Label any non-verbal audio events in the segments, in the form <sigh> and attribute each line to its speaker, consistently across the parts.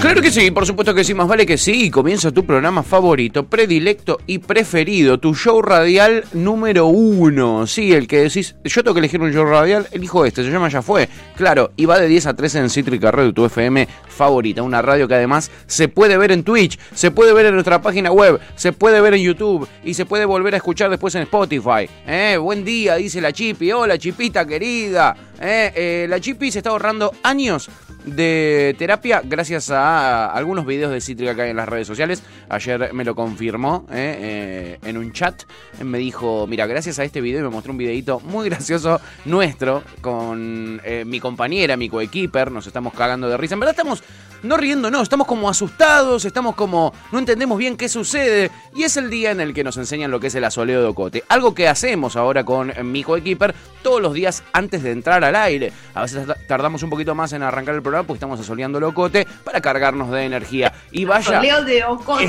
Speaker 1: Claro que sí, por supuesto que sí, más vale que sí. Y comienza tu programa favorito, predilecto y preferido, tu show radial número uno. Sí, el que decís, yo tengo que elegir un show radial, elijo este, se llama Ya Fue. Claro, y va de 10 a 13 en Cítrica Radio, tu FM favorita. Una radio que además se puede ver en Twitch, se puede ver en nuestra página web, se puede ver en YouTube y se puede volver a escuchar después en Spotify. Eh, buen día, dice la Chipi. Hola, Chipita querida. Eh, eh, la Chipi se está ahorrando años de terapia gracias a algunos videos de Cítrica que hay en las redes sociales. Ayer me lo confirmó eh, eh, en un chat. Me dijo, mira, gracias a este video y me mostró un videito muy gracioso nuestro con eh, mi compañera, mi coequiper. Nos estamos cagando de risa. En verdad estamos no riendo, no, estamos como asustados, estamos como no entendemos bien qué sucede. Y es el día en el que nos enseñan lo que es el asoleo de Ocote. Algo que hacemos ahora con mi coequiper todos los días antes de entrar al aire. A veces tardamos un poquito más en arrancar el programa porque estamos asoleando locote para cargarnos de energía. Y vaya,
Speaker 2: de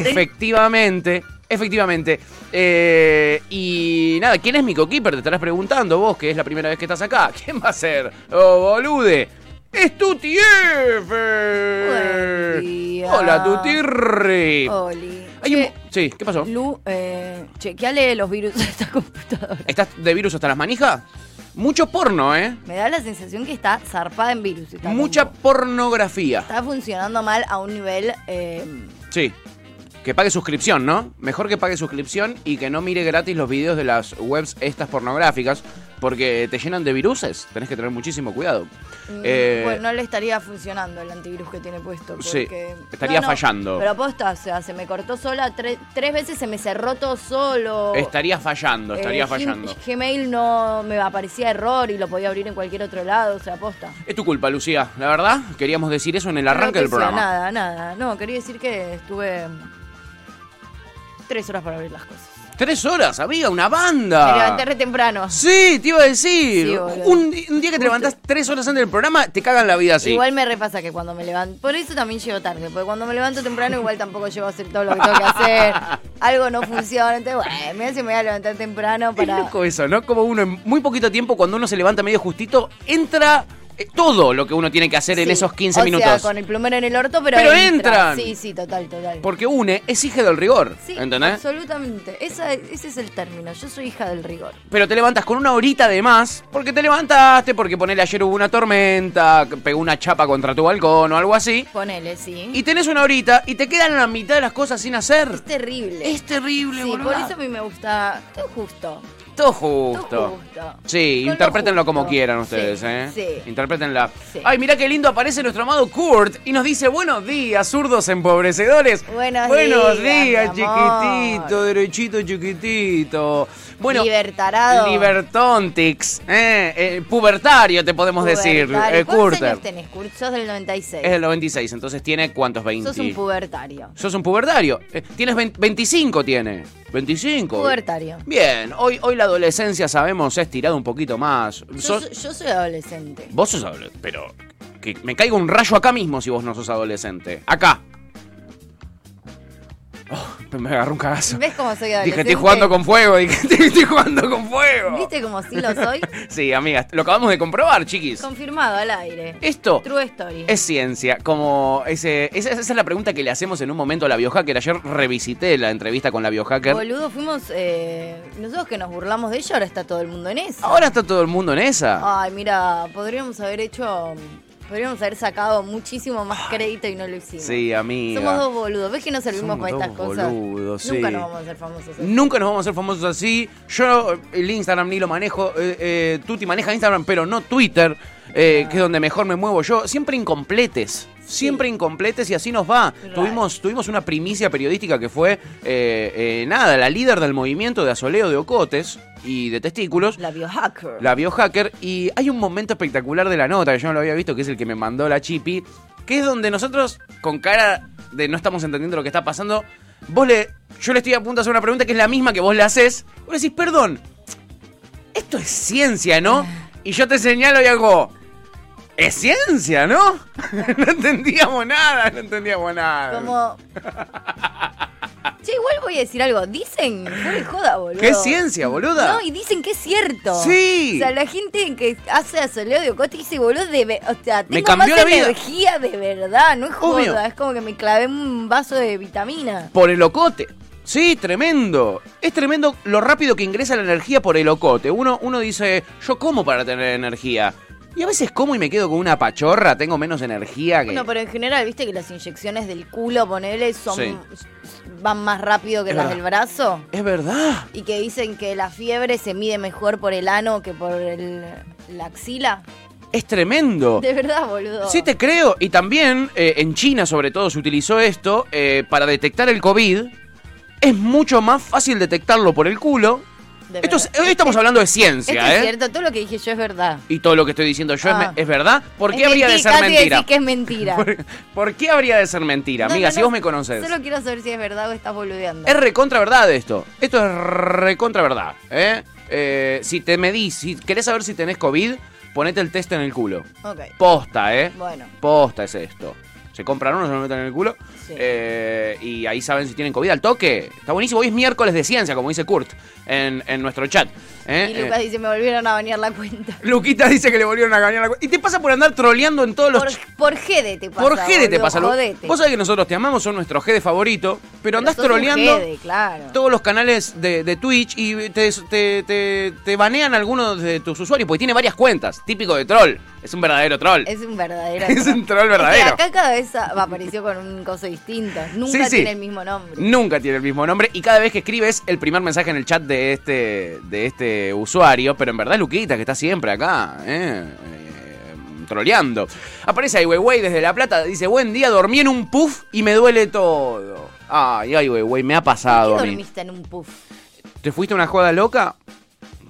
Speaker 1: efectivamente, efectivamente. eh, y nada, ¿quién es mi coquíper? Te estarás preguntando vos, que es la primera vez que estás acá. <laughs> ¿Quién va a ser? ¡Oh, bolude! ¡Es Tuti F!
Speaker 2: Buen día.
Speaker 1: ¡Hola, Tutirri!
Speaker 2: Oli.
Speaker 1: Hay un-
Speaker 2: Che,
Speaker 1: Sí, ¿qué pasó?
Speaker 2: Lu, eh, chequeale los virus <laughs> a esta computadora.
Speaker 1: ¿Estás de virus hasta las manijas? Mucho porno, ¿eh?
Speaker 2: Me da la sensación que está zarpada en virus. esta
Speaker 1: Mucha
Speaker 2: compu.
Speaker 1: pornografía.
Speaker 2: Está funcionando mal a un nivel. eh,
Speaker 1: Sí. Que pague suscripción, ¿no? Mejor que pague suscripción y que no mire gratis los videos de las webs estas pornográficas, porque te llenan de viruses. Tenés que tener muchísimo cuidado. Eh,
Speaker 2: Mm, bueno, no le estaría funcionando el antivirus que tiene puesto.
Speaker 1: Sí,
Speaker 2: porque-
Speaker 1: estaría
Speaker 2: No, no,
Speaker 1: fallando.
Speaker 2: Pero aposta, o sea, se me cortó sola. tre- tres veces se me cerró todo solo.
Speaker 1: Estaría fallando,
Speaker 2: Eh,
Speaker 1: estaría
Speaker 2: Gim-
Speaker 1: fallando.
Speaker 2: Gmail no me aparecía error y lo podía abrir en cualquier otro lado, o sea, aposta.
Speaker 1: Es tu culpa, Lucía. La verdad, queríamos decir eso en el
Speaker 2: No
Speaker 1: arranque del
Speaker 2: te decía
Speaker 1: programa.
Speaker 2: Nada, nada. No, quería decir que estuve mm, tres horas para abrir las cosas.
Speaker 1: Tres horas, amiga, una
Speaker 2: Me
Speaker 1: banda.
Speaker 2: levanté re temprano.
Speaker 1: Sí, te iba a decir.
Speaker 2: Sí, boludo.
Speaker 1: un, di- un día que te levantás tres horas antes del programa, te cagan la vida así.
Speaker 2: Igual me repasa que cuando me levanto. Por eso también llego tarde, porque cuando me levanto temprano, igual tampoco llego a hacer todo lo que tengo
Speaker 1: <laughs>
Speaker 2: que hacer. Algo no funciona. Entonces, bueno, mira si me voy a levantar
Speaker 1: <laughs>
Speaker 2: temprano
Speaker 1: Es
Speaker 2: para.
Speaker 1: loco eso, ¿no? Como uno en muy poquito tiempo, cuando uno se levanta medio justito, entra eh, todo lo que uno tiene que hacer en
Speaker 2: Sí,
Speaker 1: esos 15
Speaker 2: o
Speaker 1: minutos.
Speaker 2: Sea, con el plumero en el orto, pero.
Speaker 1: Pero
Speaker 2: entra.
Speaker 1: entran.
Speaker 2: Sí, sí, total, total.
Speaker 1: Porque une es hija del rigor,
Speaker 2: Sí,
Speaker 1: ¿entendés?
Speaker 2: absolutamente. Esa- ese es el término. Yo soy hija del rigor.
Speaker 1: Pero te levantas con una horita de más porque te levantaste, porque ponele ayer hubo una tormenta, que pegó una chapa contra tu balcón o algo así.
Speaker 2: Ponele, sí.
Speaker 1: Y tenés una horita y te quedan la mitad de las cosas sin hacer.
Speaker 2: Es terrible.
Speaker 1: Es terrible,
Speaker 2: Sí,
Speaker 1: boluda.
Speaker 2: por eso a mí me gusta. Todo justo.
Speaker 1: Todo
Speaker 2: Todo
Speaker 1: justo.
Speaker 2: justo.
Speaker 1: Sí,
Speaker 2: Con lo
Speaker 1: interpretenlo como
Speaker 2: justo.
Speaker 1: quieran ustedes,
Speaker 2: Sí,
Speaker 1: ¿eh?
Speaker 2: sí.
Speaker 1: Interpretenla.
Speaker 2: Sí.
Speaker 1: Ay, mirá qué lindo aparece nuestro amado Kurt y nos dice: Buenos días, zurdos empobrecedores.
Speaker 2: Buenos días,
Speaker 1: días,
Speaker 2: mi amor.
Speaker 1: chiquitito, derechito, chiquitito. Bueno,
Speaker 2: Libertarado.
Speaker 1: Libertontix, eh, eh, pubertario te podemos decir,
Speaker 2: Pubertario.
Speaker 1: eh,
Speaker 2: ¿Cuántos
Speaker 1: Curter.
Speaker 2: años tenés, Kurt? Sos del 96.
Speaker 1: Es el 96, entonces tiene cuántos 20.
Speaker 2: Sos un pubertario.
Speaker 1: Sos un pubertario. Eh, tienes 20 25 tiene. 25.
Speaker 2: Pubertario.
Speaker 1: Bien, hoy hoy la adolescencia sabemos se ha estirado un poquito más.
Speaker 2: Yo,
Speaker 1: Sos-
Speaker 2: so- yo soy adolescente.
Speaker 1: vos sos adolescente, pero que me caiga un rayo acá mismo si vos no sos adolescente. Acá. Oh, me agarró un cagazo.
Speaker 2: ¿Ves cómo soy adolescente?
Speaker 1: Dije, estoy jugando con fuego, dije, <laughs> estoy jugando con fuego.
Speaker 2: <laughs> ¿Viste cómo sí
Speaker 1: <laughs>
Speaker 2: lo soy?
Speaker 1: Sí, amigas, lo acabamos de comprobar, chiquis.
Speaker 2: Confirmado al aire.
Speaker 1: Esto
Speaker 2: True story.
Speaker 1: es ciencia, como ese, esa, esa es la pregunta que le hacemos en un momento a la biohacker. Ayer revisité la entrevista con la biohacker.
Speaker 2: Boludo, fuimos. eh, nosotros que nos burlamos de ella, ahora está todo el mundo en eso.
Speaker 1: Ahora está todo el mundo en esa.
Speaker 2: Ay, mira, podríamos haber hecho. Podríamos haber sacado muchísimo más crédito y no lo hicimos.
Speaker 1: Ah. Sí, amiga.
Speaker 2: Somos dos boludos. ¿Ves que no servimos
Speaker 1: Somos
Speaker 2: para estas
Speaker 1: dos
Speaker 2: cosas?
Speaker 1: boludos,
Speaker 2: Nunca
Speaker 1: sí.
Speaker 2: nos vamos a hacer famosos. ¿eh? así.
Speaker 1: Nunca nos vamos a hacer famosos así. Yo eh, el Instagram ni lo manejo. Eh, eh, Tuti maneja Instagram, pero no Twitter, eh, que es donde mejor me muevo yo. Siempre incompletes. Siempre incompletes y así nos va.
Speaker 2: Right.
Speaker 1: Tuvimos, tuvimos una primicia periodística que fue, eh, eh, nada, la líder del movimiento de asoleo de ocotes y de testículos.
Speaker 2: La biohacker.
Speaker 1: La biohacker. Y hay un momento espectacular de la nota que yo no lo había visto, que es el que me mandó la Chipi, que es donde nosotros, con cara de no estamos entendiendo lo que está pasando, vos le. Yo le estoy a punto de hacer una pregunta que es la misma que vos le haces. Vos le decís, perdón, esto es ciencia, ¿no? Y yo te señalo y hago. Es ciencia, ¿no? <laughs> no entendíamos nada, no entendíamos nada.
Speaker 2: Como. <laughs> Che, igual voy a decir algo. Dicen, no me joda, boludo.
Speaker 1: ¿Qué ciencia, boluda?
Speaker 2: No, y dicen que es cierto.
Speaker 1: Sí.
Speaker 2: O sea, la gente que hace asoleo de Costa dice, boludo, de ve- o sea,
Speaker 1: Me
Speaker 2: tengo
Speaker 1: cambió
Speaker 2: más
Speaker 1: la vida.
Speaker 2: energía de verdad, no es joda.
Speaker 1: Obvio.
Speaker 2: Es como que me clavé un vaso de vitamina.
Speaker 1: Por el ocote. Sí, tremendo. Es tremendo lo rápido que ingresa la energía por el ocote. Uno, uno dice, yo como para tener energía. Y a veces como y me quedo con una pachorra, tengo menos energía que...
Speaker 2: Bueno, pero en general, viste que las inyecciones del culo, ponele, son,
Speaker 1: Sí.
Speaker 2: van más rápido que
Speaker 1: Es
Speaker 2: las
Speaker 1: verdad.
Speaker 2: del brazo.
Speaker 1: Es verdad.
Speaker 2: Y que dicen que la fiebre se mide mejor por el ano que por el, la axila.
Speaker 1: Es tremendo.
Speaker 2: De verdad, boludo.
Speaker 1: Oh. Sí, te creo. Y también eh, en China, sobre todo, se utilizó esto eh, para detectar el COVID. Es mucho más fácil detectarlo por el culo.
Speaker 2: De
Speaker 1: Esto es-
Speaker 2: verdad.
Speaker 1: hoy estamos hablando de
Speaker 2: Esto
Speaker 1: ciencia,
Speaker 2: es
Speaker 1: ¿eh?
Speaker 2: cierto, todo lo que dije yo es verdad.
Speaker 1: Y todo lo que estoy diciendo yo es
Speaker 2: Ah.
Speaker 1: me- es, verdad. ¿Por qué
Speaker 2: Es
Speaker 1: habría de
Speaker 2: mentira,
Speaker 1: ser
Speaker 2: casi decís
Speaker 1: mentira?
Speaker 2: que
Speaker 1: <laughs>
Speaker 2: es mentira.
Speaker 1: ¿Por, por qué habría de ser mentira?
Speaker 2: No,
Speaker 1: Amiga,
Speaker 2: no,
Speaker 1: si
Speaker 2: no,
Speaker 1: vos me Er- conoces.
Speaker 2: Solo quiero saber si es verdad o estás boludeando.
Speaker 1: Es recontra verdad esto. Esto es recontra verdad, ¿eh? Eh, Si te medís, si querés saber si tenés COVID, ponete el test en el culo.
Speaker 2: Ok.
Speaker 1: Posta, ¿eh?
Speaker 2: Bueno.
Speaker 1: Posta es esto. Se compran uno, se lo meten en el culo.
Speaker 2: Sí.
Speaker 1: eh, y ahí saben si tienen COVID al toque. Está buenísimo. Hoy es miércoles de ciencia, como dice Kurt en, en nuestro chat. ¿eh?
Speaker 2: Y Lucas
Speaker 1: Eh,
Speaker 2: dice, me volvieron a bañar la cuenta.
Speaker 1: Luquita dice que le volvieron a ganar la cu- Y te pasa por andar troleando en todos <laughs> los.
Speaker 2: Por,
Speaker 1: ch-
Speaker 2: por Gede te pasa.
Speaker 1: por Gede te
Speaker 2: boludo,
Speaker 1: pasa, Lu-
Speaker 2: jodete.
Speaker 1: Vos sabés que nosotros te amamos, son nuestro Gede favorito. Pero andás
Speaker 2: sos un
Speaker 1: troleando
Speaker 2: Gede, claro.
Speaker 1: todos los canales de, de Twitch y te, te, te- te banean algunos de tus usuarios. Porque tiene varias cuentas. Típico de troll. Es un verdadero troll.
Speaker 2: Es un verdadero.
Speaker 1: <laughs> Es un troll
Speaker 2: Es que
Speaker 1: verdadero.
Speaker 2: acá cada vez apareció con un coso distinto. Nunca
Speaker 1: Sí, sí.
Speaker 2: tiene el mismo nombre.
Speaker 1: Nunca tiene el mismo nombre y cada vez que escribes el primer mensaje en el chat de este, de este usuario, pero en verdad es Luquita que está siempre acá, ¿eh? Eh, troleando. Aparece Ai Weiwei desde La Plata, dice, buen día, dormí en un puff y me duele todo. Ay, Ai Weiwei, me ha pasado
Speaker 2: ¿Por
Speaker 1: a
Speaker 2: qué
Speaker 1: mí.
Speaker 2: dormiste en un puff?
Speaker 1: ¿Te fuiste a una joda loca?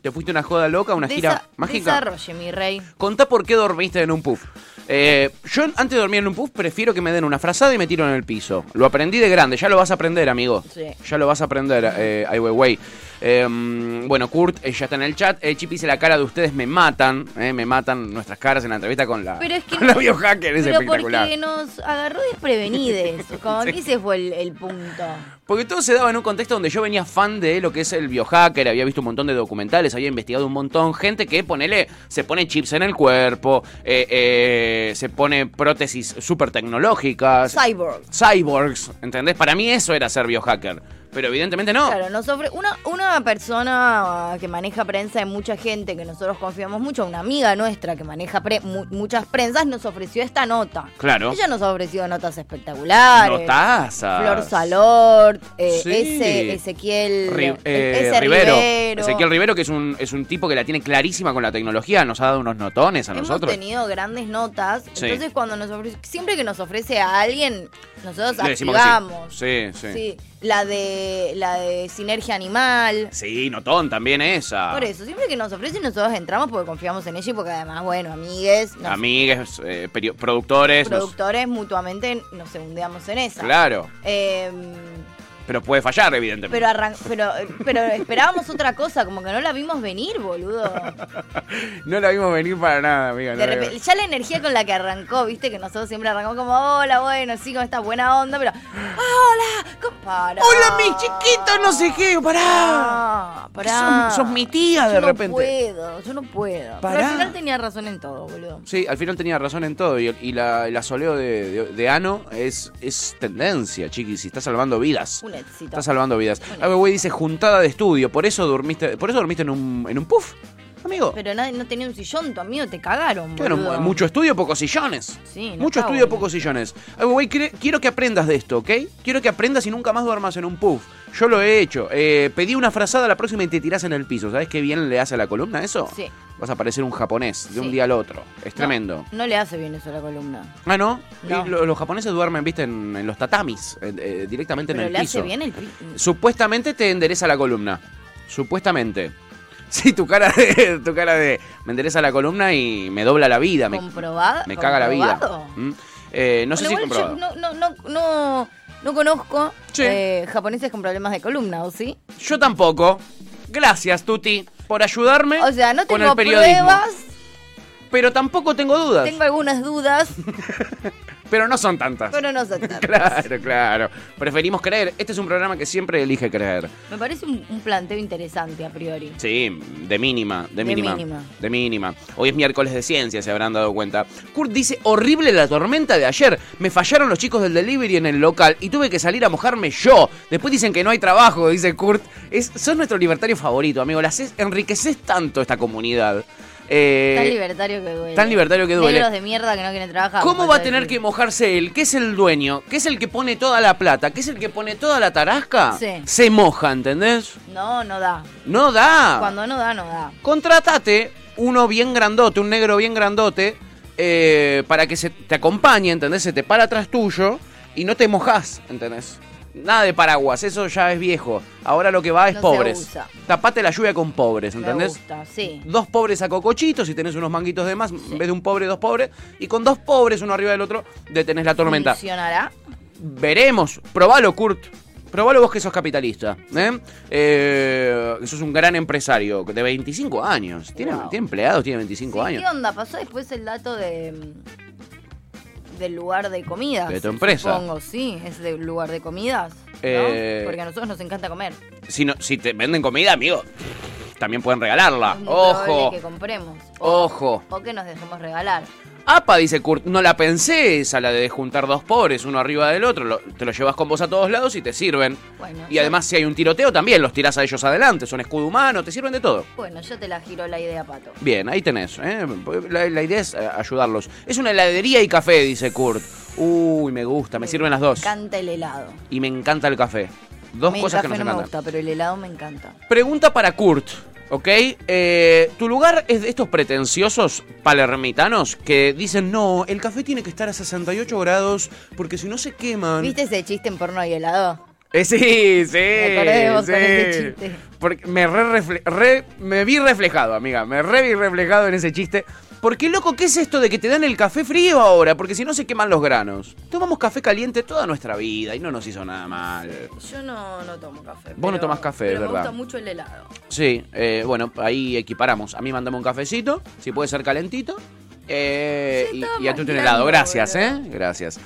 Speaker 1: ¿Te fuiste a una joda loca, una gira
Speaker 2: Desa-
Speaker 1: mágica?
Speaker 2: Desarrolle, mi rey.
Speaker 1: Contá por qué dormiste en un puff. Eh, yo antes de dormir en un puff prefiero que me den una frazada y me tiro en el piso. Lo aprendí de grande, ya lo vas a aprender, amigo.
Speaker 2: Sí.
Speaker 1: Ya lo vas a aprender, eh, Ai Weiwei. Eh, bueno, Kurt eh, ya está en el chat. Eh, Chip dice la cara de ustedes me matan, eh, me matan nuestras caras en la entrevista con la,
Speaker 2: Pero es
Speaker 1: <laughs>
Speaker 2: que
Speaker 1: con
Speaker 2: no-
Speaker 1: la biohacker, es
Speaker 2: Pero
Speaker 1: espectacular.
Speaker 2: porque nos agarró
Speaker 1: <laughs>
Speaker 2: desprevenides. Como que ese fue el, el punto.
Speaker 1: Porque todo se daba en un contexto donde yo venía fan de lo que es el biohacker, había visto un montón de documentales, había investigado un montón, gente que ponele, se pone chips en el cuerpo, eh, eh, se pone prótesis súper tecnológicas,
Speaker 2: Cyborg.
Speaker 1: cyborgs, ¿entendés? Para mí eso era ser biohacker, pero evidentemente no.
Speaker 2: Claro, nos ofre una, una persona que maneja prensa de mucha gente que nosotros confiamos mucho, una amiga nuestra que maneja pre- mu- muchas prensas, nos ofreció esta nota.
Speaker 1: Claro.
Speaker 2: Ella nos ha ofrecido notas espectaculares.
Speaker 1: Notazas.
Speaker 2: Flor Salort, eh,
Speaker 1: Sí.
Speaker 2: ese Ezequiel
Speaker 1: Ri-
Speaker 2: eh,
Speaker 1: eh,
Speaker 2: ese
Speaker 1: Rivero.
Speaker 2: Rivero.
Speaker 1: Ezequiel Rivero, que es un, es un tipo que la tiene clarísima con la tecnología, nos ha dado unos notones a
Speaker 2: Hemos
Speaker 1: nosotros.
Speaker 2: tenido grandes notas,
Speaker 1: Sí.
Speaker 2: entonces cuando nos ofrece, siempre que nos ofrece a alguien, nosotros
Speaker 1: Le decimos que sí.
Speaker 2: activamos.
Speaker 1: sí, sí.
Speaker 2: Sí, la de la de sinergia animal.
Speaker 1: Sí, notón también esa.
Speaker 2: Por eso, siempre que nos ofrecen, nosotros entramos porque confiamos en ella y porque además, bueno, amigues, nos-
Speaker 1: amigues, eh, perio- productores. nos-
Speaker 2: productores, mutuamente nos hundeamos en esa.
Speaker 1: claro,
Speaker 2: Eh,
Speaker 1: pero puede fallar, evidentemente.
Speaker 2: pero, arran- pero, pero esperábamos otra cosa, como que no la vimos venir, boludo.
Speaker 1: No la vimos venir para nada, amiga.
Speaker 2: De repente- ya la energía con la que arrancó, viste, que nosotros siempre arrancamos como, hola, bueno, sí, con esta buena onda, pero, ah, hola, ¿cómo- para.
Speaker 1: Hola, mi chiquito, no sé qué, pará.
Speaker 2: Ah, pará.
Speaker 1: Sos- sos mi tía de
Speaker 2: Yo
Speaker 1: repente.
Speaker 2: No puedo, yo no puedo. Pero
Speaker 1: Pará.
Speaker 2: al final tenía razón en todo, boludo.
Speaker 1: Sí, al final tenía razón en todo. Y, el- y la, el asoleo de, de, de Ano es, es tendencia, chiquis. Y está salvando vidas.
Speaker 2: Un éxito.
Speaker 1: Está salvando vidas.
Speaker 2: Bueno.
Speaker 1: Abe Güey dice juntada de estudio. Por eso dormiste, por eso dormiste en un, en un puff, amigo.
Speaker 2: Pero nadie- no tenía un sillón, tu amigo, te cagaron,
Speaker 1: Claro,
Speaker 2: boludo.
Speaker 1: mu- mucho estudio, pocos sillones.
Speaker 2: Sí, no
Speaker 1: mucho
Speaker 2: está
Speaker 1: estudio,
Speaker 2: bueno.
Speaker 1: pocos sillones. Ay, güey, cre- quiero que aprendas de esto, ¿ok? Quiero que aprendas y nunca más duermas en un puff. Yo lo he hecho. Eh, pedí una frazada la próxima y te tirás en el piso. ¿Sabes qué bien le hace a la columna eso?
Speaker 2: Sí.
Speaker 1: Vas a parecer un japonés de un
Speaker 2: Sí.
Speaker 1: día al otro. Es tremendo.
Speaker 2: No, le hace bien eso a la columna.
Speaker 1: Ah, ¿no?
Speaker 2: No.
Speaker 1: Y lo- los japoneses duermen, viste, en, en los tatamis, eh, eh, directamente
Speaker 2: Pero
Speaker 1: en el
Speaker 2: le
Speaker 1: piso.
Speaker 2: hace bien el pi-
Speaker 1: Supuestamente te endereza la columna. Supuestamente. <laughs> Sí, tu cara de. Tu cara de. Me endereza la columna y me dobla la vida. Me,
Speaker 2: comprobado.
Speaker 1: me caga la vida.
Speaker 2: comprobado.
Speaker 1: ¿Mm? Eh, no sé si
Speaker 2: Bueno,
Speaker 1: es
Speaker 2: igual
Speaker 1: comprobado.
Speaker 2: yo no, no, no, no, no conozco
Speaker 1: Sí.
Speaker 2: eh, japoneses con problemas de columna, ¿o sí?
Speaker 1: Yo tampoco. Gracias, Tuti, por ayudarme
Speaker 2: O sea, no
Speaker 1: con
Speaker 2: tengo
Speaker 1: el periodismo.
Speaker 2: pruebas,
Speaker 1: Pero tampoco tengo dudas. <laughs>
Speaker 2: tengo algunas dudas,
Speaker 1: Pero no son tantas. <laughs>
Speaker 2: Pero no son tantas.
Speaker 1: Claro, claro. Preferimos creer. Este es un programa que siempre elige creer.
Speaker 2: Me parece un, un planteo interesante a priori.
Speaker 1: Sí, de mínima, de
Speaker 2: De
Speaker 1: mínima.
Speaker 2: mínima.
Speaker 1: De mínima. Hoy es miércoles de ciencia, se habrán dado cuenta. Kurt dice, horrible la tormenta de ayer. Me fallaron los chicos del delivery en el local y tuve que salir a mojarme yo. Después dicen que no hay trabajo, <laughs> dice Kurt. Es, sos nuestro libertario favorito, amigo. Las enriqueces tanto esta comunidad. Eh,
Speaker 2: tan libertario que duele.
Speaker 1: tan libertario que duele.
Speaker 2: Negros de mierda que no quieren trabajar.
Speaker 1: ¿Cómo
Speaker 2: como
Speaker 1: va a
Speaker 2: yo
Speaker 1: tener que
Speaker 2: decía.
Speaker 1: mojarse él? ¿Qué es el dueño? ¿Qué es el que pone toda la plata? ¿Qué es el que pone toda la tarasca?
Speaker 2: Sí.
Speaker 1: Se moja, ¿entendés?
Speaker 2: No, no da.
Speaker 1: No da.
Speaker 2: Cuando no da, no da.
Speaker 1: Contratate uno bien grandote, un negro bien grandote, eh, para que se te acompañe, ¿entendés? Se te para atrás tuyo y no te mojás, ¿entendés? Nada de paraguas, eso ya es viejo. Ahora lo que va es
Speaker 2: No se
Speaker 1: pobres.
Speaker 2: usa.
Speaker 1: Tapate la lluvia con pobres, ¿entendés?
Speaker 2: Me gusta, sí.
Speaker 1: Dos pobres a cocochitos y tenés unos manguitos de más, en vez de un pobre, dos pobres. Y con dos pobres, uno arriba del otro, detenés la tormenta.
Speaker 2: ¿Funcionará?
Speaker 1: Veremos. Probalo, Kurt. Probalo vos que sos capitalista. ¿eh? Eh, que sos un gran empresario de 25 años. Tiene,
Speaker 2: Wow.
Speaker 1: tiene empleados, tiene 25
Speaker 2: Sí, ¿Qué
Speaker 1: años.
Speaker 2: onda? Pasó después el dato de mm, del lugar de comidas.
Speaker 1: De tu empresa.
Speaker 2: Supongo, sí, es del lugar de comidas. ¿no?
Speaker 1: Eh.
Speaker 2: Porque a nosotros nos encanta comer.
Speaker 1: Si, no- si te venden comida, amigo, también pueden regalarla.
Speaker 2: Es muy probable
Speaker 1: ah, Ojo.
Speaker 2: que compremos. O,
Speaker 1: Ojo.
Speaker 2: o que nos dejemos regalar.
Speaker 1: Apa, dice Kurt, no la pensé esa, la de juntar dos pobres, uno arriba del otro. Lo- te lo llevas con vos a todos lados y te sirven.
Speaker 2: Bueno,
Speaker 1: y
Speaker 2: yo-
Speaker 1: además, si hay un tiroteo, también los tirás a ellos adelante. Son escudo humano, te sirven de todo.
Speaker 2: Bueno, yo te la giro la idea, Pato.
Speaker 1: Bien, ahí tenés. ¿eh? La, la idea es eh, ayudarlos. Es una heladería y café, dice Kurt. Uy, me gusta, me sirven las dos.
Speaker 2: Me encanta el helado.
Speaker 1: Y me encanta el café. Dos
Speaker 2: Me- el
Speaker 1: cosas
Speaker 2: café
Speaker 1: que nos
Speaker 2: no me
Speaker 1: encantan.
Speaker 2: gusta, pero el helado me encanta.
Speaker 1: Pregunta para Kurt, ¿ok? Eh, ¿Tu lugar es de estos pretenciosos palermitanos que dicen, no, el café tiene que estar a 68 grados porque si no se queman...
Speaker 2: ¿Viste ese chiste en porno y helado?
Speaker 1: Eh, sí, sí.
Speaker 2: Me acordé de vos con
Speaker 1: sí.
Speaker 2: ese chiste.
Speaker 1: Porque me, re refle- re- me vi reflejado, amiga. Me re vi reflejado en ese chiste. Porque, loco, ¿qué es esto de que te dan el café frío ahora? Porque si no se queman los granos. Tomamos café caliente toda nuestra vida y no nos hizo nada mal.
Speaker 3: Yo no, no tomo café.
Speaker 1: Vos no tomás café,
Speaker 3: pero
Speaker 1: ¿verdad?
Speaker 3: Me gusta mucho el helado.
Speaker 1: Sí, eh, bueno, ahí equiparamos. A mí mandame un cafecito, si puede ser calentito. eh,
Speaker 3: Sí,
Speaker 1: y-
Speaker 3: estaba
Speaker 1: y, a tú un
Speaker 3: manejando,
Speaker 1: helado. Gracias, ¿eh?
Speaker 3: boludo.
Speaker 1: Gracias.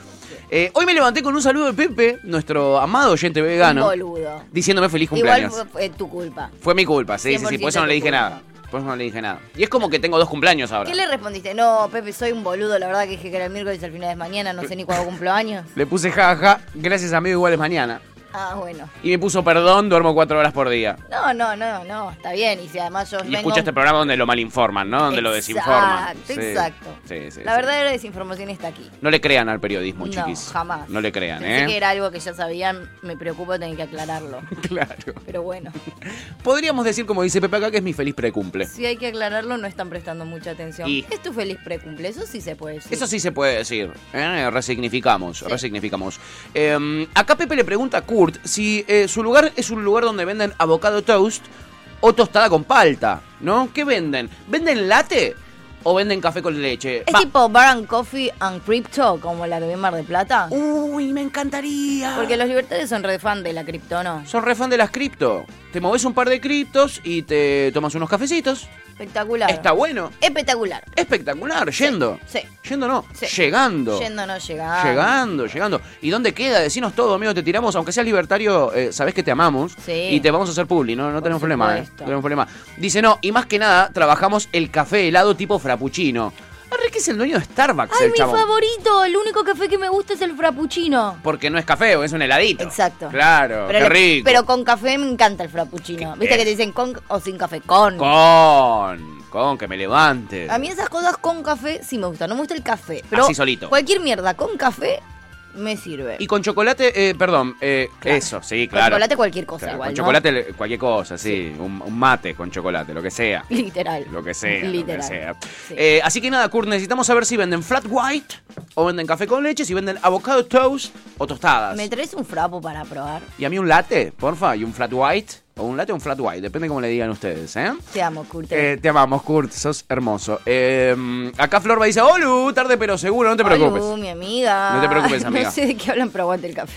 Speaker 1: Eh, hoy me levanté con un saludo de Pepe, nuestro amado oyente vegano,
Speaker 2: Un boludo.
Speaker 1: diciéndome feliz cumpleaños.
Speaker 2: Igual fue, fue tu culpa.
Speaker 1: Fue mi culpa, sí, sí, sí.
Speaker 2: 100%
Speaker 1: Por eso no le
Speaker 2: tu
Speaker 1: dije
Speaker 2: culpa.
Speaker 1: nada. Por eso no le dije nada. Y es como que tengo dos cumpleaños ahora.
Speaker 2: ¿Qué le respondiste? No, Pepe, soy un boludo. La verdad que dije que era el miércoles al final de mañana. No sé ni cuándo cumplo años.
Speaker 1: Le puse jaja, gracias a mí igual es mañana.
Speaker 2: Ah, bueno.
Speaker 1: Y me puso perdón, duermo cuatro horas por día.
Speaker 2: No, no, no, no. Está bien. Y si además yo
Speaker 1: Y
Speaker 2: Pues vengo...
Speaker 1: escucha este programa donde lo malinforman, ¿no? Donde lo desinforman. Sí,
Speaker 2: Exacto, exacto.
Speaker 1: Sí, sí,
Speaker 2: La
Speaker 1: sí.
Speaker 2: verdadera desinformación está aquí.
Speaker 1: No le crean al periodismo, chiquis.
Speaker 2: No, jamás.
Speaker 1: No le crean,
Speaker 2: Pensé
Speaker 1: ¿eh?
Speaker 2: que era algo que ya sabían. Me preocupa tener que aclararlo.
Speaker 1: <laughs> Claro. <laughs>
Speaker 2: Pero bueno,
Speaker 1: Podríamos decir, como dice Pepe acá, que es mi feliz precumple.
Speaker 2: si hay que aclararlo, no están prestando mucha atención.
Speaker 1: Y-
Speaker 2: Es tu feliz precumple. Eso sí se puede decir.
Speaker 1: Eso sí se puede decir. ¿eh? Resignificamos, resignificamos. Eh, acá Pepe le pregunta a Kurt si eh, su lugar es un lugar donde venden avocado toast o tostada con palta, ¿no? ¿Qué venden? ¿Venden latte o venden café con leche?
Speaker 2: Es
Speaker 1: Va.
Speaker 2: tipo Bar and Coffee and Crypto, como la que vi en Mar de Plata.
Speaker 1: Uy, me encantaría.
Speaker 2: Porque los libertarios son re fan de la cripto, ¿no?
Speaker 1: Son re fan de las cripto. Te moves un par de criptos y te tomas unos cafecitos.
Speaker 2: Espectacular.
Speaker 1: Está bueno.
Speaker 2: Espectacular.
Speaker 1: Espectacular. Yendo.
Speaker 2: Sí.
Speaker 1: Yendo no.
Speaker 2: Sí.
Speaker 1: Llegando.
Speaker 2: Yendo no llegando.
Speaker 1: Llegando, llegando. ¿Y dónde queda? Decinos todo, amigo. Te tiramos, aunque seas libertario, eh, sabés que te amamos.
Speaker 2: Sí.
Speaker 1: Y te vamos a hacer publi, no, no tenemos problema, eh.
Speaker 2: supuesto.
Speaker 1: No tenemos problema. Dice, no, y más que nada, trabajamos el café helado tipo frappuccino. Arre que es el dueño de Starbucks,
Speaker 2: Ay,
Speaker 1: el
Speaker 2: mi
Speaker 1: chabón.
Speaker 2: favorito. El único café que me gusta es el frappuccino.
Speaker 1: Porque no es café, es un heladito.
Speaker 2: Exacto.
Speaker 1: Claro,
Speaker 2: Pero
Speaker 1: qué
Speaker 2: le-
Speaker 1: rico.
Speaker 2: Pero con café me encanta el frappuccino. Viste
Speaker 1: eh.
Speaker 2: que te dicen con o sin café, con.
Speaker 1: Con, con, que me levante.
Speaker 2: A mí esas cosas con café sí me gustan. No me gusta el café. Pero
Speaker 1: Así solito.
Speaker 2: Cualquier mierda con café me sirve.
Speaker 1: Y con chocolate, eh, perdón, eh, eso, sí,
Speaker 2: Con
Speaker 1: claro.
Speaker 2: chocolate cualquier cosa
Speaker 1: Claro,
Speaker 2: igual,
Speaker 1: Con
Speaker 2: ¿no?
Speaker 1: chocolate le- cualquier cosa, sí. Un, un mate con chocolate, lo que sea.
Speaker 2: <laughs> Literal.
Speaker 1: Lo que sea. lo que
Speaker 2: Literal.
Speaker 1: sea.
Speaker 2: Sí.
Speaker 1: Eh, así que nada, Kurt, necesitamos saber si venden flat white o venden café con leche, si venden avocado toast o tostadas.
Speaker 2: ¿Me traes un frapo para probar?
Speaker 1: Y a mí un latte, porfa, y un flat white O un latte o un flat white, depende cómo le digan ustedes, ¿eh?
Speaker 2: Te amo, Kurt.
Speaker 1: Eh, te amamos, Kurt, sos hermoso. Eh, acá Florba dice, Olu, tarde pero seguro, no te preocupes.
Speaker 2: Olu, mi amiga.
Speaker 1: No te preocupes, amiga.
Speaker 2: <laughs> No sé de qué hablan, pero aguante el café.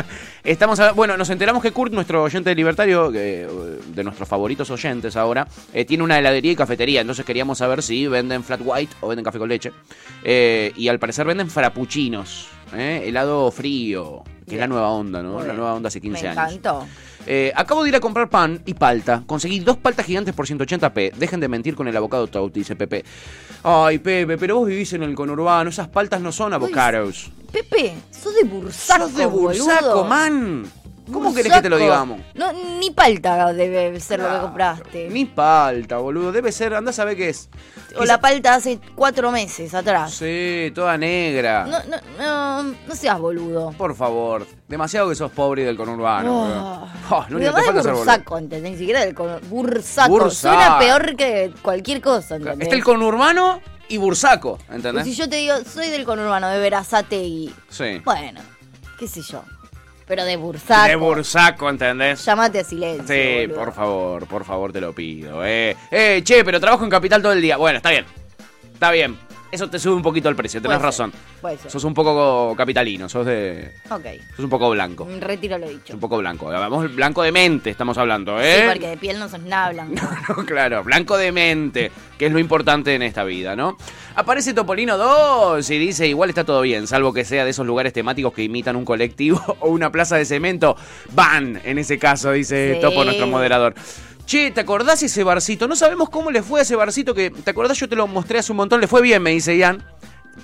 Speaker 1: <laughs> Estamos a- bueno, nos enteramos que Kurt, nuestro oyente libertario, que, eh, de nuestros favoritos oyentes ahora, eh, tiene una heladería y cafetería. Entonces queríamos saber si venden flat white o venden café con leche. Eh, y al parecer venden frappuccinos, ¿eh? helado frío, que es la
Speaker 2: Bien.
Speaker 1: nueva onda, ¿no?
Speaker 2: Muy
Speaker 1: La
Speaker 2: bien.
Speaker 1: nueva onda hace 15
Speaker 2: Me
Speaker 1: años.
Speaker 2: encantó.
Speaker 1: Eh, acabo de ir a comprar pan y palta. Conseguí dos paltas gigantes por 180p. Dejen de mentir con el abocado Tauti, dice Pepe. Ay, Pepe, pero vos vivís en el conurbano. Esas paltas no son avocados.
Speaker 2: Pepe, sos de bursaco.
Speaker 1: ¡Sos de Bursaco,
Speaker 2: boludo.
Speaker 1: man! ¿Cómo
Speaker 2: Bursaco.
Speaker 1: querés que te lo digamos?
Speaker 2: No, ni palta debe ser lo que compraste.
Speaker 1: Ni palta, boludo. Debe ser, andá a saber qué es.
Speaker 2: O la palta hace cuatro meses atrás.
Speaker 1: Sí, toda negra.
Speaker 2: No, no, no, no seas boludo.
Speaker 1: Por favor. Demasiado que sos pobre y del conurbano, boludo. Oh, no, ni
Speaker 2: Mi
Speaker 1: te
Speaker 2: mamá
Speaker 1: falta
Speaker 2: es
Speaker 1: ser boludo.
Speaker 2: bursaco, ¿entendés? Ni siquiera del cono- bursaco.
Speaker 1: Bursaco.
Speaker 2: Suena peor que cualquier cosa, ¿entendés? Pues
Speaker 1: Está el ¿eh? conurbano y bursaco,
Speaker 2: Y si
Speaker 1: ¿entendés?
Speaker 2: yo te digo, soy del conurbano, de Verazategui.
Speaker 1: Sí.
Speaker 2: Bueno, qué sé yo. Pero de bursaco.
Speaker 1: De bursaco, ¿entendés?
Speaker 2: Llámate a silencio.
Speaker 1: Sí,
Speaker 2: boludo.
Speaker 1: por favor, por favor te lo pido. Eh. eh, che, pero trabajo en Capital todo el día. Bueno, está bien. Está bien. Eso te sube un poquito el precio, tenés
Speaker 2: Puede ser,
Speaker 1: razón.
Speaker 2: puede ser.
Speaker 1: Sos un poco capitalino, sos de.
Speaker 2: Ok,
Speaker 1: sos un poco blanco.
Speaker 2: retiro lo
Speaker 1: Sos
Speaker 2: dicho.
Speaker 1: un poco blanco. Hablamos blanco de mente, estamos hablando, ¿eh?
Speaker 2: Sí, porque de piel no sos nada blanco.
Speaker 1: <laughs> No, claro, blanco de mente, que es lo importante en esta vida, ¿no? Aparece Topolino 2 y dice, igual está todo bien, salvo que sea de esos lugares temáticos que imitan un colectivo <laughs> o una plaza de cemento. Van, en ese caso, dice
Speaker 2: Sí.
Speaker 1: Topo, nuestro moderador. Che, ¿te acordás ese barcito? No sabemos cómo le fue a ese barcito que, ¿te acordás? Yo te lo mostré hace un montón, le fue bien, me dice Ian.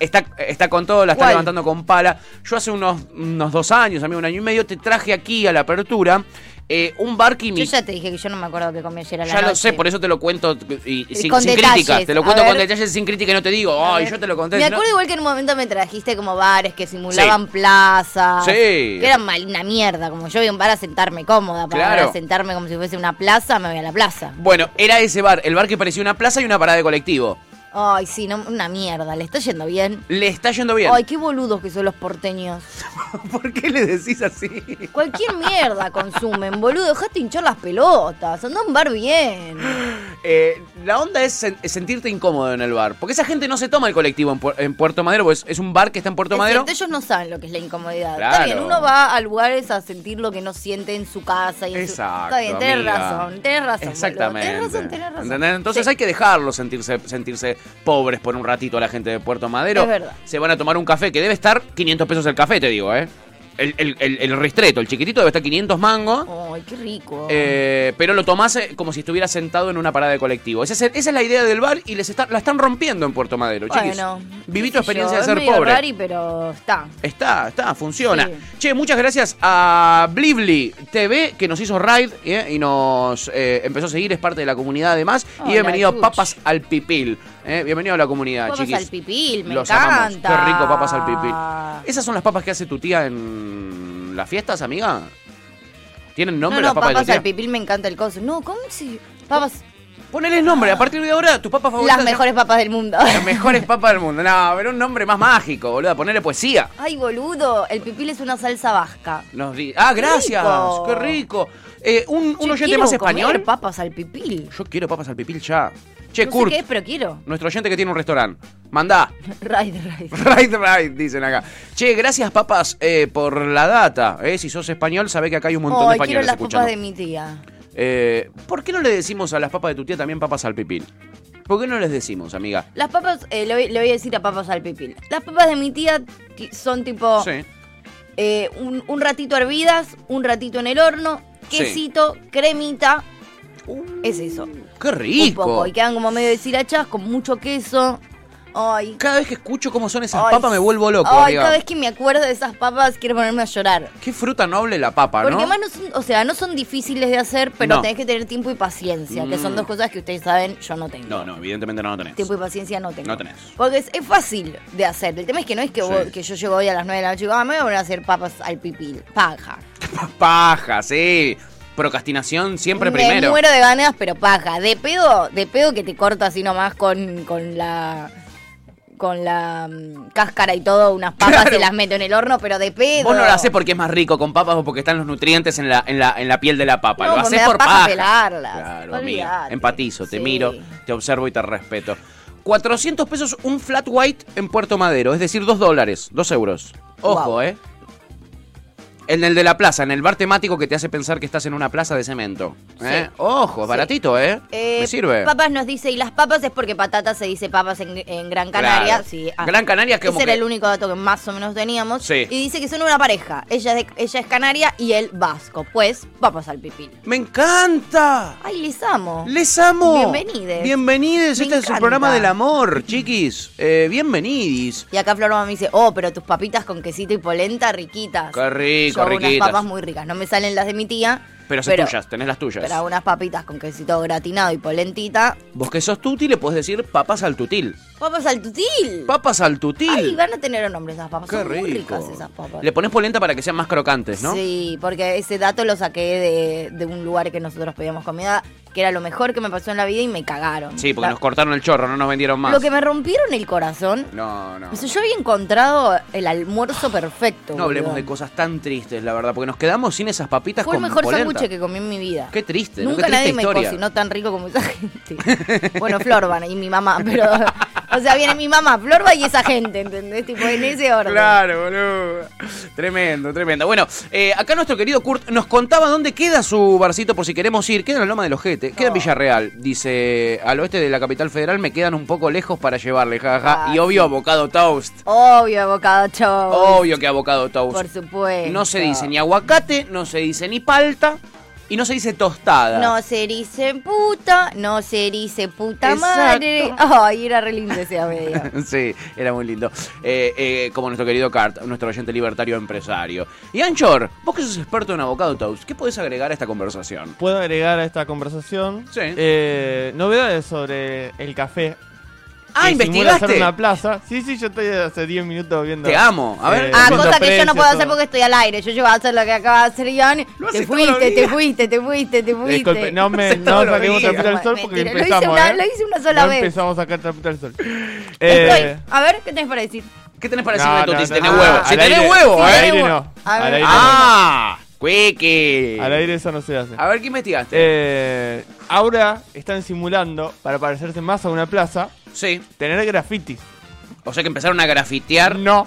Speaker 1: Está, está con todo, la está
Speaker 2: ¿Cuál?
Speaker 1: levantando con pala. Yo hace unos, unos dos años, a mí un año y medio, te traje aquí a la apertura eh, un bar que
Speaker 2: Yo
Speaker 1: imita-
Speaker 2: ya te dije que yo no me acuerdo que comí ayer a la
Speaker 1: ya lo
Speaker 2: noche.
Speaker 1: sé, por eso te lo cuento y, y sin,
Speaker 2: con
Speaker 1: sin
Speaker 2: detalles,
Speaker 1: críticas. Te lo
Speaker 2: a
Speaker 1: cuento con
Speaker 2: ver.
Speaker 1: detalles sin crítica y no te digo,
Speaker 2: A
Speaker 1: ay,
Speaker 2: ver,
Speaker 1: yo te lo conté.
Speaker 2: Me
Speaker 1: ¿no?
Speaker 2: acuerdo igual que en un momento me trajiste como bares que simulaban plazas.
Speaker 1: Sí.
Speaker 2: Que eran mal- una mierda. Como yo voy a un bar a sentarme cómoda. Para
Speaker 1: Claro.
Speaker 2: ahora sentarme como si fuese una plaza, me voy a la plaza.
Speaker 1: Bueno, era ese bar, el bar que parecía una plaza y una parada de colectivo.
Speaker 2: Ay, sí, no, una mierda. ¿Le está yendo bien?
Speaker 1: Le está yendo bien.
Speaker 2: Ay, qué boludos que son los porteños.
Speaker 1: <laughs> ¿Por qué le decís así?
Speaker 2: Cualquier mierda consumen, boludo. Dejate hinchar las pelotas. Andá a un bar bien.
Speaker 1: Eh, la onda es sen- es sentirte incómodo en el bar. Porque esa gente no se toma el colectivo en, Pu- en Puerto Madero, pues es un bar que está en Puerto
Speaker 2: Es
Speaker 1: Madero.
Speaker 2: cierto, ellos no saben lo que es la incomodidad.
Speaker 1: Claro.
Speaker 2: Está bien, uno va a lugares a sentir lo que no siente en su casa. Y en su-
Speaker 1: Exacto.
Speaker 2: Está bien, tenés
Speaker 1: amiga.
Speaker 2: razón, tenés razón. boludo.
Speaker 1: Exactamente.
Speaker 2: Tenés razón, tenés razón.
Speaker 1: ¿Entendés? Entonces
Speaker 2: Sí.
Speaker 1: hay que dejarlo sentirse, sentirse pobres por un ratito a la gente de Puerto Madero.
Speaker 2: Es verdad.
Speaker 1: Se van a tomar un café que debe estar 500 pesos el café, te digo, ¿eh? El, el- el- el ristreto, el chiquitito debe estar 500 mangos.
Speaker 2: Ay, qué rico.
Speaker 1: eh, pero lo tomás eh, como si estuvieras sentado en una parada de colectivo. Esa es, esa es la idea del bar y les está, la están rompiendo en Puerto Madero, chiquis.
Speaker 2: bueno.
Speaker 1: Viví tu
Speaker 2: qué sé
Speaker 1: experiencia
Speaker 2: yo,
Speaker 1: de
Speaker 2: es
Speaker 1: ser
Speaker 2: medio
Speaker 1: pobre. Ah,
Speaker 2: rari, pero está.
Speaker 1: Está, está, funciona.
Speaker 2: Sí.
Speaker 1: Che, muchas gracias a Blibli TV que nos hizo raid ¿eh? y nos eh, empezó a seguir, es parte de la comunidad además. y
Speaker 2: Hola,
Speaker 1: bienvenido a
Speaker 2: Yuch.
Speaker 1: Papas al Pipil. ¿eh? Bienvenido a la comunidad,
Speaker 2: Papas
Speaker 1: chiquis.
Speaker 2: al pipil, me
Speaker 1: Los
Speaker 2: encanta.
Speaker 1: amamos. Qué rico papas al pipil. ¿Esas son las papas que hace tu tía en las fiestas, amiga? ¿Tienen
Speaker 2: No,
Speaker 1: nombre
Speaker 2: no,
Speaker 1: las papas, Oh,
Speaker 2: papas
Speaker 1: de tu
Speaker 2: al
Speaker 1: tía?
Speaker 2: pipil me encanta el coso. No, ¿cómo si? Papas,
Speaker 1: Ponele el nombre, a partir de ahora tu papa favorita.
Speaker 2: las
Speaker 1: se llama-
Speaker 2: mejores papas
Speaker 1: <laughs>
Speaker 2: del mundo.
Speaker 1: Las mejores papas del mundo. No, pero un nombre más mágico, boluda. Ponele poesía.
Speaker 2: Ay, boludo, el pipil es una salsa vasca.
Speaker 1: Nos di- ah, gracias.
Speaker 2: Rico.
Speaker 1: Qué rico. Eh, un, un
Speaker 2: Yo
Speaker 1: oyente
Speaker 2: quiero
Speaker 1: más
Speaker 2: comer
Speaker 1: español.
Speaker 2: papas al pipil.
Speaker 1: Yo quiero papas al pipil ya. Che,
Speaker 2: no
Speaker 1: Kurt,
Speaker 2: sé qué es, pero quiero. <laughs>
Speaker 1: nuestro oyente que tiene un restaurante. Mandá. <laughs>
Speaker 2: Raid, raid.
Speaker 1: Right, right, dicen acá. Che, gracias papas eh, por la data. Eh, si sos español, sabe que acá hay un montón de
Speaker 2: Ay, quiero
Speaker 1: españoles
Speaker 2: las
Speaker 1: escuchando.
Speaker 2: papas de mi tía.
Speaker 1: Eh, ¿Por qué no le decimos a las papas de tu tía también papas al pipil? ¿Por qué no les decimos, amiga?
Speaker 2: Las papas, eh, le, voy, le voy a decir a papas al pipil. Las papas de mi tía ti- son tipo
Speaker 1: Sí.
Speaker 2: eh, un, un ratito hervidas, un ratito en el horno,
Speaker 1: Sí.
Speaker 2: quesito, cremita. es eso.
Speaker 1: ¡Qué
Speaker 2: Un
Speaker 1: rico!
Speaker 2: poco. Y quedan como medio deshilachas con mucho queso. Ay.
Speaker 1: Cada vez que escucho cómo son esas
Speaker 2: ay,
Speaker 1: papas me vuelvo loco,
Speaker 2: Ay,
Speaker 1: amiga.
Speaker 2: cada vez que me acuerdo de esas papas quiero ponerme a llorar.
Speaker 1: Qué fruta noble la papa,
Speaker 2: Porque
Speaker 1: ¿no?
Speaker 2: además no son, o sea, no son difíciles de hacer, pero
Speaker 1: No.
Speaker 2: tenés que tener tiempo y paciencia, que son
Speaker 1: Mm.
Speaker 2: dos cosas que ustedes saben, yo no tengo.
Speaker 1: No, no, evidentemente no lo tenés.
Speaker 2: Tiempo y paciencia no tengo.
Speaker 1: No tenés.
Speaker 2: Porque es, es fácil de hacer. El tema es que no es que,
Speaker 1: Sí.
Speaker 2: vos- que yo llego hoy a las 9 de la noche y digo, ah, me voy a poner a hacer papas al pipil. Paja.
Speaker 1: <laughs> Paja, sí. Procrastinación siempre
Speaker 2: me
Speaker 1: primero.
Speaker 2: muero de ganas, pero paja. De pedo, de pedo que te corto así nomás con, con la. con la mm, cáscara y todo, unas papas
Speaker 1: Claro.
Speaker 2: y las meto en el horno, pero de pedo.
Speaker 1: Vos no lo haces porque es más rico con papas o porque están los nutrientes en la, en la, en la piel de la papa.
Speaker 2: No,
Speaker 1: lo
Speaker 2: pues me
Speaker 1: haces
Speaker 2: da
Speaker 1: por
Speaker 2: paja
Speaker 1: paja.
Speaker 2: pelarlas.
Speaker 1: Claro, amiga.
Speaker 2: Olvídate.
Speaker 1: Empatizo, te
Speaker 2: Sí.
Speaker 1: miro, te observo y te respeto. 400 pesos un flat white en Puerto Madero, es decir, 2 dólares, 2 euros. Ojo,
Speaker 2: Wow.
Speaker 1: ¿eh? En el de la plaza, en el bar temático que te hace pensar que estás en una plaza de cemento. ¿eh? Ojo, es baratito, ¿eh?
Speaker 2: Eh,
Speaker 1: Me sirve.
Speaker 2: Papas nos dice, y las papas es porque patatas se dice papas en, en Gran Canaria.
Speaker 1: Claro.
Speaker 2: Sí, ah.
Speaker 1: Gran Canaria que
Speaker 2: Ese
Speaker 1: como
Speaker 2: era
Speaker 1: que-
Speaker 2: el único dato que más o menos teníamos.
Speaker 1: Sí.
Speaker 2: Y dice que son una pareja. Ella es, de- ella es canaria y él vasco. Pues, papas al pipil.
Speaker 1: ¡Me encanta!
Speaker 2: Ay, les amo.
Speaker 1: Les amo.
Speaker 2: Bienvenides.
Speaker 1: Bienvenides. este
Speaker 2: Me
Speaker 1: es su
Speaker 2: encanta.
Speaker 1: programa del amor, chiquis. Eh, bienvenidis.
Speaker 2: Y acá Flor Mamá me dice, oh, pero tus papitas con quesito y polenta, riquitas.
Speaker 1: Qué rico,
Speaker 2: Yo hago
Speaker 1: riquitas.
Speaker 2: unas papas muy ricas. No me salen las de mi tía.
Speaker 1: Pero son tuyas, tenés las tuyas.
Speaker 2: Pero hago unas papitas con quesito gratinado y polentita.
Speaker 1: Vos que sos tuti le podés decir papas al tutil.
Speaker 2: ¡Papas al tutil!
Speaker 1: Papas al tutil.
Speaker 2: Ay, van a tener un nombre esas papas.
Speaker 1: Qué
Speaker 2: son muy
Speaker 1: rico.
Speaker 2: ricas esas papas.
Speaker 1: Le pones polenta para que sean más crocantes, ¿no?
Speaker 2: Sí, porque ese dato lo saqué de, de un lugar que nosotros pedíamos comida, que era lo mejor que me pasó en la vida y me cagaron.
Speaker 1: Sí, porque
Speaker 2: La-
Speaker 1: nos cortaron el chorro, no nos vendieron más.
Speaker 2: Lo que me rompieron el corazón.
Speaker 1: No, no.
Speaker 2: o sea, yo había encontrado el almuerzo perfecto.
Speaker 1: No hablemos
Speaker 2: boludo.
Speaker 1: de cosas tan tristes, la verdad, porque nos quedamos sin esas papitas
Speaker 2: Fue el
Speaker 1: con
Speaker 2: mejor
Speaker 1: polenta.
Speaker 2: sándwich que comí en mi vida.
Speaker 1: Qué triste, ¿no?
Speaker 2: Nunca
Speaker 1: Qué
Speaker 2: nadie
Speaker 1: triste
Speaker 2: me
Speaker 1: historia.
Speaker 2: cocinó tan rico como esa gente. bueno, Florban y mi mamá, pero. O sea, viene mi mamá, Florban y esa gente, ¿entendés? Tipo, en ese orden.
Speaker 1: Claro, boludo. Tremendo, tremendo. Bueno, eh, acá nuestro querido Kurt nos contaba dónde queda su barcito por si queremos ir. Queda en la Loma del Ojete, queda en Villarreal. Dice, al oeste de la capital federal me quedan un poco lejos para llevarle, jaja.
Speaker 2: Ah,
Speaker 1: y obvio, abocado toast.
Speaker 2: Obvio, abocado chau.
Speaker 1: Obvio que abocado toast.
Speaker 2: Por supuesto.
Speaker 1: No se dice ni aguacate, no se dice ni palta y no se dice tostada.
Speaker 2: No se dice puta, no se dice puta
Speaker 1: Exacto.
Speaker 2: madre. Ay, era re lindo ese
Speaker 1: <laughs>
Speaker 2: medio.
Speaker 1: <laughs> Sí, era muy lindo. Eh, eh, como nuestro querido Cart, nuestro oyente libertario empresario. Y Anchor, vos que sos experto en abocado toast, ¿qué podés agregar a esta conversación?
Speaker 4: Puedo agregar a esta conversación
Speaker 1: Sí.
Speaker 4: eh, novedades sobre el café.
Speaker 1: Ah,
Speaker 4: que simula
Speaker 1: investigaste.
Speaker 4: hacer una plaza. Sí, sí, yo estoy hace 10 minutos viendo. eh,
Speaker 1: Te amo. A ver.
Speaker 2: Ah,
Speaker 4: viendo
Speaker 2: cosa que yo no
Speaker 4: precios,
Speaker 2: puedo hacer
Speaker 4: todo.
Speaker 2: porque estoy al aire. Yo llevo a hacer lo que acaba de hacer Ian.
Speaker 1: Lo hace
Speaker 2: Te
Speaker 1: todos los
Speaker 2: fuiste, te
Speaker 1: días.
Speaker 2: fuiste, te fuiste, te fuiste.
Speaker 4: Disculpe,
Speaker 1: <laughs>
Speaker 4: no me
Speaker 1: hace
Speaker 4: no
Speaker 1: todos los
Speaker 4: saquemos
Speaker 1: días.
Speaker 4: trapito al sol porque
Speaker 2: Mentira, lo hice
Speaker 4: empezamos.
Speaker 2: una-
Speaker 4: ¿eh?
Speaker 2: lo hice una sola
Speaker 4: No
Speaker 2: vez.
Speaker 4: empezamos a sacar trapito al sol.
Speaker 2: <laughs> Estoy.
Speaker 4: Eh,
Speaker 2: A ver, ¿qué tenés para decir?
Speaker 1: ¿Qué tenés para
Speaker 4: no,
Speaker 1: decirme de
Speaker 4: no,
Speaker 1: Tuti?
Speaker 4: no,
Speaker 1: si tenés
Speaker 4: no,
Speaker 1: huevo.
Speaker 4: al
Speaker 1: Si tenés
Speaker 4: aire-
Speaker 1: huevo,
Speaker 4: Al
Speaker 1: ¿eh?
Speaker 4: aire no.
Speaker 2: A
Speaker 4: Al
Speaker 2: ver.
Speaker 4: aire, no.
Speaker 1: Ah, cuiqui.
Speaker 4: Al aire eso no se hace.
Speaker 1: A ver, ¿qué investigaste?
Speaker 4: Eh, ahora están simulando, para parecerse más a una plaza,
Speaker 1: Sí.
Speaker 4: tener grafitis.
Speaker 1: O sea que empezaron a grafitear.
Speaker 4: No.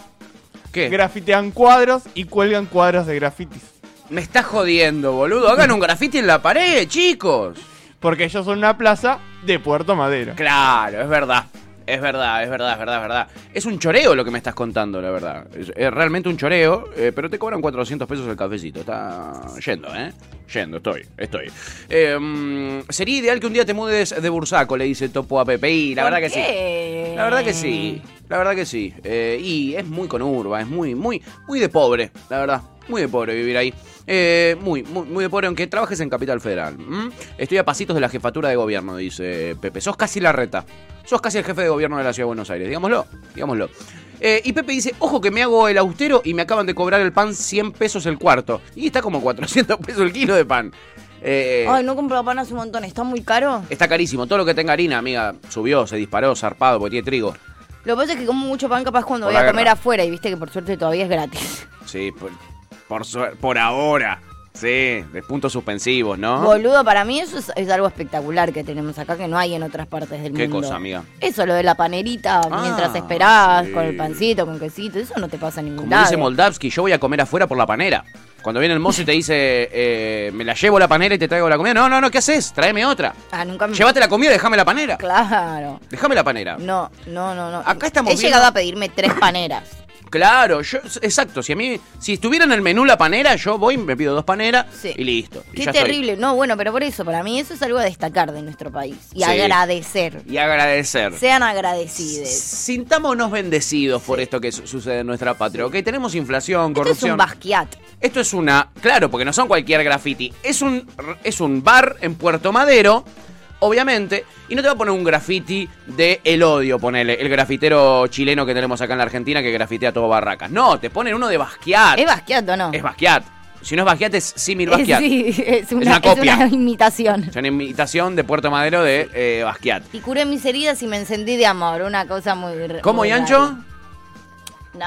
Speaker 1: ¿Qué?
Speaker 4: Grafitean cuadros y cuelgan cuadros de grafitis.
Speaker 1: Me estás jodiendo, boludo. Hagan un grafiti en la pared, chicos.
Speaker 4: Porque ellos son una plaza de Puerto Madero.
Speaker 1: Claro, es verdad. Es verdad, es verdad, es verdad, es verdad. Es un choreo lo que me estás contando, la verdad. Es, es realmente un choreo, eh, pero te cobran 400 pesos el cafecito. Está yendo, ¿eh? Yendo, estoy, estoy. Eh, mm, sería ideal que un día te mudes de Bursaco, le dice Topo a Pepe. Y la
Speaker 2: ¿Por
Speaker 1: verdad que
Speaker 2: qué?
Speaker 1: sí. La verdad que sí. La verdad que sí. Eh, y es muy conurba, es muy, muy, muy de pobre, la verdad. Muy de pobre vivir ahí. Eh, muy, muy, muy de pobre, aunque trabajes en Capital Federal. ¿m? Estoy a pasitos de la jefatura de gobierno, dice Pepe. Sos casi la reta. Sos casi el jefe de gobierno de la Ciudad de Buenos Aires. Digámoslo, digámoslo. Eh, y Pepe dice, ojo que me hago el austero y me acaban de cobrar el pan 100 pesos el cuarto. Y está como 400 pesos el kilo de pan. Eh,
Speaker 2: Ay, no compro pan hace un montón. ¿Está muy caro?
Speaker 1: Está carísimo. Todo lo que tenga harina, amiga, subió, se disparó, zarpado, porque tiene trigo.
Speaker 2: Lo que pasa es que como mucho pan capaz cuando
Speaker 1: Por
Speaker 2: voy
Speaker 1: la
Speaker 2: a comer
Speaker 1: guerra.
Speaker 2: afuera y viste que por suerte todavía es gratis.
Speaker 1: Sí, por, por, suer- por ahora. Sí, de puntos suspensivos, ¿no?
Speaker 2: Boludo, para mí eso es, es algo espectacular que tenemos acá que no hay en otras partes del
Speaker 1: ¿Qué
Speaker 2: mundo.
Speaker 1: cosa, amiga?
Speaker 2: Eso, lo de la panerita
Speaker 1: Ah,
Speaker 2: mientras esperás,
Speaker 1: sí.
Speaker 2: con el pancito, con quesito, eso no te pasa en ningún
Speaker 1: Como
Speaker 2: lado.
Speaker 1: dice Moldavsky, yo voy a comer afuera por la panera. Cuando viene el mozo y te dice, eh, me la llevo la panera y te traigo la comida. No, no, no, ¿qué haces? Tráeme otra.
Speaker 2: Ah, nunca me...
Speaker 1: Llévate la comida, déjame la panera.
Speaker 2: Claro.
Speaker 1: Déjame la panera.
Speaker 2: No, no, no, no.
Speaker 1: Acá estamos
Speaker 2: He
Speaker 1: viendo-
Speaker 2: llegado a pedirme tres paneras.
Speaker 1: Claro, yo, exacto. Si a mí, si estuviera en el menú la panera, yo voy, me pido dos paneras
Speaker 2: Sí.
Speaker 1: y listo. y
Speaker 2: Qué
Speaker 1: ya estoy.
Speaker 2: terrible. No, bueno, pero por eso, para mí eso es algo a destacar de nuestro país. Y
Speaker 1: Sí.
Speaker 2: agradecer.
Speaker 1: Y agradecer.
Speaker 2: Sean agradecidos.
Speaker 1: Sintámonos bendecidos por esto que su- sucede en nuestra patria. ¿ok? tenemos inflación,
Speaker 2: Esto es
Speaker 1: corrupción.
Speaker 2: un basquiat.
Speaker 1: Esto es una. Claro, porque no son cualquier graffiti. Es un, es un bar en Puerto Madero, obviamente. Y no te va a poner un graffiti de El Odio, ponele. El grafitero chileno que tenemos acá en la Argentina que grafitea todo barracas. No, te ponen uno de Basquiat.
Speaker 2: ¿Es basquiat o no?
Speaker 1: Es Basquiat. Si no es Basquiat, es Simil Basquiat.
Speaker 2: Eh, <laughs> Sí, es una,
Speaker 1: una
Speaker 2: es
Speaker 1: copia.
Speaker 2: una imitación.
Speaker 1: Es una imitación de Puerto Madero de eh, Basquiat.
Speaker 2: Y curé mis heridas y me encendí de amor, una cosa muy... r-
Speaker 1: ¿Cómo,
Speaker 2: muy
Speaker 1: Yancho?
Speaker 2: rara.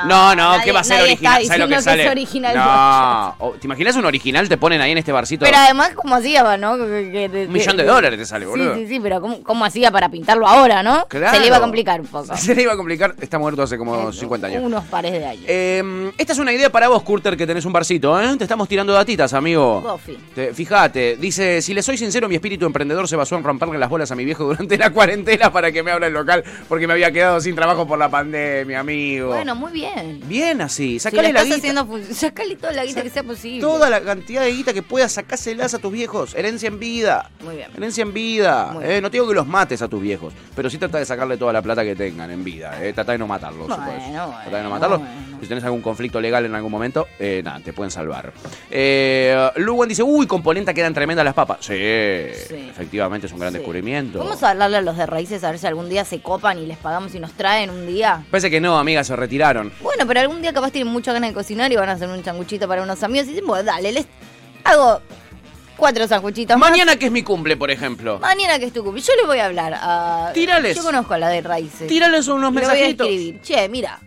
Speaker 1: No, no,
Speaker 2: nadie-
Speaker 1: ¿qué va a ser
Speaker 2: nadie
Speaker 1: original?
Speaker 2: está
Speaker 1: ¿Sabes lo que
Speaker 2: diciendo
Speaker 1: sale?
Speaker 2: es original.
Speaker 1: no, O- ¿te imaginas un original? Te ponen ahí en este barcito.
Speaker 2: <laughs> Pero además, ¿cómo hacía, pa, no? Que- que- que-
Speaker 1: Un millón de
Speaker 2: que-
Speaker 1: dólares te sale, boludo.
Speaker 2: Sí, sí, sí, pero ¿cómo, cómo hacía para pintarlo ahora, no?
Speaker 1: Claro.
Speaker 2: Se le iba a complicar un
Speaker 1: <laughs>
Speaker 2: poco.
Speaker 1: Se le iba a complicar. Está muerto hace como
Speaker 2: Eh,
Speaker 1: 50 años.
Speaker 2: Unos pares de años.
Speaker 1: Eh, esta es una idea para vos, Curter, que tenés un barcito, ¿eh? Te estamos tirando datitas, amigo.
Speaker 2: Gofi.
Speaker 1: Te- fíjate, dice, si le soy sincero, mi espíritu emprendedor se basó en romperle las bolas a mi viejo durante la cuarentena para que me abra el local, porque me había quedado sin trabajo por la pandemia, amigo.
Speaker 2: Bueno, muy bien.
Speaker 1: Bien así,
Speaker 2: Si le
Speaker 1: oh. sacale la
Speaker 2: estás
Speaker 1: guita.
Speaker 2: haciendo función, <laughs> sacale toda la guita que sea posible.
Speaker 1: Toda la cantidad de guita que puedas, sacáselas a tus viejos. Herencia en vida.
Speaker 2: Muy bien.
Speaker 1: Herencia en vida.
Speaker 2: Muy
Speaker 1: eh.
Speaker 2: bien.
Speaker 1: No te digo que los mates a tus viejos, pero sí trata de sacarle toda la plata que tengan en vida. Eh. Trata de no matarlos.
Speaker 2: Bueno,
Speaker 1: si podés.
Speaker 2: bueno,
Speaker 1: Trata de no matarlos.
Speaker 2: bueno.
Speaker 1: Si tenés algún conflicto legal en algún momento, eh, nada, te pueden salvar. Eh, Luwan dice, uy, con polenta quedan tremendas las papas. Sí, efectivamente es un gran
Speaker 2: Sí.
Speaker 1: descubrimiento.
Speaker 2: Vamos a hablarle a los de raíces a ver si algún día se copan y les pagamos y nos traen un día.
Speaker 1: Parece que no, amiga, se retiraron.
Speaker 2: Bueno, pero algún día capaz tienen mucha ganas de cocinar y van a hacer un changuchito para unos amigos. Y dicen, bueno, dale, les hago cuatro sanguchitos más.
Speaker 1: Mañana que es mi cumple, por ejemplo.
Speaker 2: Mañana que es tu cumple. Yo le voy a hablar a...
Speaker 1: Tírales.
Speaker 2: Yo conozco a la de raíces.
Speaker 1: Tírales unos
Speaker 2: Le voy a
Speaker 1: mensajitos.
Speaker 2: escribir. Che, mira,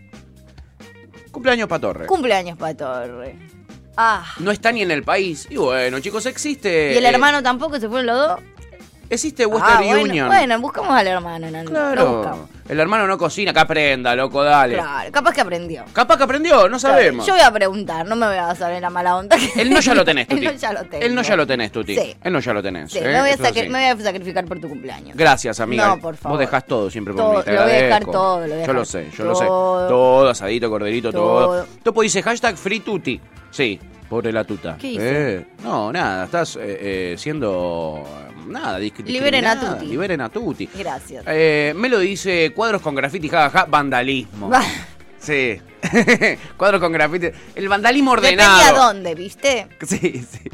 Speaker 1: Cumpleaños pa' Torre.
Speaker 2: cumpleaños para Torre. Ah,
Speaker 1: no está ni en el país. Y bueno, chicos, existe.
Speaker 2: ¿y el
Speaker 1: eh,
Speaker 2: hermano tampoco? ¿Se fueron los dos?
Speaker 1: Existe Western
Speaker 2: Ah, bueno,
Speaker 1: Union.
Speaker 2: Bueno, buscamos al hermano. No, Lo
Speaker 1: claro.
Speaker 2: buscamos.
Speaker 1: El hermano no cocina, que aprenda, loco, dale.
Speaker 2: Claro, capaz que aprendió.
Speaker 1: Capaz que aprendió, no sabemos.
Speaker 2: Yo voy a preguntar, no me voy a basar en la mala onda. que-
Speaker 1: Él no ya lo
Speaker 2: <laughs>
Speaker 1: tenés, Tuti.
Speaker 2: El no ya lo tengo.
Speaker 1: Él no ya lo tenés, Tuti.
Speaker 2: Sí.
Speaker 1: Él no ya lo tenés.
Speaker 2: Sí,
Speaker 1: ¿eh?
Speaker 2: me, voy a
Speaker 1: Eso es
Speaker 2: sacri-
Speaker 1: así.
Speaker 2: me voy a sacrificar por tu cumpleaños.
Speaker 1: Gracias, amiga.
Speaker 2: No, por favor.
Speaker 1: Vos dejás todo siempre por
Speaker 2: Todo,
Speaker 1: mí. te
Speaker 2: lo voy a dejar
Speaker 1: agradezco.
Speaker 2: todo, lo voy a
Speaker 1: Yo lo
Speaker 2: dejar
Speaker 1: sé, yo lo sé.
Speaker 2: todo.
Speaker 1: Todo, asadito, corderito, todo.
Speaker 2: Todo.
Speaker 1: Topo dice hashtag free tuti. Sí, pobre la tuta.
Speaker 2: ¿Qué hice?
Speaker 1: Eh, no, nada, estás eh, eh, siendo. eh, Nada, dis-
Speaker 2: Liberen a
Speaker 1: discriminada.
Speaker 2: Tuti.
Speaker 1: Liberen a tuti.
Speaker 2: Gracias. <laughs>
Speaker 1: Eh, Melo dice cuadros con graffiti, jajaja,
Speaker 2: <laughs>
Speaker 1: vandalismo.
Speaker 2: Va-
Speaker 1: Sí. <laughs> cuadros con graffiti. El vandalismo ordenado.
Speaker 2: Depende a dónde, ¿viste?
Speaker 1: Sí, sí.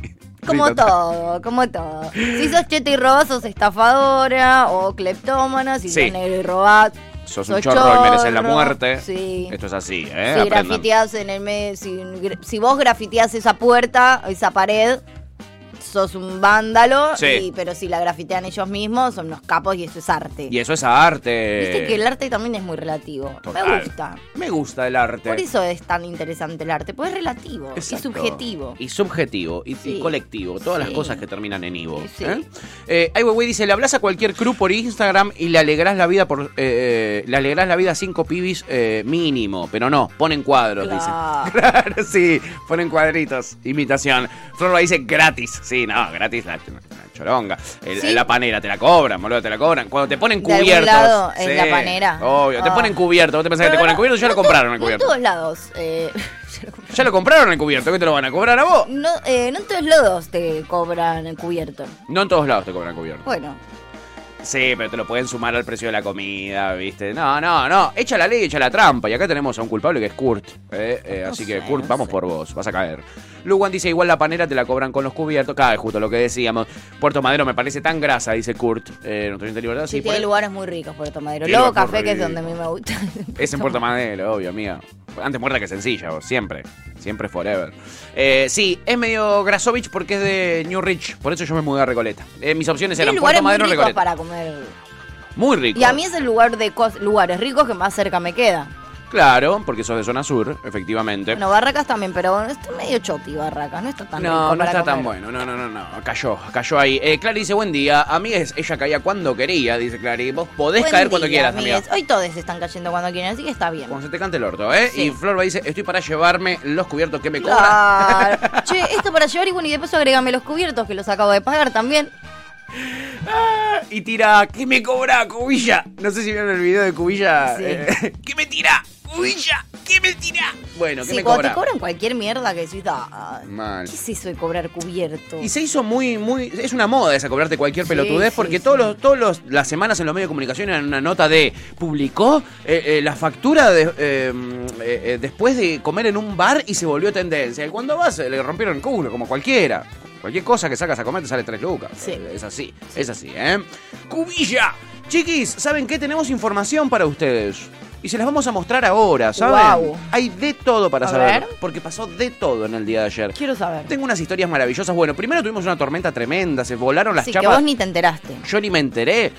Speaker 2: Como
Speaker 1: Sí, total.
Speaker 2: todo, como todo. Si sos cheto y robás, sos estafadora o cleptómana. Si
Speaker 1: Sí.
Speaker 2: sos negro y robás,
Speaker 1: Sos un chorro, y mereces la
Speaker 2: chorro.
Speaker 1: muerte.
Speaker 2: Sí.
Speaker 1: Esto es así, ¿eh?
Speaker 2: si
Speaker 1: Aprendan.
Speaker 2: grafiteás en el medio, si, gra- si vos grafiteás esa puerta, esa pared, sos un vándalo.
Speaker 1: Sí.
Speaker 2: y- pero si la grafitean ellos mismos, son unos capos y eso es arte.
Speaker 1: Y eso es arte.
Speaker 2: Viste que el arte también es muy relativo. Me
Speaker 1: Total.
Speaker 2: gusta.
Speaker 1: Me gusta el arte.
Speaker 2: Por eso es tan interesante el arte, porque es relativo
Speaker 1: Exacto.
Speaker 2: y subjetivo.
Speaker 1: Y subjetivo, y, y
Speaker 2: Sí.
Speaker 1: colectivo, todas las
Speaker 2: Sí.
Speaker 1: cosas que terminan en Ivo.
Speaker 2: Sí.
Speaker 1: ¿eh? Eh, Ai Weiwei dice, le hablas a cualquier crew por Instagram y le alegrás la vida por eh, eh, le alegrás la vida a cinco pibis eh, mínimo, pero no, ponen cuadros,
Speaker 2: Claro.
Speaker 1: dice. Claro, <laughs> sí, ponen cuadritos, imitación. Florba dice gratis, sí, no, gratis la, la choronga. El-
Speaker 2: Sí.
Speaker 1: La panera, te la cobran, boludo, te la cobran. Cuando te ponen
Speaker 2: De algún
Speaker 1: cubiertos.
Speaker 2: lado
Speaker 1: sí,
Speaker 2: es la panera.
Speaker 1: Obvio, te
Speaker 2: Ah.
Speaker 1: ponen cubierto, vos te pensás
Speaker 2: Pero
Speaker 1: que te ponen
Speaker 2: no-
Speaker 1: cubierto, ya
Speaker 2: no
Speaker 1: lo compraron
Speaker 2: to-
Speaker 1: el cubierto.
Speaker 2: No en todos lados. eh, <laughs>
Speaker 1: Ya lo compraron el cubierto, ¿qué te lo van a cobrar a vos?
Speaker 2: no, eh, no en todos lados te cobran el cubierto.
Speaker 1: No en todos lados te cobran cubierto.
Speaker 2: Bueno,
Speaker 1: Sí, pero te lo pueden sumar al precio de la comida, ¿viste? No, no, no. Echa la ley, echa la trampa. Y acá tenemos a un culpable que es Kurt. ¿eh? Eh,
Speaker 2: No
Speaker 1: así
Speaker 2: sé,
Speaker 1: que, Kurt,
Speaker 2: no
Speaker 1: vamos
Speaker 2: sé.
Speaker 1: por vos. Vas a caer. Luwan dice, igual la panera te la cobran con los cubiertos. Cada justo lo que decíamos. Puerto Madero me parece tan grasa, dice Kurt. Eh, nuestro oyente de libertad.
Speaker 2: sí,
Speaker 1: Sí,
Speaker 2: tiene
Speaker 1: por-
Speaker 2: lugares muy ricos Puerto Madero.
Speaker 1: Tiene
Speaker 2: Luego
Speaker 1: lugares muy
Speaker 2: café, que es donde
Speaker 1: ricos.
Speaker 2: a mí me gusta. <laughs>
Speaker 1: Es en Puerto Madero, obvio, amiga. Antes muerta que sencilla, vos. Siempre. Siempre forever. Eh, sí, es medio Grasovich porque es de New Rich. Por eso yo me mudé a Recoleta. Eh, mis opciones
Speaker 2: Tiene
Speaker 1: eran Puerto
Speaker 2: lugares muy
Speaker 1: Madero o
Speaker 2: ricos
Speaker 1: Recoleta.
Speaker 2: para comer.
Speaker 1: Muy rico.
Speaker 2: Y a mí es el lugar de cos- lugares ricos que más cerca me queda.
Speaker 1: Claro, porque sos de zona sur, efectivamente.
Speaker 2: Bueno, Barracas también, pero está medio choti Barracas. No está tan rico
Speaker 1: No, no
Speaker 2: para
Speaker 1: está tan
Speaker 2: comer.
Speaker 1: bueno. No, no, no, no. Cayó, cayó ahí. Eh, Clara dice, buen día. Amigues, ella caía cuando quería, dice Clary. Vos podés
Speaker 2: Buen
Speaker 1: caer cuando
Speaker 2: día,
Speaker 1: quieras, amiga.
Speaker 2: amigues. Hoy todos están cayendo cuando quieren, así que está bien.
Speaker 1: Cuando se te cante el orto, ¿eh?
Speaker 2: Sí.
Speaker 1: Y Florba dice, estoy para llevarme los cubiertos que me cobran. <laughs>
Speaker 2: Claro. che, esto para llevar y bueno, y después agregame los cubiertos que los acabo de pagar también.
Speaker 1: Y tira, ¿qué me cobra, Cubilla? No sé si vieron el video de Cubilla.
Speaker 2: Sí.
Speaker 1: eh, <laughs> ¿Qué me tira, Cubilla? ¿Qué me tira? Bueno, ¿qué
Speaker 2: Sí,
Speaker 1: me
Speaker 2: cuando
Speaker 1: cobra?
Speaker 2: te cobran cualquier mierda que decís, ah,
Speaker 1: Mal.
Speaker 2: ¿qué es eso de cobrar cubierto?
Speaker 1: Y se hizo muy, muy. Es una moda esa cobrarte cualquier
Speaker 2: Sí,
Speaker 1: pelotudez,
Speaker 2: sí,
Speaker 1: porque
Speaker 2: sí.
Speaker 1: todos los, todos los- las semanas en los medios de comunicación eran una nota de. publicó eh, eh, la factura de, eh, mm, eh, eh, después de comer en un bar y se volvió tendencia. Y cuando vas, eh, le rompieron el culo, como cualquiera. Cualquier cosa que sacas a comer te sale tres lucas.
Speaker 2: Sí.
Speaker 1: Eh, Es así, es así, ¿eh? ¡Cubilla! Chiquis, ¿saben qué? Tenemos información para ustedes. Y se las vamos a mostrar ahora, ¿saben?
Speaker 2: Guau.
Speaker 1: Hay de todo para
Speaker 2: A
Speaker 1: saber,
Speaker 2: ver.
Speaker 1: porque pasó de todo en el día de ayer.
Speaker 2: Quiero saber.
Speaker 1: Tengo unas historias maravillosas. Bueno, primero tuvimos una tormenta tremenda, se volaron las
Speaker 2: sí, que
Speaker 1: chapas.
Speaker 2: vos ni te enteraste.
Speaker 1: Yo ni me enteré.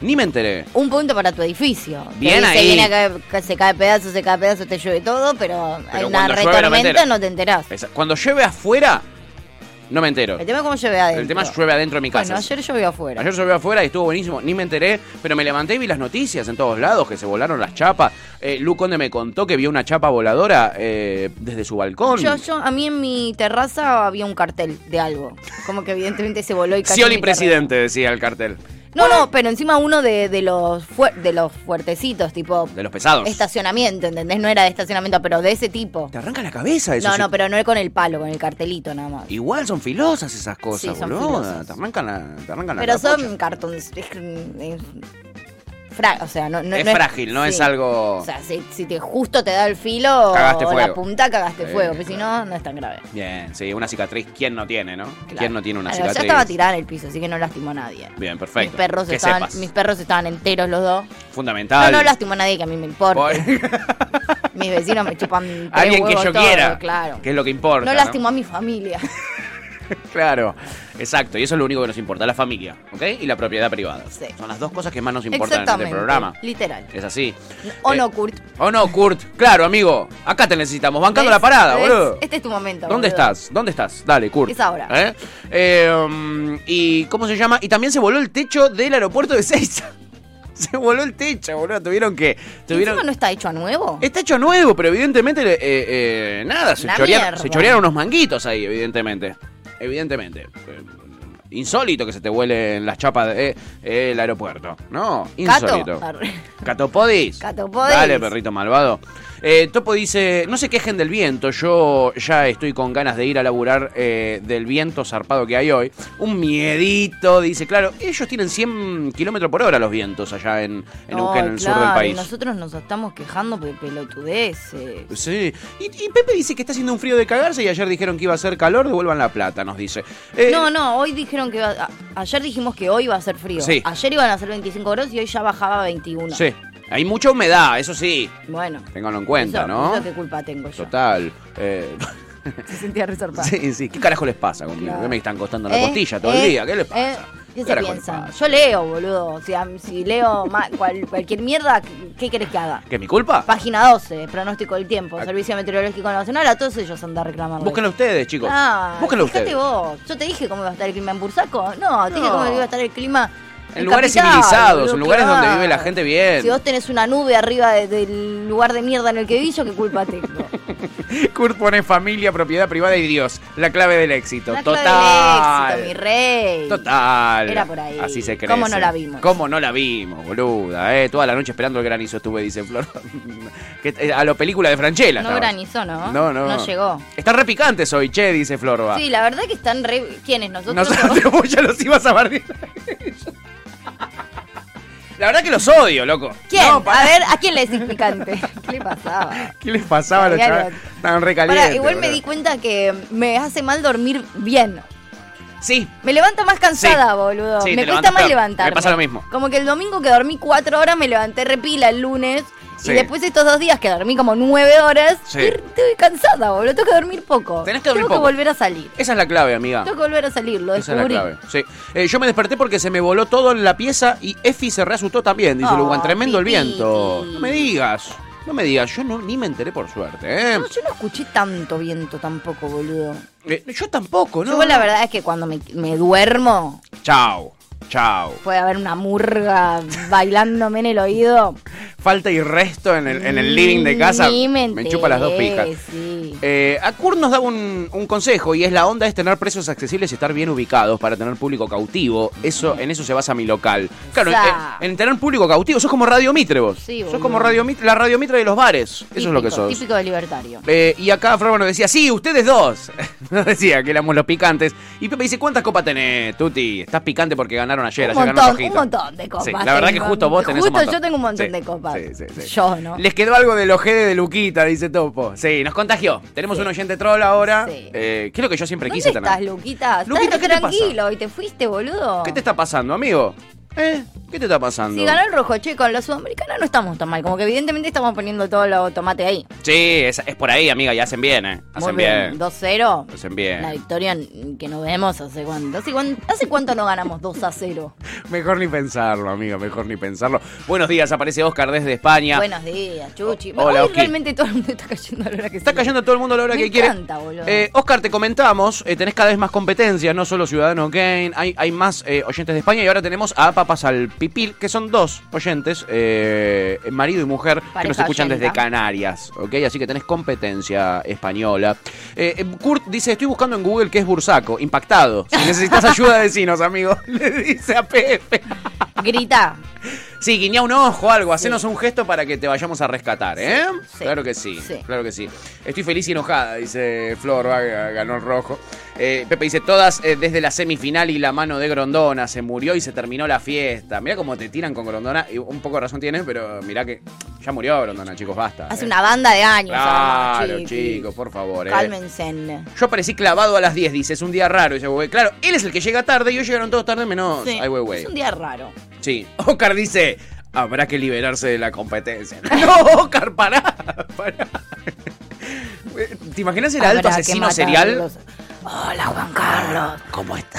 Speaker 1: Ni me enteré.
Speaker 2: Un punto para tu edificio. Que
Speaker 1: Bien
Speaker 2: dice,
Speaker 1: ahí.
Speaker 2: viene acá, que se cae pedazo, se cae pedazo, te llueve todo, pero, hay
Speaker 1: Pero
Speaker 2: una
Speaker 1: cuando llueve no me
Speaker 2: retormenta
Speaker 1: entero.
Speaker 2: no te enterás.
Speaker 1: Esa- Cuando llueve afuera, no me entero.
Speaker 2: El tema es cómo llueve adentro.
Speaker 1: El tema es llueve adentro de mi casa.
Speaker 2: Bueno, ayer llovió afuera.
Speaker 1: Ayer llovió afuera y estuvo buenísimo, ni me enteré, pero me levanté y vi las noticias en todos lados, que se volaron las chapas. Eh, Lu Conde me contó que vio una chapa voladora eh, desde su balcón.
Speaker 2: Yo, yo, a mí en mi terraza había un cartel de algo. Como que evidentemente se voló y cayó. en
Speaker 1: Scioli
Speaker 2: mi terraza.
Speaker 1: presidente, decía el cartel.
Speaker 2: No, no, pero encima uno de, de los fuer- de los fuertecitos, tipo
Speaker 1: De los pesados.
Speaker 2: estacionamiento, ¿entendés? No era de estacionamiento, pero de ese tipo.
Speaker 1: Te arranca la cabeza eso.
Speaker 2: No,
Speaker 1: sí.
Speaker 2: no, pero no era con el palo, con el cartelito nada más.
Speaker 1: Igual son filosas esas cosas,
Speaker 2: Sí, son
Speaker 1: boluda.
Speaker 2: filosas.
Speaker 1: Te arrancan la, te arrancan la
Speaker 2: Pero
Speaker 1: capocha.
Speaker 2: son cartones. es- es fra- o sea, no, no-
Speaker 1: Es
Speaker 2: no
Speaker 1: frágil, no es algo-
Speaker 2: O sea, si, si te justo te da el filo
Speaker 1: Cagaste
Speaker 2: o
Speaker 1: fuego.
Speaker 2: la punta, cagaste
Speaker 1: Sí,
Speaker 2: fuego. Pero si no, no es tan grave.
Speaker 1: Bien, sí, una cicatriz, ¿quién no tiene, no?
Speaker 2: Claro.
Speaker 1: ¿Quién no tiene una
Speaker 2: Ahora,
Speaker 1: cicatriz?
Speaker 2: Ya estaba tirada en el piso, así que no lastimó a nadie.
Speaker 1: Bien, perfecto.
Speaker 2: Mis perros,
Speaker 1: Que
Speaker 2: estaban,
Speaker 1: sepas.
Speaker 2: mis perros estaban enteros los dos.
Speaker 1: Fundamental.
Speaker 2: No,
Speaker 1: <laughs>
Speaker 2: no lastimó a nadie que a mí me importa. <laughs> Mis vecinos me chupan tres
Speaker 1: <laughs> Alguien que
Speaker 2: huevos
Speaker 1: yo
Speaker 2: todo,
Speaker 1: quiera.
Speaker 2: Claro.
Speaker 1: Que es lo que importa.
Speaker 2: no lastimó a mi familia.
Speaker 1: Claro, exacto. Y eso es lo único que nos importa, la familia, ¿ok? Y la propiedad privada.
Speaker 2: Sí.
Speaker 1: Son las dos cosas que más nos importan en este
Speaker 2: Exactamente.
Speaker 1: programa.
Speaker 2: Literal.
Speaker 1: Es así.
Speaker 2: O
Speaker 1: Eh,
Speaker 2: no, Kurt.
Speaker 1: O no, Kurt. Claro, amigo. Acá te necesitamos, bancando
Speaker 2: ¿Ves?
Speaker 1: la parada,
Speaker 2: ¿Ves?
Speaker 1: boludo.
Speaker 2: Este es tu momento.
Speaker 1: ¿Dónde
Speaker 2: boludo.
Speaker 1: estás? ¿Dónde estás? Dale, Kurt.
Speaker 2: Es ahora.
Speaker 1: ¿Eh? Eh, um, ¿Y cómo se llama? Y también se voló el techo del aeropuerto de <laughs> Seiza. Se voló el techo, boludo. Tuvieron que. Tuvieron...
Speaker 2: Encima no está hecho a nuevo?
Speaker 1: Está hecho nuevo, pero evidentemente eh, eh, nada, se
Speaker 2: Una
Speaker 1: chorearon,
Speaker 2: mierda.
Speaker 1: se chorearon unos manguitos ahí, evidentemente. Evidentemente. Eh, Insólito que se te vuelen las chapas del aeropuerto, ¿no? Insólito.
Speaker 2: Cato. Arre.
Speaker 1: Catopodis.
Speaker 2: Catopodis.
Speaker 1: Dale, perrito malvado. Eh, Topo dice, no se quejen del viento, yo ya estoy con ganas de ir a laburar eh, del viento zarpado que hay hoy. Un miedito, dice, claro, ellos tienen 100 kilómetros por hora los vientos allá en, en
Speaker 2: No,
Speaker 1: Neuquén, en el sur
Speaker 2: claro,
Speaker 1: del
Speaker 2: y
Speaker 1: país.
Speaker 2: Nosotros nos estamos quejando de pelotudeces.
Speaker 1: Sí, y, y Pepe dice que está haciendo un frío de cagarse y ayer dijeron que iba a hacer calor, devuelvan la plata, nos dice. Eh,
Speaker 2: No, no, hoy dijeron que iba a- ayer dijimos que hoy iba a ser frío.
Speaker 1: Sí.
Speaker 2: Ayer iban a ser 25 grados y hoy ya bajaba a 21.
Speaker 1: Sí, hay mucha humedad, eso sí,
Speaker 2: Bueno.
Speaker 1: ténganlo en cuenta,
Speaker 2: eso-
Speaker 1: ¿no?
Speaker 2: eso ¿Qué culpa tengo yo?
Speaker 1: Total. eh,
Speaker 2: Se sentía resortada.
Speaker 1: sí, sí, ¿qué carajo les pasa conmigo?
Speaker 2: Claro.
Speaker 1: ¿Qué me están costando la
Speaker 2: Eh,
Speaker 1: costilla todo
Speaker 2: eh,
Speaker 1: el día? ¿Qué les
Speaker 2: eh,
Speaker 1: pasa?
Speaker 2: ¿Qué se
Speaker 1: carajo les
Speaker 2: piensan?
Speaker 1: pasa?
Speaker 2: Yo leo, boludo. O sea, si leo ma- cual- cualquier mierda, ¿qué querés que haga?
Speaker 1: ¿Qué es mi culpa?
Speaker 2: Página 12, pronóstico del tiempo,
Speaker 1: Ah.
Speaker 2: Servicio Meteorológico Nacional, a todos ellos anda reclamando.
Speaker 1: Búsquenlo ustedes, chicos.
Speaker 2: Ah,
Speaker 1: Búsquenlo
Speaker 2: fíjate
Speaker 1: ustedes.
Speaker 2: vos. Yo te dije cómo iba a estar el clima en Bursaco. No, te dije
Speaker 1: No.
Speaker 2: cómo iba a estar el clima.
Speaker 1: En lugares civilizados, en lugares donde vive la gente bien.
Speaker 2: Si vos tenés una nube arriba de- del lugar de mierda en el que vivís, yo qué
Speaker 1: <laughs>
Speaker 2: culpa tengo.
Speaker 1: Kurt pone familia, propiedad privada y Dios. La clave del éxito.
Speaker 2: La clave del
Speaker 1: Total.
Speaker 2: éxito, mi rey.
Speaker 1: Total.
Speaker 2: Era por ahí.
Speaker 1: Así se crece.
Speaker 2: ¿Cómo no la vimos?
Speaker 1: ¿Cómo no la vimos, boluda? Eh? Toda la noche esperando el granizo estuve, dice Flor. <laughs> Que- eh, a la película de Franchella.
Speaker 2: No
Speaker 1: estabas.
Speaker 2: granizó, ¿no?
Speaker 1: No, no.
Speaker 2: No llegó.
Speaker 1: Está repicantes hoy, che, dice Florba.
Speaker 2: Sí, la verdad que están re. ¿Quiénes? Nosotros.
Speaker 1: Nosotros <laughs> vos ya los ibas a bardear. <laughs> La verdad que los odio, loco.
Speaker 2: ¿Quién?
Speaker 1: No, pa-
Speaker 2: a ver, ¿a quién le decís
Speaker 1: <laughs>
Speaker 2: picante? ¿Qué le pasaba?
Speaker 1: ¿Qué les pasaba a los
Speaker 2: Sabía
Speaker 1: chavales?
Speaker 2: lo-
Speaker 1: Estaban recalientes.
Speaker 2: Pará, igual me
Speaker 1: boludo.
Speaker 2: di cuenta que me hace mal dormir bien.
Speaker 1: Sí,
Speaker 2: Me levanto más cansada,
Speaker 1: Sí.
Speaker 2: boludo.
Speaker 1: Sí,
Speaker 2: me
Speaker 1: te
Speaker 2: cuesta
Speaker 1: levantás
Speaker 2: más
Speaker 1: peor.
Speaker 2: levantarme.
Speaker 1: Me pasa lo mismo.
Speaker 2: Como que el domingo que dormí cuatro horas me levanté repila el lunes.
Speaker 1: Sí.
Speaker 2: Y después estos dos días que dormí como nueve horas,
Speaker 1: Sí.
Speaker 2: estoy, estoy cansada, boludo. Tengo que dormir poco.
Speaker 1: Tenés que dormir
Speaker 2: Tengo
Speaker 1: poco.
Speaker 2: que volver a salir.
Speaker 1: esa es la clave, amiga.
Speaker 2: Tengo que volver a salir, lo
Speaker 1: Esa es la
Speaker 2: descubrí.
Speaker 1: clave. Sí. Eh, yo me desperté porque se me voló todo en la pieza y Efi se reasustó también, dice
Speaker 2: Oh,
Speaker 1: Lugan. Tremendo el
Speaker 2: pipí.
Speaker 1: viento. No me digas. No me digas. Yo no, ni me enteré por suerte. ¿eh?
Speaker 2: No, yo no escuché tanto viento tampoco, boludo.
Speaker 1: Eh, yo tampoco,
Speaker 2: Yo
Speaker 1: ¿no?
Speaker 2: la verdad es que cuando me, me duermo,
Speaker 1: Chao. Chao.
Speaker 2: puede haber una murga bailándome en el oído.
Speaker 1: Falta y resto en el, en el living de casa.
Speaker 2: Ni me,
Speaker 1: me chupa las dos
Speaker 2: enteré,
Speaker 1: pijas.
Speaker 2: sí.
Speaker 1: Eh, Akur nos da un, un consejo y es la onda es tener precios accesibles y estar bien ubicados para tener público cautivo. Eso, en eso se basa mi local. Claro,
Speaker 2: Sa.
Speaker 1: en, en tener público cautivo, sos como Radio Mitre vos.
Speaker 2: Sí,
Speaker 1: sos
Speaker 2: boludo.
Speaker 1: como Radio Mitre, la Radio Mitre de los bares. eso es lo que
Speaker 2: Típico,
Speaker 1: sos.
Speaker 2: Típico de libertario.
Speaker 1: Eh, y acá Florba nos decía, sí, ustedes dos. <laughs> Nos decía que éramos los picantes. Y Pepe dice, ¿cuántas copas tenés, Tuti? Estás picante porque ganaron ayer.
Speaker 2: Un
Speaker 1: ayer ganó
Speaker 2: montón,
Speaker 1: Rojito".
Speaker 2: un montón de copas
Speaker 1: Sí, la verdad
Speaker 2: tengo.
Speaker 1: que justo vos tenés un
Speaker 2: Justo
Speaker 1: montón.
Speaker 2: yo tengo un montón
Speaker 1: Sí,
Speaker 2: de copas.
Speaker 1: sí, sí, sí.
Speaker 2: Yo, ¿no?
Speaker 1: Les quedó algo del ojede de Luquita, dice Topo. Sí, nos contagió. Tenemos un oyente troll ahora.
Speaker 2: Sí.
Speaker 1: Eh, ¿Qué es lo que yo siempre
Speaker 2: ¿Dónde
Speaker 1: quise tener?
Speaker 2: estás, Luquita?
Speaker 1: Luquita,
Speaker 2: estás
Speaker 1: ¿qué te
Speaker 2: tranquilo y te fuiste, boludo.
Speaker 1: ¿Qué te está pasando, amigo? ¿Eh? ¿Qué te está pasando?
Speaker 2: Si ganó el rojo, che, con la sudamericana no estamos tan mal. Como que evidentemente estamos poniendo todos los tomates ahí.
Speaker 1: Sí, es, es por ahí, amiga, y hacen bien, ¿eh?
Speaker 2: Muy
Speaker 1: Hacen bien.
Speaker 2: 2-0.
Speaker 1: Hacen bien.
Speaker 2: La victoria que no vemos hace cuánto. ¿Hace cuánto, hace cuánto no ganamos 2 a 0?
Speaker 1: Mejor ni pensarlo, amiga, mejor ni pensarlo. Buenos días, aparece Oscar desde España.
Speaker 2: Buenos días, Chuchi.
Speaker 1: O- hola,
Speaker 2: Hoy
Speaker 1: Oski.
Speaker 2: realmente todo el mundo está cayendo a la hora que
Speaker 1: Está
Speaker 2: se-
Speaker 1: cayendo todo el mundo a la hora
Speaker 2: Me
Speaker 1: que quiere.
Speaker 2: encanta, boludo.
Speaker 1: Eh, Oscar, te comentamos, eh, tenés cada vez más competencias, no solo Ciudadanos Gain, hay, hay más eh, oyentes de España y ahora tenemos a Papas al Pipil, que son dos oyentes, eh, marido y mujer, que
Speaker 2: Pareja
Speaker 1: nos escuchan
Speaker 2: oyenta.
Speaker 1: desde Canarias, ¿ok? Así que tenés competencia española. Eh, eh, Kurt dice, estoy buscando en Google qué es Bursaco, impactado. Si necesitas ayuda, decinos, amigo, <laughs> le dice a Pepe.
Speaker 2: Grita.
Speaker 1: Sí, guiñá un ojo, algo, hacenos un gesto para que te vayamos a rescatar, ¿eh?
Speaker 2: sí,
Speaker 1: claro que sí,
Speaker 2: sí.
Speaker 1: claro que sí. Estoy feliz y enojada, dice Flor, va, ga- ganó el rojo. Eh, Pepe dice, todas eh, desde la semifinal y la mano de Grondona, se murió y se terminó la fiesta. Mirá cómo te tiran con Grondona, y un poco de razón tienes, pero mirá que ya murió Grondona, chicos, basta.
Speaker 2: Hace
Speaker 1: eh.
Speaker 2: una banda de años.
Speaker 1: Claro,
Speaker 2: además, chiqui.
Speaker 1: chicos, por favor, eh.
Speaker 2: Cálmense.
Speaker 1: Yo aparecí clavado a las 10, dice, es un día raro. Y yo, güey, claro, él es el que llega tarde y hoy llegaron todos tarde menos
Speaker 2: Sí,
Speaker 1: Ai Weiwei.
Speaker 2: Es un día raro.
Speaker 1: Sí, <laughs> Oscar dice, habrá que liberarse de la competencia. <laughs> No, Oscar, pará, pará. ¿Te imaginas el alto
Speaker 2: Habrá que
Speaker 1: asesino
Speaker 2: matarlos.
Speaker 1: serial?
Speaker 5: Hola Juan Carlos,
Speaker 1: ¿Cómo está?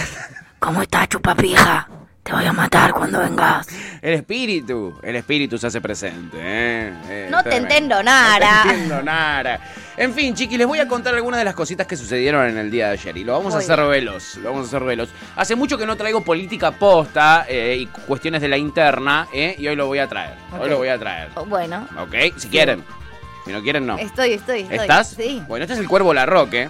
Speaker 5: ¿cómo estás chupapija? Te voy a matar cuando vengas.
Speaker 1: El espíritu, el espíritu se hace presente. ¿eh? Eh,
Speaker 2: No te
Speaker 1: tremendo.
Speaker 2: entiendo,
Speaker 1: No
Speaker 2: Nara.
Speaker 1: te entiendo, Nara. En fin, chiqui, les voy a contar algunas de las cositas que sucedieron en el día de ayer. Y lo vamos a
Speaker 2: Muy
Speaker 1: hacer veloz. Lo vamos a hacer veloz. Hace mucho que no traigo política posta eh, y cuestiones de la interna, ¿eh? y hoy lo voy a traer. Hoy
Speaker 2: Ok.
Speaker 1: lo voy a traer.
Speaker 2: Oh, Bueno,
Speaker 1: ¿Ok? Si quieren. Si no quieren, no.
Speaker 2: estoy, estoy, estoy.
Speaker 1: ¿Estás?
Speaker 2: Sí. Ah.
Speaker 1: Bueno, este es el cuervo Larroque.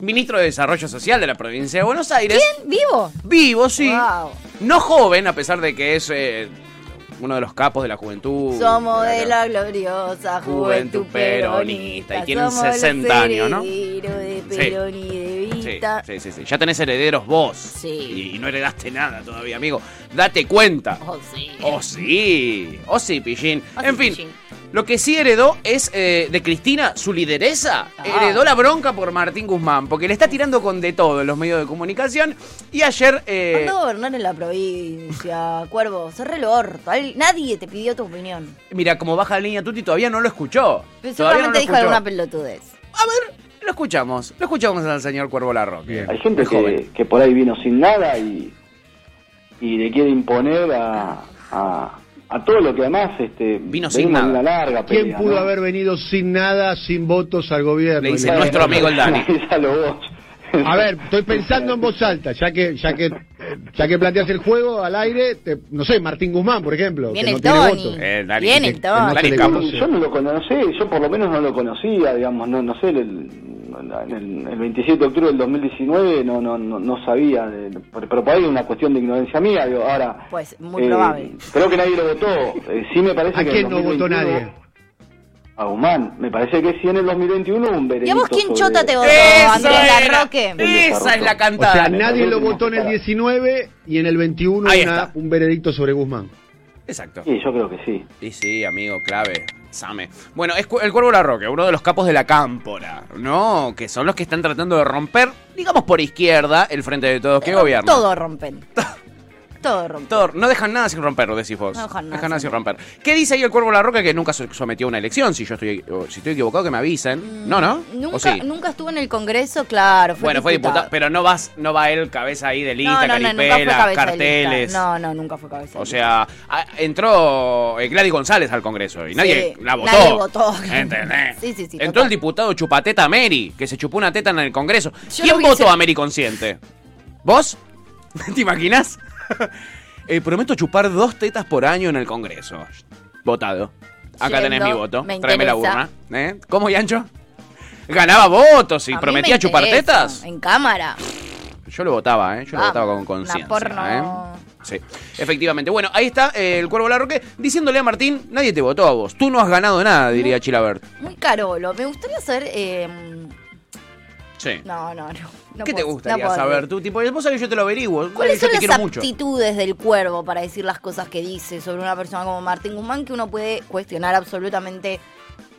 Speaker 1: Ministro de Desarrollo Social de la provincia de Buenos Aires.
Speaker 2: ¿Bien? <laughs> ¿Vivo?
Speaker 1: Vivo, sí.
Speaker 2: Wow.
Speaker 1: No joven, a pesar de que es eh, uno de los capos de la juventud.
Speaker 2: Somos de
Speaker 1: la-
Speaker 2: la gloriosa
Speaker 1: Juventud
Speaker 2: juventud
Speaker 1: peronista.
Speaker 2: peronista.
Speaker 1: Y tienen
Speaker 2: Somos los
Speaker 1: 60 años, ¿no?
Speaker 2: herederos de
Speaker 1: Sí.
Speaker 2: Perón y de
Speaker 1: Sí,
Speaker 2: Vita.
Speaker 1: sí, sí, sí. Ya tenés herederos vos.
Speaker 2: Sí.
Speaker 1: Y, y no heredaste nada todavía, amigo. Date cuenta.
Speaker 2: Oh, sí.
Speaker 1: Oh sí, oh sí, Pillín.
Speaker 2: Oh, sí,
Speaker 1: en fin,
Speaker 2: Pillín.
Speaker 1: lo que sí heredó es eh, de Cristina su lideresa.
Speaker 2: Ah.
Speaker 1: Heredó la bronca por Martín Guzmán, porque le está tirando con de todo en los medios de comunicación. Y ayer. eh,
Speaker 2: ¿Cuándo gobernar en la provincia, Cuervo? Cerré el orto. Al- Nadie te pidió tu opinión.
Speaker 1: mira, como baja la línea Tuti, todavía no lo escuchó. Todavía
Speaker 2: Pero seguramente
Speaker 1: no lo
Speaker 2: dijo
Speaker 1: escuchó.
Speaker 2: alguna pelotudez.
Speaker 1: A ver, lo escuchamos. Lo escuchamos al señor Cuervo Larroque.
Speaker 6: Hay gente
Speaker 1: Muy joven.
Speaker 6: que, que por ahí vino sin nada y, y le quiere imponer a, a, a todo lo que además este,
Speaker 1: Vino
Speaker 6: venimos
Speaker 1: sin
Speaker 6: de
Speaker 1: nada.
Speaker 6: Una larga
Speaker 7: ¿Quién
Speaker 6: pelea,
Speaker 7: pudo
Speaker 6: ¿no?
Speaker 7: haber venido sin nada, sin votos al gobierno?
Speaker 1: Le dice
Speaker 7: Y-
Speaker 1: nuestro amigo el
Speaker 6: <laughs>
Speaker 1: Dani.
Speaker 6: Díselo vos.
Speaker 7: A ver, estoy pensando en voz alta, ya que ya que ya que planteas el juego al aire, te- no sé, Martín Guzmán, por ejemplo,
Speaker 2: Viene
Speaker 7: que no
Speaker 2: el
Speaker 7: tiene
Speaker 2: Tony.
Speaker 7: votos.
Speaker 1: Eh, Dani,
Speaker 2: Viene
Speaker 7: que-
Speaker 2: el
Speaker 7: que no se le
Speaker 2: Tony.
Speaker 1: Dani,
Speaker 6: Yo-
Speaker 7: conoce.
Speaker 6: Mm, Yo no lo conocí, yo por lo menos no lo conocía, digamos, no, no sé, el, en el, el 27 de octubre del 2019 no, no, no, no sabía, de- pero, pero por ahí es una cuestión de ignorancia mía, digo, ahora... eh,
Speaker 2: Pues, muy probable.
Speaker 1: Eh,
Speaker 6: Creo que nadie lo votó, eh, sí me parece
Speaker 7: ¿A
Speaker 6: que...
Speaker 7: quién no votó
Speaker 6: 2021
Speaker 7: nadie?
Speaker 6: A Guzmán, me parece que sí en el 2021 un veredicto
Speaker 2: ¿Y a vos quién
Speaker 6: sobre-
Speaker 2: chota te votó,
Speaker 1: ¡Esa
Speaker 2: Andrés
Speaker 1: era!
Speaker 2: Larroque?
Speaker 1: Esa es la
Speaker 7: O sea,
Speaker 1: cantada.
Speaker 7: nadie lo votó en el 19 y en el 21
Speaker 1: Ahí
Speaker 7: una-
Speaker 1: está.
Speaker 7: un veredicto sobre Guzmán.
Speaker 1: Exacto.
Speaker 6: Sí, yo creo que sí.
Speaker 1: Sí, sí, amigo, clave. Same. Bueno, es cu- el Cuervo Larroque, uno de los capos de la cámpora, ¿no? Que son los que están tratando de romper, digamos por izquierda, el frente de todos que gobierna.
Speaker 2: Todo rompen. Todo rompen.
Speaker 1: Todo- No dejan nada sin romperlo, decís vos.
Speaker 2: No dejan nada sin
Speaker 1: sin romper. ¿Qué dice ahí el Cuervo Larroque que nunca se sometió a una elección? Si yo estoy, o si estoy equivocado, que me avisen. No, ¿no?
Speaker 2: Mm, Nunca,
Speaker 1: ¿O sí?
Speaker 2: nunca estuvo en el Congreso, claro. Fue
Speaker 1: Bueno, fue diputado,
Speaker 2: diputado.
Speaker 1: pero no vas, no va él cabeza ahí de lista,
Speaker 2: no, no, no, nunca fue
Speaker 1: caripela,
Speaker 2: cabeza de lista.
Speaker 1: carteles.
Speaker 2: No, no, nunca fue cabeza. de
Speaker 1: O
Speaker 2: lista.
Speaker 1: sea, a- entró eh, Gladys González al Congreso y nadie
Speaker 2: Sí,
Speaker 1: la votó.
Speaker 2: nadie votó.
Speaker 1: ¿Entendés?
Speaker 2: <laughs> Sí, sí, sí,
Speaker 1: Entró
Speaker 2: total.
Speaker 1: el diputado Chupateta Meri, que se chupó una teta en el Congreso.
Speaker 2: Yo
Speaker 1: ¿Quién
Speaker 2: lo vi,
Speaker 1: votó
Speaker 2: se-
Speaker 1: a Meri consciente? ¿Vos? <laughs> ¿Te imaginas? <laughs> Eh, prometo chupar dos tetas por año en el Congreso. Votado. Acá
Speaker 2: Yendo,
Speaker 1: tenés mi voto.
Speaker 2: me
Speaker 1: Tráeme la
Speaker 2: interesa.
Speaker 1: urna. ¿Eh? ¿Cómo, Yancho? Ganaba votos y
Speaker 2: A mí
Speaker 1: prometía
Speaker 2: me
Speaker 1: chupar
Speaker 2: interesa,
Speaker 1: tetas.
Speaker 2: En cámara.
Speaker 1: Yo lo votaba, ¿eh? Yo lo
Speaker 2: Ah,
Speaker 1: votaba con
Speaker 2: una
Speaker 1: conciencia.
Speaker 2: porno.
Speaker 1: ¿eh? Sí, efectivamente. Bueno, ahí está eh, el Cuervo Larroque diciéndole a Martín, nadie te votó a vos. Tú no has ganado nada, diría Chilabert.
Speaker 2: Muy carolo. Me gustaría saber. eh, no,
Speaker 1: Sí.
Speaker 2: no, no. no
Speaker 1: ¿Qué te
Speaker 2: puedo-
Speaker 1: gustaría
Speaker 2: no puedo
Speaker 1: saber
Speaker 2: decir.
Speaker 1: tú? Tipo, vos sabés que yo te lo averiguo.
Speaker 2: ¿Cuáles
Speaker 1: yo
Speaker 2: son
Speaker 1: te
Speaker 2: las
Speaker 1: quiero mucho.
Speaker 2: aptitudes del cuervo para decir las cosas que dice sobre una persona como Martín Guzmán que uno puede cuestionar absolutamente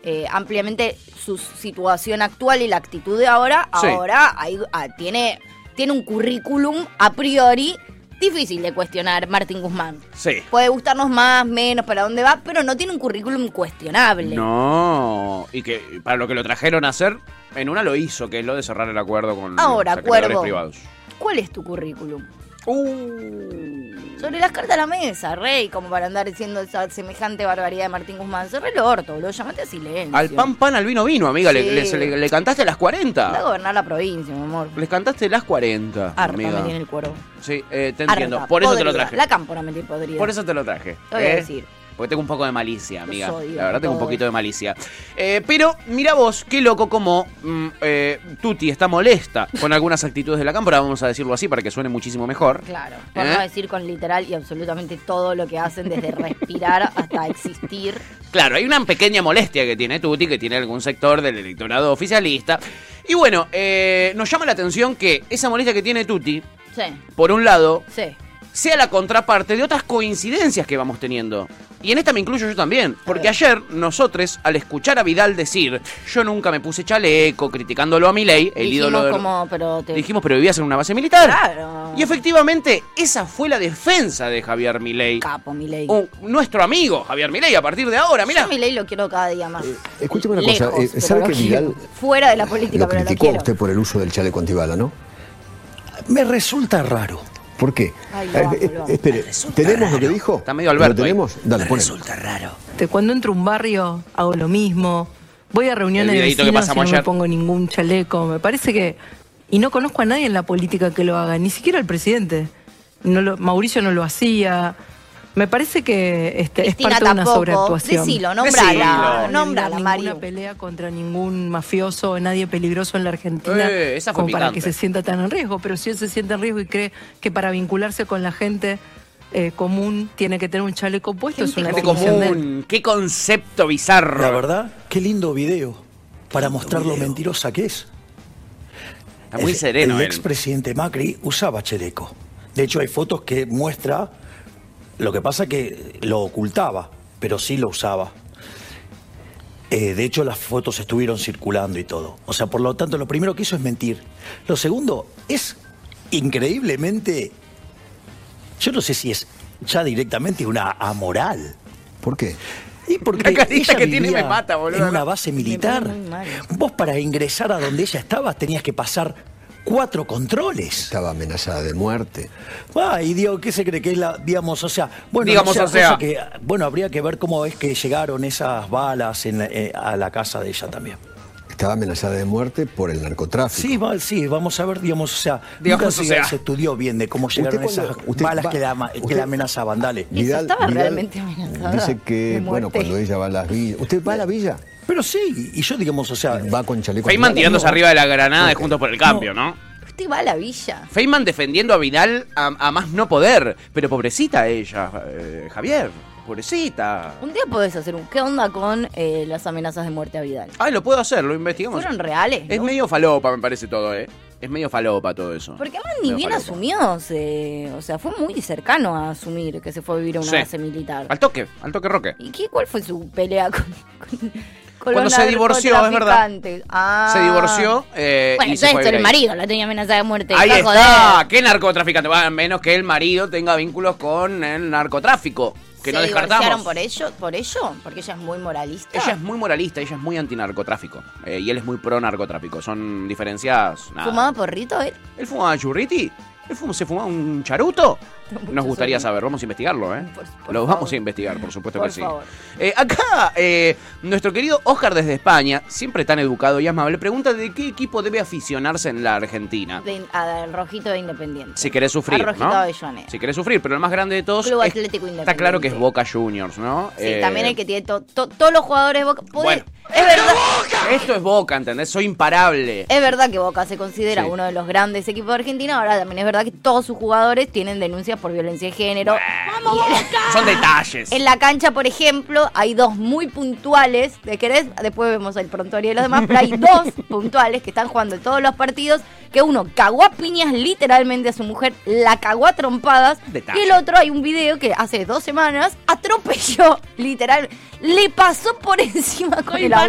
Speaker 2: eh, ampliamente su situación actual y la actitud de ahora?
Speaker 1: Sí.
Speaker 2: Ahora ahí, ah, tiene tiene un currículum a priori difícil de cuestionar Martín Guzmán.
Speaker 1: Sí.
Speaker 2: Puede gustarnos más, menos, para dónde va, pero no tiene un currículum cuestionable.
Speaker 1: No, y que para lo que lo trajeron a hacer, en una lo hizo, que es lo de cerrar el acuerdo con
Speaker 2: Ahora,
Speaker 1: los acreedores
Speaker 2: Cuervo.
Speaker 1: privados.
Speaker 2: ¿Cuál es tu currículum?
Speaker 1: Uh,
Speaker 2: Sobre las cartas a la mesa, rey, como para andar diciendo esa semejante barbaridad de Martín Guzmán. Cerré el orto, lo llamate a silencio.
Speaker 1: al pan pan, al vino vino, amiga. Le,
Speaker 2: Sí.
Speaker 1: le- se le- le cantaste las
Speaker 2: Anda a
Speaker 1: 40.
Speaker 2: gobernar la provincia, mi amor.
Speaker 1: Les cantaste las 40,
Speaker 2: Harta me
Speaker 1: amiga.
Speaker 2: tiene el cuervo.
Speaker 1: Sí, eh, te
Speaker 2: Harta,
Speaker 1: entiendo. Por eso te lo
Speaker 2: podrida.
Speaker 1: traje.
Speaker 2: La cámpora me tiene podrida.
Speaker 1: Por eso te lo traje.
Speaker 2: Te voy a
Speaker 1: ¿eh?
Speaker 2: decir.
Speaker 1: Porque tengo un poco de malicia, amiga.
Speaker 2: Los odio
Speaker 1: La verdad, tengo un
Speaker 2: todos.
Speaker 1: poquito de malicia. Eh, pero mira vos, qué loco como mm, eh, Tuti está molesta con algunas actitudes de la cámara, vamos a decirlo así para que suene muchísimo mejor.
Speaker 2: Claro, por
Speaker 1: ¿Eh?
Speaker 2: no decir con literal y absolutamente todo lo que hacen,
Speaker 1: <laughs>
Speaker 2: desde respirar hasta existir.
Speaker 1: Claro, hay una pequeña molestia que tiene Tuti, que tiene algún sector del electorado oficialista. Y bueno, eh, nos llama la atención que esa molestia que tiene Tuti,
Speaker 2: Sí,
Speaker 1: por un lado,
Speaker 2: sí.
Speaker 1: sea la contraparte de otras coincidencias que vamos teniendo. Y en esta me incluyo yo también, porque ayer nosotros, al escuchar a Vidal decir, yo nunca me puse chaleco, criticándolo a Milei, el
Speaker 2: Dijimos
Speaker 1: ídolo de...
Speaker 2: como, pero te...
Speaker 1: Dijimos, pero vivías en una base militar.
Speaker 2: Claro.
Speaker 1: Y efectivamente, esa fue la defensa de Javier Milei.
Speaker 2: capo, mi ley.
Speaker 1: Un- nuestro amigo Javier Milei a partir de ahora, Uh, mirá.
Speaker 2: Yo mi ley lo quiero cada día más.
Speaker 8: Escúcheme una
Speaker 2: Lejos,
Speaker 8: cosa, eh,
Speaker 2: pero
Speaker 8: ¿sabe
Speaker 2: lo
Speaker 8: que
Speaker 2: quiero.
Speaker 8: Vidal
Speaker 2: Fuera de la política,
Speaker 8: lo
Speaker 2: pero lo
Speaker 8: criticó a
Speaker 2: quiero.
Speaker 8: usted por el uso del chaleco antibala, no?
Speaker 9: Me resulta raro.
Speaker 8: ¿Por qué?
Speaker 2: Ay, lo
Speaker 8: Eh,
Speaker 2: amo,
Speaker 8: eh,
Speaker 2: lo amo.
Speaker 8: espere, ¿tenemos lo que dijo?
Speaker 1: Está medio Alberto
Speaker 8: ¿Lo tenemos? Dale, ponelo.
Speaker 9: Resulta raro.
Speaker 5: Cuando entro a un barrio hago lo mismo. Voy a reuniones
Speaker 1: El
Speaker 5: de
Speaker 1: videíto que
Speaker 5: vecinos y no
Speaker 1: pasamos ayer.
Speaker 5: me pongo ningún chaleco. Me parece que... Y no conozco a nadie en la política que lo haga, ni siquiera al presidente. No lo- Mauricio no lo hacía. Me parece que este, es
Speaker 2: Cristina
Speaker 5: parte de una
Speaker 2: tampoco.
Speaker 5: sobreactuación.
Speaker 2: Decilo,
Speaker 1: Decilo.
Speaker 2: nombrala.
Speaker 5: No
Speaker 2: Nombrala, Mario.
Speaker 5: ninguna pelea contra ningún mafioso, nadie peligroso en la Argentina,
Speaker 1: Eh, esa fue
Speaker 5: como para
Speaker 1: picante.
Speaker 5: que se sienta tan en riesgo. Pero si él se siente en riesgo y cree que para vincularse con la gente eh, común tiene que tener un chaleco puesto, es una
Speaker 1: Gente
Speaker 5: definición de él.
Speaker 1: común, qué concepto bizarro.
Speaker 9: La verdad, qué lindo video para mostrar lo mentirosa que es.
Speaker 1: Está muy
Speaker 9: El-
Speaker 1: sereno
Speaker 9: El
Speaker 1: él.
Speaker 9: expresidente Macri usaba chaleco. De hecho, hay fotos que muestra lo que pasa que lo ocultaba, pero sí lo usaba. Eh, de hecho, las fotos estuvieron circulando y todo. O sea, por lo tanto, lo primero que hizo es mentir. Lo segundo es increíblemente. Yo no sé si es ya directamente una amoral.
Speaker 8: ¿Por qué?
Speaker 9: Y porque
Speaker 1: La carita
Speaker 9: ella
Speaker 1: que tiene
Speaker 9: vivía
Speaker 1: me mata, boludo.
Speaker 9: En una base militar.
Speaker 2: muy mal.
Speaker 9: Vos para ingresar a donde ella estaba tenías que pasar cuatro controles.
Speaker 8: Estaba amenazada de muerte.
Speaker 9: Ah, y digo, ¿qué se cree que es la, digamos, o sea, bueno,
Speaker 1: Digamos,
Speaker 9: no
Speaker 1: o sea.
Speaker 9: cosa que, bueno, habría que ver cómo es que llegaron esas balas en la- eh, a la casa de ella también.
Speaker 8: Estaba amenazada de muerte por el narcotráfico.
Speaker 9: Sí, va- sí, vamos a ver, digamos, o sea,
Speaker 1: Digamos,
Speaker 9: nunca
Speaker 1: o
Speaker 9: se,
Speaker 1: sea.
Speaker 9: se estudió bien de cómo llegaron
Speaker 8: cuando-
Speaker 9: esas
Speaker 8: usted
Speaker 9: balas
Speaker 8: va-
Speaker 9: que, la, ama- que
Speaker 8: usted-
Speaker 9: la amenazaban, dale.
Speaker 2: estaba realmente amenazada
Speaker 8: Dice
Speaker 2: de
Speaker 8: que,
Speaker 2: muerte.
Speaker 8: bueno, cuando ella va a las villas. ¿Usted va a la villa?
Speaker 9: Pero sí, y yo digamos, o sea,
Speaker 8: Va con chaleco.
Speaker 1: Feynman
Speaker 8: antibala?
Speaker 1: tirándose arriba de la granada de Juntos por el Cambio, ¿no?
Speaker 2: Usted va a la villa.
Speaker 1: Feynman defendiendo a Vidal a, a más no poder. Pero pobrecita ella, eh, Javier. Pobrecita.
Speaker 2: Un día podés hacer un. ¿Qué onda con eh, las amenazas de muerte a Vidal?
Speaker 1: Ay, lo puedo hacer, lo investigamos.
Speaker 2: ¿Fueron reales?
Speaker 1: Es
Speaker 2: no?
Speaker 1: medio falopa, me parece todo, ¿eh? Es medio falopa todo eso.
Speaker 2: Porque además ni
Speaker 1: Medio
Speaker 2: bien
Speaker 1: falopa.
Speaker 2: asumió, se- o sea, fue muy cercano a asumir que se fue a vivir a una
Speaker 1: Sí.
Speaker 2: base militar.
Speaker 1: Al toque, al toque roque.
Speaker 2: ¿Y qué, cuál fue su pelea con, con- con
Speaker 1: Cuando
Speaker 2: los
Speaker 1: se divorció, es verdad.
Speaker 2: narcotraficantes? Ah.
Speaker 1: Se divorció. eh,
Speaker 2: Bueno,
Speaker 1: y se fue a
Speaker 2: entonces el
Speaker 1: vivir ahí.
Speaker 2: marido la tenía amenazada de muerte.
Speaker 1: Ahí
Speaker 2: va a
Speaker 1: está,
Speaker 2: joder.
Speaker 1: qué narcotraficante. Bueno, a menos que el marido tenga vínculos con el narcotráfico, que
Speaker 2: ¿Se
Speaker 1: no
Speaker 2: divorciaron
Speaker 1: descartamos.
Speaker 2: por ello? ¿Por ello? Porque ella es muy moralista.
Speaker 1: Ella es muy moralista, ella es muy antinarcotráfico. eh, y él es muy pro narcotráfico. Son diferencias. nada.
Speaker 2: ¿Fumaba porrito él?
Speaker 1: ¿Él fumaba churriti? ¿Él fum- se fumaba un
Speaker 2: <laughs>
Speaker 1: charuto?
Speaker 2: Mucho
Speaker 1: Nos gustaría
Speaker 2: sonido.
Speaker 1: saber, vamos a investigarlo, ¿eh?
Speaker 2: Por- por
Speaker 1: Lo
Speaker 2: favor.
Speaker 1: vamos a investigar, por supuesto
Speaker 2: Por
Speaker 1: que sí.
Speaker 2: favor.
Speaker 1: Eh, acá, eh, nuestro querido Oscar desde España, siempre tan educado y amable, pregunta de qué equipo debe aficionarse en la Argentina.
Speaker 2: De- al rojito de Independiente.
Speaker 1: Si querés sufrir,
Speaker 2: Al rojito
Speaker 1: ¿no?
Speaker 2: Avellaneda.
Speaker 1: Si querés sufrir, pero el más grande de todos
Speaker 2: Club
Speaker 1: es-
Speaker 2: Atlético
Speaker 1: está claro que es
Speaker 2: Independiente.
Speaker 1: Boca Juniors, ¿no?
Speaker 2: Sí,
Speaker 1: Eh,
Speaker 2: también el que tiene to- to- todos los jugadores de Boca. Podés-
Speaker 1: Bueno.
Speaker 2: es verdad.
Speaker 1: Esto es Boca, ¿entendés? Soy imparable.
Speaker 2: Es verdad que Boca se considera
Speaker 1: Sí.
Speaker 2: uno de los grandes equipos de Argentina. Ahora también es verdad que todos sus jugadores tienen denuncias por violencia de género. Y
Speaker 1: Son detalles.
Speaker 2: En la cancha, por ejemplo, hay dos muy puntuales. ¿De querés? Después vemos el prontuario de los demás. Pero hay
Speaker 1: <laughs>
Speaker 2: dos puntuales que están jugando todos los partidos. Que uno cagó a piñas literalmente a su mujer, la cagó a trompadas.
Speaker 1: Detalle.
Speaker 2: Y el otro hay un video que hace dos <laughs> semanas atropelló, literal, le pasó por encima con el auto.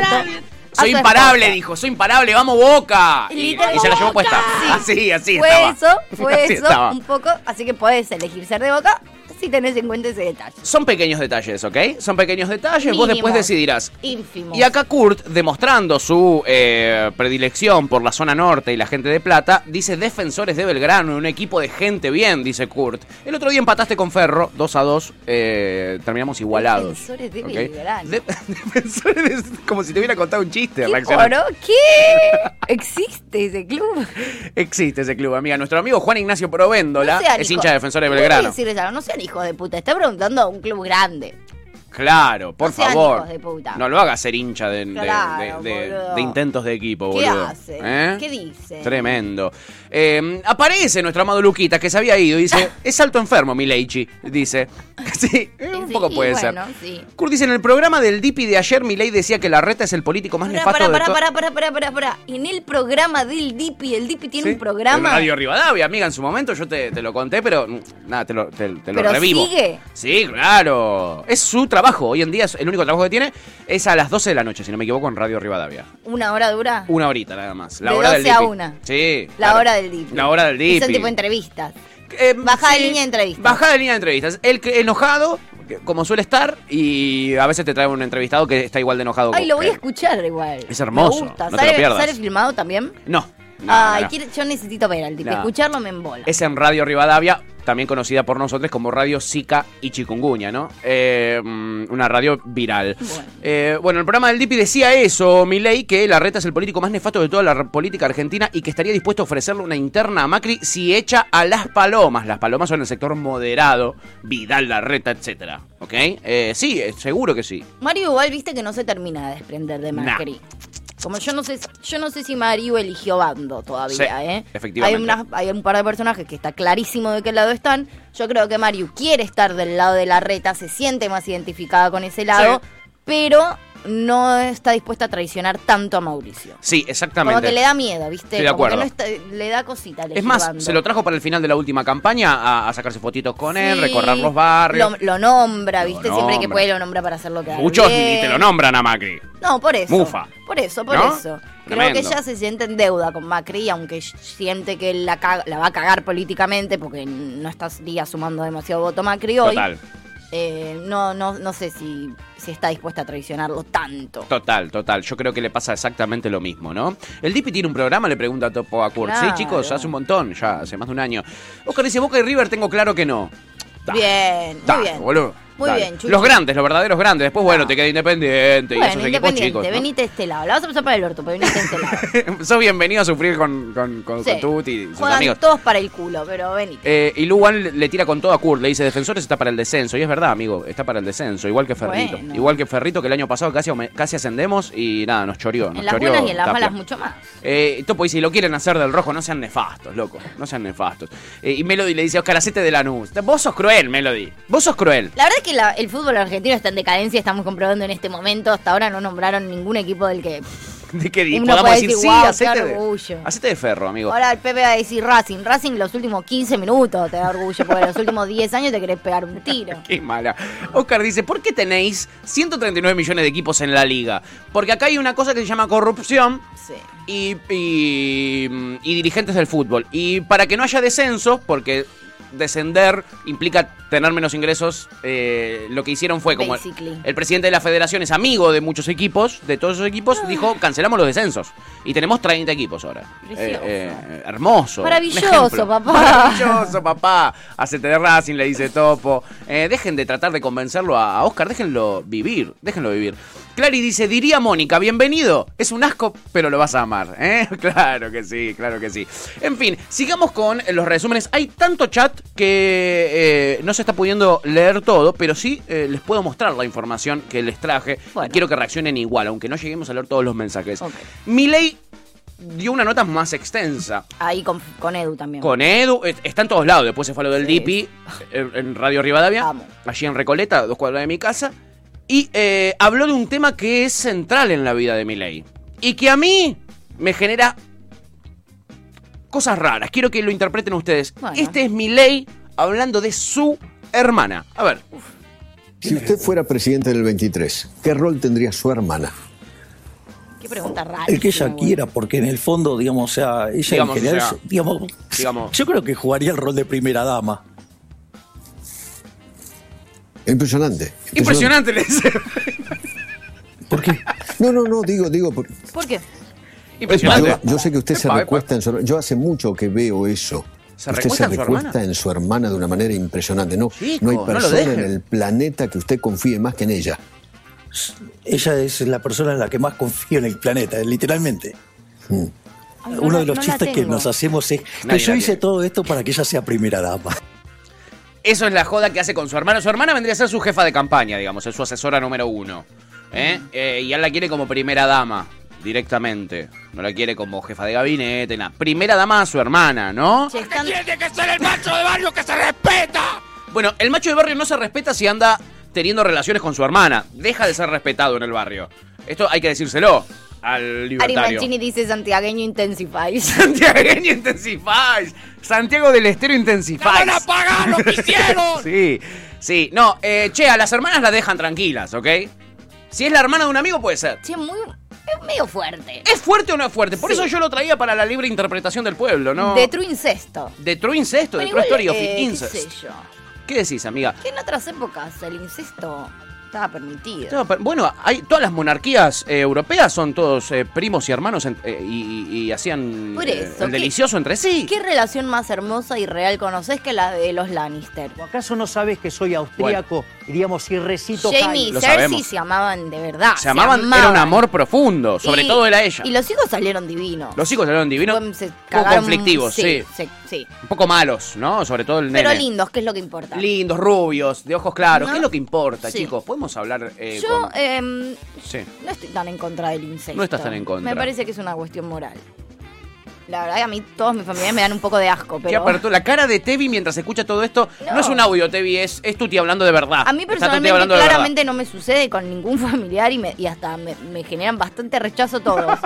Speaker 1: Soy
Speaker 2: su
Speaker 1: imparable,
Speaker 2: esposa.
Speaker 1: dijo, soy imparable, vamos boca. Y,
Speaker 2: Literal,
Speaker 1: y se la llevó
Speaker 2: Boca. <laughs>
Speaker 1: puesta. <laughs> Así, así
Speaker 2: fue
Speaker 1: estaba. <laughs>
Speaker 2: eso, fue
Speaker 1: Así
Speaker 2: eso
Speaker 1: estaba.
Speaker 2: un poco. Así que podés elegir ser de boca si tenés en cuenta ese detalle.
Speaker 1: Son pequeños detalles, ¿ok? Son pequeños detalles, vos después
Speaker 2: Mínimos.
Speaker 1: decidirás.
Speaker 2: Ínfimo.
Speaker 1: Y acá Kurt, demostrando su eh, predilección por la zona norte y la gente de Plata, dice defensores de Belgrano, un equipo de gente bien, dice Kurt. El otro día empataste con Ferro, 2 a 2, eh, terminamos igualados.
Speaker 2: Defensores de
Speaker 1: ¿ok?
Speaker 2: Belgrano.
Speaker 1: De- <laughs> defensores de- como si te hubiera contado un chiste.
Speaker 2: ¿Qué
Speaker 1: reaccionaste.
Speaker 2: coro?
Speaker 1: <laughs>
Speaker 2: ¿Qué? ¿Existe ese club?
Speaker 1: Existe ese club, amiga. Nuestro amigo Juan Ignacio Provéndola
Speaker 2: Sean
Speaker 1: es
Speaker 2: hijos-
Speaker 1: hincha de defensores de
Speaker 2: ¿Qué voy a
Speaker 1: Belgrano.
Speaker 2: decirles algo? No sean hijos de puta. Está preguntando a un club grande.
Speaker 1: Claro, por
Speaker 2: No sean
Speaker 1: favor.
Speaker 2: hijos de puta.
Speaker 1: No lo hagas ser hincha de, de-
Speaker 2: Claro,
Speaker 1: de- de-
Speaker 2: boludo.
Speaker 1: de intentos de equipo,
Speaker 2: ¿Qué
Speaker 1: boludo.
Speaker 2: hacen?
Speaker 1: ¿Eh?
Speaker 2: ¿Qué dicen?
Speaker 1: Tremendo. Eh, aparece nuestro amado Luquita, que se había ido, y
Speaker 2: <laughs>
Speaker 1: dice, es alto enfermo, mi Leichi, dice. <laughs> Sí, eh, un
Speaker 2: Sí,
Speaker 1: poco
Speaker 2: y
Speaker 1: puede
Speaker 2: bueno,
Speaker 1: ser.
Speaker 2: sí.
Speaker 1: Kurt dice, en el programa del Dipi de ayer, Milei decía que la reta es el político más
Speaker 2: Pará,
Speaker 1: nefasto
Speaker 2: pará,
Speaker 1: de
Speaker 2: pará,
Speaker 1: to-
Speaker 2: pará, pará, pará, pará, pará. En el programa del Dipi, el Dipi tiene
Speaker 1: Sí,
Speaker 2: un programa.
Speaker 1: en Radio Rivadavia, amiga, en su momento yo te, te lo conté, pero mm, nada, te lo, te- te lo
Speaker 2: Pero
Speaker 1: revivo.
Speaker 2: sigue.
Speaker 1: Sí, claro. Es su trabajo. Hoy en día es el único trabajo que tiene es a las 12 de la noche, si no me equivoco, en Radio Rivadavia.
Speaker 2: Una hora dura.
Speaker 1: Una horita nada más. La
Speaker 2: De
Speaker 1: hora
Speaker 2: 12 a
Speaker 1: del Dipi.
Speaker 2: una.
Speaker 1: Sí.
Speaker 2: La
Speaker 1: claro.
Speaker 2: hora del Dipi.
Speaker 1: La hora del
Speaker 2: Y
Speaker 1: Dipi.
Speaker 2: son tipo entrevistas.
Speaker 1: Eh,
Speaker 2: Bajada
Speaker 1: sí,
Speaker 2: de línea de entrevistas.
Speaker 1: Bajada de línea de entrevistas. El que enojado, que- como suele estar, y a veces te trae un entrevistado que está igual de enojado
Speaker 2: Ay,
Speaker 1: que-
Speaker 2: lo voy a
Speaker 1: que-
Speaker 2: escuchar igual.
Speaker 1: Es hermoso,
Speaker 2: Me gusta.
Speaker 1: no te
Speaker 2: ¿Sale,
Speaker 1: lo pierdas.
Speaker 2: sale filmado también?
Speaker 1: No. no,
Speaker 2: Ay,
Speaker 1: no.
Speaker 2: quiero- yo necesito ver al Dipi.
Speaker 1: No.
Speaker 2: Escucharlo me embola.
Speaker 1: Es en Radio Rivadavia, también conocida por nosotros como Radio Zika y Chikungunya, ¿no? Eh, mm, una radio viral. Bueno. bueno, el programa del Dipi decía eso, Milei, que Larreta es el político más nefasto de toda la r- política argentina y que estaría dispuesto a ofrecerle una interna a Macri si echa a las palomas. Las palomas son el sector moderado, Vidal, Larreta, etcétera. ¿Ok? Eh, sí, eh, seguro que sí.
Speaker 2: Mario igual viste que no se termina de desprender de
Speaker 1: Nah.
Speaker 2: Macri. Como yo no sé, yo no sé si Mario eligió bando todavía,
Speaker 1: Sí,
Speaker 2: ¿eh?
Speaker 1: efectivamente.
Speaker 2: Hay, unas- hay un par de personajes que está clarísimo de qué lado están. Yo creo que Mario quiere estar del lado de la reta, se siente más identificada con ese lado, pero no está dispuesta a traicionar tanto a Mauricio.
Speaker 1: Sí, exactamente.
Speaker 2: Como que le da miedo, ¿viste?
Speaker 1: Estoy de
Speaker 2: Como que
Speaker 1: acuerdo.
Speaker 2: no está- le da cosita elegir
Speaker 1: Es más,
Speaker 2: bando.
Speaker 1: se lo trajo para el final de la última campaña a, a sacarse fotitos con él,
Speaker 2: Sí,
Speaker 1: recorrer los barrios.
Speaker 2: Lo, lo nombra, ¿viste? Siempre que
Speaker 1: nombra.
Speaker 2: puede lo nombra para hacerlo quedar
Speaker 1: Muchos
Speaker 2: bien.
Speaker 1: ni te lo nombran a Macri.
Speaker 2: No, por eso.
Speaker 1: Mufa.
Speaker 2: Por eso, por
Speaker 1: ¿No?
Speaker 2: eso. Creo
Speaker 1: Tremendo.
Speaker 2: que ella se siente en deuda con Macri, aunque siente que la, ca- la va a cagar políticamente porque no estaría sumando demasiado voto Macri hoy.
Speaker 1: Total,
Speaker 2: eh, no, no, no sé si, si está dispuesta a traicionarlo tanto.
Speaker 1: total, total. Yo creo que le pasa exactamente lo mismo, ¿no? El Dipi tiene un programa, le pregunta a Topo a Kurt. Sí,
Speaker 2: Claro.
Speaker 1: chicos, hace un montón, ya hace más de un año. Oscar dice, Boca y River tengo claro que no. Da,
Speaker 2: Bien,
Speaker 1: da,
Speaker 2: muy bien.
Speaker 1: boludo.
Speaker 2: Muy
Speaker 1: Dale.
Speaker 2: bien, Chuchi.
Speaker 1: Los grandes, los verdaderos grandes. Después, bueno, te queda Independiente y
Speaker 2: Bueno,
Speaker 1: esos equipos
Speaker 2: independiente,
Speaker 1: chicos. ¿no?
Speaker 2: venite a este lado. La vas a pasar para el orto, pero venite a este
Speaker 1: <laughs>
Speaker 2: lado.
Speaker 1: Sos bienvenido a sufrir con, con, <laughs> con,
Speaker 2: Sí.
Speaker 1: con Tuti y sus
Speaker 2: Juegan
Speaker 1: amigos.
Speaker 2: todos para el culo, pero venite.
Speaker 1: Eh, y Luan le- le tira con todo a Kurt, le dice, Defensores está para el descenso. Y es verdad, amigo, está para el descenso, igual que Ferrito.
Speaker 2: Bueno.
Speaker 1: Igual que Ferrito, que el año pasado casi, aume- casi ascendemos y nada, nos choreó. Nos
Speaker 2: En las
Speaker 1: choreó
Speaker 2: buenas y en las
Speaker 1: Tapia.
Speaker 2: malas mucho más.
Speaker 1: Eh, Topo dice, y lo quieren hacer del rojo, no sean nefastos, loco, no sean nefastos. Eh, y Melody le dice, Oscar, hacete de la nuz. Vos sos cruel, Melody, vos sos cruel. <laughs>
Speaker 2: La verdad es que la- el fútbol argentino está en decadencia, estamos comprobando en este momento. Hasta ahora no nombraron ningún equipo del que
Speaker 1: De que di-
Speaker 2: Uno
Speaker 1: podamos
Speaker 2: puede
Speaker 1: decir,
Speaker 2: decir,
Speaker 1: sí,
Speaker 2: "Guau, qué
Speaker 1: hacete de,
Speaker 2: orgullo".
Speaker 1: hacete de ferro, amigo.
Speaker 2: Ahora el Pepe va a decir Racing. Racing los últimos 15 minutos te da orgullo, porque los últimos 10 años te querés pegar un tiro.
Speaker 1: Qué mala. Oscar dice, ¿por qué tenéis 139 millones de equipos en la liga? Porque acá hay una cosa que se llama corrupción
Speaker 2: Sí.
Speaker 1: y, y- y dirigentes del fútbol. Y para que no haya descenso, porque descender implica tener menos ingresos, eh, lo que hicieron fue como... el-
Speaker 2: Basically.
Speaker 1: El presidente de la federación es amigo de muchos equipos, de todos esos equipos,
Speaker 2: Ah.
Speaker 1: dijo, cancelamos los descensos. Y tenemos 30 equipos ahora. Eh,
Speaker 2: Precioso.
Speaker 1: hermoso. Un
Speaker 2: Maravilloso,
Speaker 1: ejemplo.
Speaker 2: papá.
Speaker 1: Maravilloso, papá. Hacete de Racing, le dice Topo. Eh, dejen de tratar de convencerlo a Oscar, déjenlo vivir, déjenlo vivir. Clary dice, diría Mónica, bienvenido. Es un asco, pero lo vas a amar. ¿eh? <laughs> Claro que sí, claro que sí. En fin, sigamos con los resúmenes. Hay tanto chat que eh, no se está pudiendo leer todo, pero sí eh, les puedo mostrar la información que les traje.
Speaker 2: Bueno.
Speaker 1: Quiero que reaccionen igual, aunque no lleguemos a leer todos los mensajes.
Speaker 2: Ok.
Speaker 1: Milei dio una nota más extensa.
Speaker 2: Ahí con, con Edu también.
Speaker 1: Con Edu, eh, está en todos lados. Después se fue a lo del
Speaker 2: Sí.
Speaker 1: Dipi eh, en Radio Rivadavia,
Speaker 2: Amo.
Speaker 1: allí en Recoleta, dos cuadras de mi casa. Y eh, habló de un tema que es central en la vida de Milei. Y que a mí me genera cosas raras. Quiero que lo interpreten ustedes.
Speaker 2: Bueno.
Speaker 1: Este es Milei hablando de su hermana. A ver.
Speaker 8: Si usted fuera presidente del 23, ¿qué rol tendría su hermana?
Speaker 2: Qué pregunta rara.
Speaker 9: El que ella quiera, porque en el fondo, digamos, o sea, ella
Speaker 1: Digamos,
Speaker 9: en general,
Speaker 1: o sea,
Speaker 9: digamos,
Speaker 1: digamos.
Speaker 9: yo creo que jugaría el rol de primera dama.
Speaker 8: Impresionante.
Speaker 1: Impresionante, le dice.
Speaker 8: ¿Por qué? No, no, no, digo, digo. por-
Speaker 2: ¿Por qué?
Speaker 8: Yo,
Speaker 1: Impresionante.
Speaker 8: yo sé que usted se
Speaker 1: Epa, epa.
Speaker 8: recuesta en su hermana. Yo hace mucho que veo eso.
Speaker 1: ¿Se
Speaker 8: usted
Speaker 1: recuesta
Speaker 8: se
Speaker 1: en su
Speaker 8: recuesta
Speaker 1: hermana?
Speaker 8: en su hermana de una manera impresionante. No,
Speaker 1: Chico,
Speaker 8: no hay
Speaker 1: no lo
Speaker 8: persona
Speaker 1: dejen.
Speaker 8: en el planeta que usted confíe más que en ella.
Speaker 9: <laughs> Ella es la persona en la que más confío en el planeta, literalmente.
Speaker 2: Ay, no,
Speaker 9: Uno de los
Speaker 2: no la
Speaker 9: chistes que
Speaker 2: tengo.
Speaker 9: nos hacemos es que
Speaker 1: Nadie
Speaker 9: yo
Speaker 1: la
Speaker 9: hice
Speaker 1: tiene.
Speaker 9: todo esto para que ella sea primera dama.
Speaker 1: Eso es la joda que hace con su hermana. Su hermana vendría a ser su jefa de campaña, digamos, es su asesora número uno. ¿eh? Eh, y él la quiere como primera dama, directamente. No la quiere como jefa de gabinete, nada. Primera dama a su hermana, ¿no?
Speaker 2: Che, están-
Speaker 1: Bueno, el macho de barrio no se respeta si anda teniendo relaciones con su hermana. Deja de ser respetado en el barrio. Esto hay que decírselo al
Speaker 2: Ari
Speaker 1: libertario.
Speaker 2: Mancini dice santiagueño
Speaker 1: <laughs>
Speaker 2: intensifies.
Speaker 1: Santiagueño Intensifies. Santiago del Estero Intensifies. ¡Van a pagar lo que hicieron! <laughs> sí, sí. No, eh, che, a las hermanas las dejan tranquilas, ¿ok? Si es la hermana de un amigo, puede ser.
Speaker 2: Che, muy, es medio fuerte.
Speaker 1: ¿Es fuerte o no es fuerte? Por eso yo lo traía para la libre interpretación del pueblo, ¿no?
Speaker 2: De true incesto.
Speaker 1: De true incesto, de
Speaker 2: Bueno,
Speaker 1: true
Speaker 2: igual,
Speaker 1: story of
Speaker 2: eh, qué
Speaker 1: incest.
Speaker 2: sé yo.
Speaker 1: ¿Qué decís, amiga?
Speaker 2: Que en otras épocas el incesto estaba permitido.
Speaker 1: No, pero, bueno, hay, todas las monarquías eh, europeas son todos eh, primos y hermanos en- eh, y, y- y hacían
Speaker 2: Por
Speaker 1: eh,
Speaker 2: eso,
Speaker 1: el
Speaker 2: ¿qué-
Speaker 1: delicioso entre sí.
Speaker 2: ¿Qué relación más hermosa y real conoces que la de los Lannister?
Speaker 10: ¿Acaso no sabes que soy austríaco? Y digamos, si recito
Speaker 2: Jamie y
Speaker 1: Lo
Speaker 2: Cersei
Speaker 1: sabemos.
Speaker 2: se amaban de verdad.
Speaker 1: se, amaban, era un amor profundo, sobre
Speaker 2: Y-
Speaker 1: todo era ella.
Speaker 2: Y los hijos salieron divinos.
Speaker 1: Los hijos salieron divinos,
Speaker 2: Fue- se
Speaker 1: un poco
Speaker 2: cagaron-
Speaker 1: conflictivos, sí.
Speaker 2: sí, sí.
Speaker 1: Un poco malos, ¿no? Sobre todo el nene.
Speaker 2: Pero lindos, que es lo que importa.
Speaker 1: Lindos, rubios, de ojos claros.
Speaker 2: ¿No?
Speaker 1: ¿Qué es lo que importa,
Speaker 2: Sí.
Speaker 1: chicos? Podemos hablar eh,
Speaker 2: Yo
Speaker 1: con-
Speaker 2: em,
Speaker 1: Sí.
Speaker 2: no estoy tan en contra del incesto.
Speaker 1: No estás tan en contra.
Speaker 2: Me parece que es una cuestión moral. La verdad que a mí todos mis familiares me dan un poco de asco,
Speaker 1: Qué
Speaker 2: pero...
Speaker 1: apertura. La cara de Tevi mientras escucha todo esto no,
Speaker 2: No.
Speaker 1: es un audio, Tevi, es, es Tuti hablando de verdad.
Speaker 2: A mí
Speaker 1: Está Tuti
Speaker 2: personalmente
Speaker 1: Ah, hablando de verdad.
Speaker 2: claramente no me sucede con ningún <laughs> familiar y, me- y hasta me, me generan bastante rechazo todos.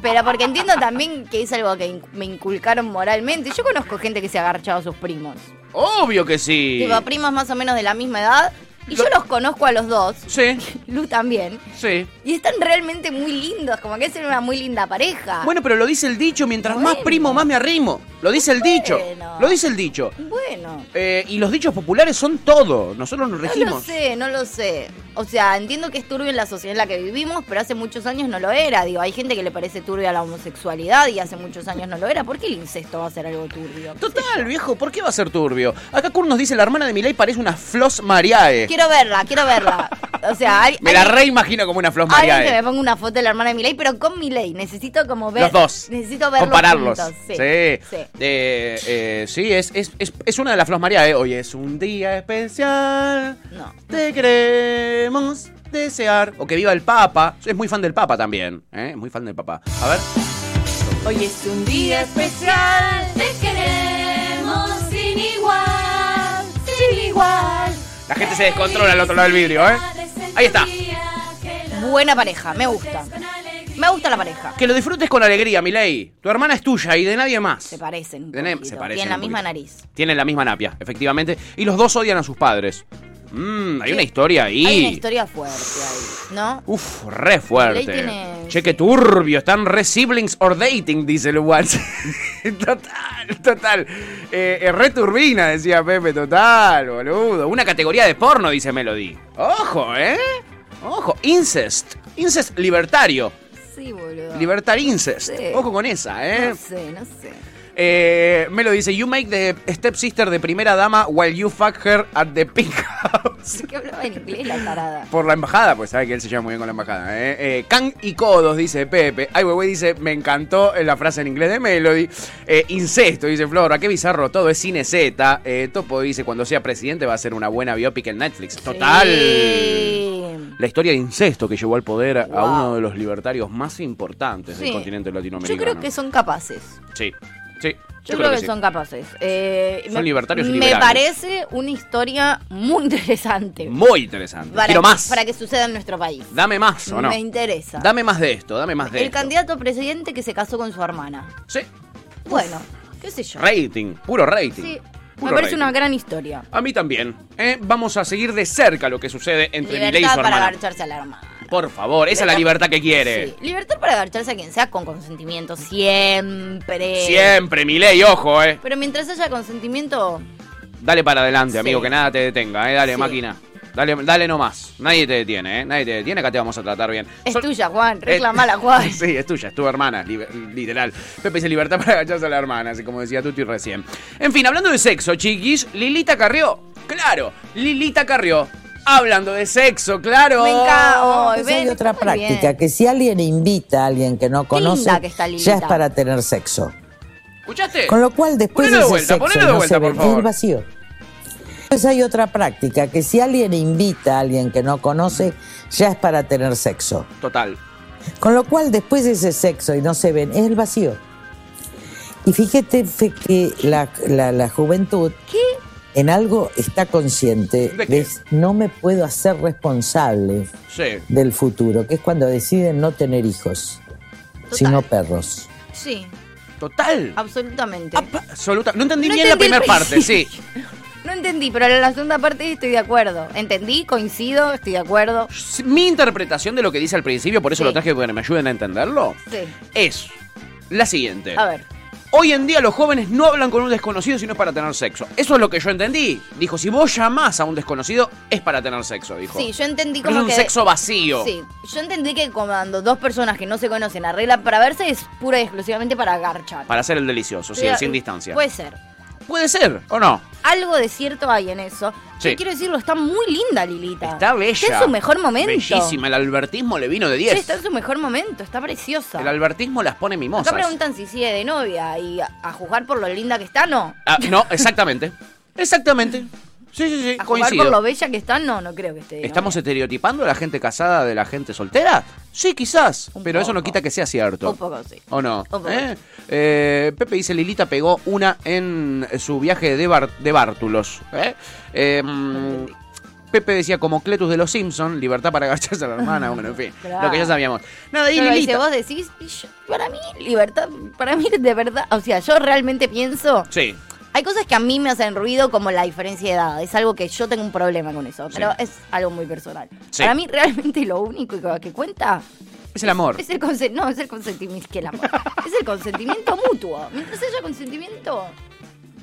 Speaker 2: Pero porque entiendo también que es algo que in- me inculcaron moralmente. Yo conozco gente que se ha agarchado a sus primos.
Speaker 1: Obvio que sí.
Speaker 2: Tipo, primos más o menos de la misma edad. Y yo
Speaker 1: Lo-
Speaker 2: los conozco a los dos. <laughs>
Speaker 1: Sí,
Speaker 2: Lu también.
Speaker 1: sí.
Speaker 2: Y están realmente muy lindos, como que es una muy linda pareja.
Speaker 1: Bueno, pero lo dice el dicho, mientras más
Speaker 2: Ah. Bueno.
Speaker 1: primo, más me arrimo. Lo dice el dicho.
Speaker 2: Bueno.
Speaker 1: Lo dice el dicho.
Speaker 2: Bueno.
Speaker 1: Eh, y los dichos populares son todo. Nosotros nos
Speaker 2: No lo
Speaker 1: regimos.
Speaker 2: sé, no lo sé. O sea, entiendo que es turbio en la sociedad en la que vivimos, pero hace muchos años no lo era. Digo, hay gente que le parece turbia la homosexualidad y hace muchos años no lo era. ¿Por qué el incesto va a ser algo turbio?
Speaker 1: Total, viejo, ¿por qué va a ser turbio? Acá Kur nos dice, la hermana de Milei parece una Flos Mariae.
Speaker 2: Quiero verla, quiero verla. O sea, hay,
Speaker 1: Me la
Speaker 2: hay-
Speaker 1: reimagino como una Flos
Speaker 2: hay alguien que me
Speaker 1: Mariae.
Speaker 2: ponga una foto de la hermana de Milei, pero con Milei. Necesito como ver.
Speaker 1: Los dos.
Speaker 2: Necesito verlos
Speaker 1: Compararlos.
Speaker 2: juntos,
Speaker 1: Sí.
Speaker 2: Sí.
Speaker 1: Eh, eh, sí, es, es, es, es una de las Flos Mariae. Hoy es un día especial.
Speaker 2: No.
Speaker 1: Te queremos desear. O que viva el Papa. Es muy fan del Papa también. ¿eh? Es muy fan del Papa. A ver.
Speaker 3: Hoy es un día especial, te queremos sin igual, sin igual.
Speaker 1: La gente se descontrola al otro lado del vidrio, ¿eh? Ahí está.
Speaker 2: Buena pareja, me gusta. Me gusta la pareja.
Speaker 1: Que lo disfrutes con alegría, Milei. Tu hermana es tuya y de nadie más.
Speaker 2: Se parecen. un
Speaker 1: De ne-
Speaker 2: poquito.
Speaker 1: se parecen
Speaker 2: Tienen la
Speaker 1: un
Speaker 2: misma
Speaker 1: poquito.
Speaker 2: nariz.
Speaker 1: Tienen la misma napia, efectivamente. Y los dos odian a sus padres. Mmm, hay
Speaker 2: Sí.
Speaker 1: una historia ahí.
Speaker 2: Hay una historia fuerte ahí, ¿no?
Speaker 1: Uf, re fuerte.
Speaker 2: Milei tiene-
Speaker 1: Che, qué turbio. Están re siblings or dating, dice el Watts. <laughs> total, total. Eh, eh, re turbina, decía Pepe, total, boludo. Una categoría de porno, dice Melody. Ojo, ¿eh? Ojo, incest. Incest libertario.
Speaker 2: Sí, boludo.
Speaker 1: Libertar incest.
Speaker 2: Ah. Sí.
Speaker 1: Ojo con esa, ¿eh?
Speaker 2: No sé, no sé.
Speaker 1: Eh, Melo dice, you make the stepsister de primera dama while you fuck her at the pink house. <laughs>
Speaker 2: ¿Por qué hablaba en inglés la tarada?
Speaker 1: Por la embajada, pues sabe que él se lleva muy bien con la embajada. ¿eh? Eh, Can y codos, dice Pepe. Ay, wey, dice, me encantó eh, la frase en inglés de Melody. Eh, incesto, dice Flora. Qué bizarro todo, es cine Z. Eh, Topo dice, cuando sea presidente va a ser una buena biopic en Netflix. Total.
Speaker 2: Sí.
Speaker 1: La historia de incesto que llevó al poder a
Speaker 2: Wow.
Speaker 1: uno de los libertarios más importantes del
Speaker 2: Sí.
Speaker 1: continente
Speaker 2: Yo
Speaker 1: latinoamericano.
Speaker 2: creo que son capaces.
Speaker 1: Sí, sí.
Speaker 2: Yo, creo, que,
Speaker 1: sí.
Speaker 2: son capaces. Eh,
Speaker 1: Son libertarios y
Speaker 2: Me
Speaker 1: liberales.
Speaker 2: parece una historia muy interesante.
Speaker 1: Muy interesante.
Speaker 2: para,
Speaker 1: Quiero más.
Speaker 2: para que suceda en nuestro país.
Speaker 1: Dame más, ¿o no?
Speaker 2: Me interesa.
Speaker 1: Dame más de esto, dame más de
Speaker 2: El
Speaker 1: esto.
Speaker 2: candidato presidente que se casó con su hermana.
Speaker 1: Sí.
Speaker 2: Bueno, qué sé yo.
Speaker 1: Rating, puro rating.
Speaker 2: Sí, me
Speaker 1: Puro
Speaker 2: parece
Speaker 1: rating.
Speaker 2: una gran historia.
Speaker 1: A mí también. ¿eh? Vamos a seguir de cerca lo que sucede entre Milei y
Speaker 2: Libertad
Speaker 1: su
Speaker 2: para
Speaker 1: hermana.
Speaker 2: agacharse a la hermana.
Speaker 1: Por favor, esa es la libertad que quiere.
Speaker 2: Libertad para agacharse a quien sea con consentimiento, siempre.
Speaker 1: Siempre, mi ley, ojo, eh.
Speaker 2: Pero mientras haya consentimiento,
Speaker 1: Dale para adelante, amigo, que nada te detenga, eh. Dale, máquina. Dale, dale nomás. Nadie te detiene, eh. Nadie te detiene, acá te vamos a tratar bien.
Speaker 2: es tuya, Juan. Reclamala,
Speaker 1: <laughs> la
Speaker 2: Juan.
Speaker 1: eh, Sí, es tuya, es tu hermana, li- literal. Pepe dice libertad para agacharse a la hermana, así como decía Tuti recién. En fin, hablando de sexo, chiquis, Lilita Carrió. Claro, Lilita Carrió. Hablando de sexo, claro.
Speaker 2: Me encanta. Oh, ven,
Speaker 11: Esa pues hay otra
Speaker 2: está muy bien.
Speaker 11: práctica, que si alguien invita a alguien que no conoce,
Speaker 2: linda que está Lilita.
Speaker 11: ya es para tener sexo.
Speaker 1: ¿Escuchaste?
Speaker 11: Con lo cual después
Speaker 1: Eh, Ponelo de
Speaker 11: ese
Speaker 1: vuelta,
Speaker 11: sexo
Speaker 1: ponelo de
Speaker 11: no
Speaker 1: vuelta,
Speaker 11: se
Speaker 1: por
Speaker 11: ve,
Speaker 1: favor.
Speaker 11: queda vacío. Entonces hay otra práctica, que si alguien invita a alguien que no conoce, ya es para tener sexo.
Speaker 1: Total.
Speaker 11: Con lo cual después de ese sexo y no se ven, es el vacío. Y fíjate fe- que la, la- la juventud en algo está consciente,
Speaker 1: ¿De qué?
Speaker 11: de no me puedo hacer responsable
Speaker 1: Sí.
Speaker 11: del futuro, que es cuando deciden no tener hijos, sino perros.
Speaker 2: sí.
Speaker 1: Total.
Speaker 2: Absolutamente.
Speaker 11: Ah,
Speaker 1: Absoluta. No entendí
Speaker 2: Ah, No
Speaker 1: bien
Speaker 2: entendí
Speaker 1: la
Speaker 2: el
Speaker 1: primera parte, sí.
Speaker 2: No entendí, pero en la segunda parte estoy de acuerdo. Entendí, coincido, estoy de acuerdo.
Speaker 1: Mi interpretación de lo que dice al principio, por eso lo traje para que me ayuden a entenderlo,
Speaker 2: Sí.
Speaker 1: es la siguiente.
Speaker 2: A ver.
Speaker 1: Hoy en día los jóvenes no hablan con un desconocido si no es para tener sexo. Eso es lo que yo entendí. Dijo, si vos llamás a un desconocido, es para tener sexo, dijo.
Speaker 2: Sí, yo entendí
Speaker 1: Pero
Speaker 2: como
Speaker 1: es un
Speaker 2: que.
Speaker 1: sexo vacío.
Speaker 2: Sí, yo entendí que cuando dos personas que no se conocen arreglan para verse es pura y exclusivamente para agarchar.
Speaker 1: Para hacer el delicioso, sí,
Speaker 2: Pero, pues,
Speaker 1: sin distancia.
Speaker 2: eh, Puede ser.
Speaker 1: Puede ser, ¿o no?
Speaker 2: Algo de cierto hay en eso.
Speaker 1: Sí.
Speaker 2: Yo quiero decirlo, está muy linda Lilita.
Speaker 1: Está bella.
Speaker 2: Está en su mejor momento.
Speaker 1: Bellísima, el albertismo le vino de 10.
Speaker 2: Sí, está en su mejor momento, está preciosa.
Speaker 1: El albertismo las pone mimosas.
Speaker 2: Acá preguntan si sigue de novia y a, a juzgar por lo linda que está, no.
Speaker 1: Ah, no, exactamente. Exactamente. Sí, sí, sí,
Speaker 2: A juzgar
Speaker 1: coincido.
Speaker 2: por lo bella que está, no, no creo que esté. de
Speaker 1: ¿Estamos estereotipando a la gente casada de la gente soltera? Sí, quizás, pero eso no
Speaker 2: poco.
Speaker 1: quita que sea
Speaker 2: novia.
Speaker 1: cierto.
Speaker 2: Un poco, sí.
Speaker 1: ¿O no?
Speaker 2: poco.
Speaker 1: ¿Eh? Eh, Pepe dice, Lilita pegó una en su viaje de, Bar- de Bártulos. ¿eh? Eh, Pepe decía, como Cletus de los Simpson, libertad para agacharse a la hermana. Bueno, en fin,
Speaker 2: Claro.
Speaker 1: lo que ya sabíamos. Nada, y
Speaker 2: Pero dice,
Speaker 1: Lilita.
Speaker 2: vos decís, y yo- para mí, libertad, para mí de verdad, o sea, yo realmente pienso,
Speaker 1: Sí,
Speaker 2: hay cosas que a mí me hacen ruido como la diferencia de edad, es algo que yo tengo un problema con eso, pero es algo muy personal.
Speaker 1: Sí.
Speaker 2: Para mí <laughs> realmente lo único que- que cuenta
Speaker 1: es el amor.
Speaker 2: es el consentimiento, no, es el consentimiento, que el
Speaker 1: <laughs>
Speaker 2: amor, es el consentimiento mutuo. Mientras haya consentimiento,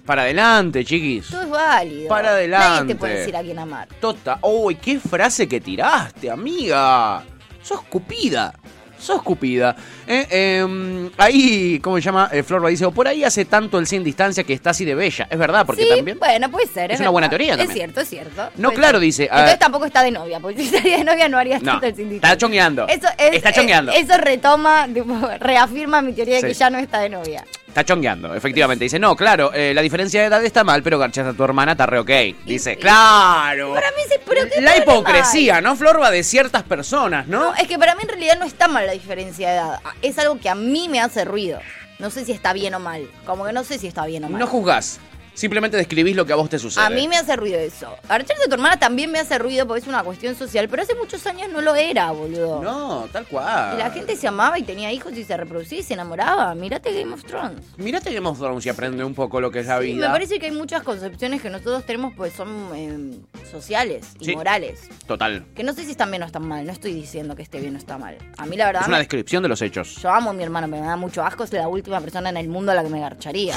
Speaker 1: Para adelante, chiquis.
Speaker 2: todo es válido.
Speaker 1: Para
Speaker 2: Nadie
Speaker 1: adelante.
Speaker 2: te puede decir a quién amar.
Speaker 1: Tota. ¡Uy, qué frase que tiraste, amiga! ¡Sos cupida! ¡Sos cupida! Eh, eh, ahí, ¿cómo se llama? Eh, Florba dice, o por ahí hace tanto el sin distancia que está así de bella. Es verdad, porque
Speaker 2: sí,
Speaker 1: también...
Speaker 2: bueno, puede ser.
Speaker 1: es una buena
Speaker 2: verdad.
Speaker 1: teoría
Speaker 2: Es
Speaker 1: también.
Speaker 2: cierto, es cierto.
Speaker 1: No,
Speaker 2: Puede
Speaker 1: claro,
Speaker 2: ser.
Speaker 1: dice, ah,
Speaker 2: Entonces tampoco está de novia, porque si estaría de novia no haría
Speaker 1: No,
Speaker 2: tanto el sindicato.
Speaker 1: está chongueando.
Speaker 2: Eso es-
Speaker 1: está chongueando.
Speaker 2: eh, Eso retoma, tipo, <laughs> reafirma mi teoría de que
Speaker 1: Sí.
Speaker 2: ya no está de novia.
Speaker 1: Está chongueando, efectivamente. Dice, no, claro, eh, la diferencia de edad está mal, pero garchas a tu hermana está re ok. Dice, claro.
Speaker 2: Para mí sí, pero ¿qué
Speaker 1: La
Speaker 2: problema
Speaker 1: hipocresía, ¿no, Florba? De ciertas personas,
Speaker 2: hay?
Speaker 1: ¿no?
Speaker 2: No, es que para mí en realidad no está mal la diferencia de edad. Es algo que a mí me hace ruido. No sé si está bien o mal. Como que no sé si está bien o mal.
Speaker 1: No eh. juzgás. Simplemente describís lo que a vos te sucede.
Speaker 2: A mí me hace ruido eso. Archarte de tu hermana también me hace ruido porque es una cuestión social, pero hace muchos años no lo era, boludo.
Speaker 1: No, tal cual.
Speaker 2: Y la gente se amaba y tenía hijos y se reproducía y se enamoraba. Mirate Game of Thrones.
Speaker 1: Mirate Game of Thrones y aprende un poco lo que es la
Speaker 2: Y
Speaker 1: vida.
Speaker 2: me parece que hay muchas concepciones que nosotros tenemos pues son eh, sociales y
Speaker 1: Sí.
Speaker 2: morales.
Speaker 1: Total.
Speaker 2: Que no sé si están bien o están mal. No estoy diciendo que esté bien o está mal. A mí la verdad...
Speaker 1: Es una
Speaker 2: me-
Speaker 1: descripción de los hechos.
Speaker 2: yo amo a mi hermano, pero me da mucho asco. Es la última persona en el mundo a la que me garcharía.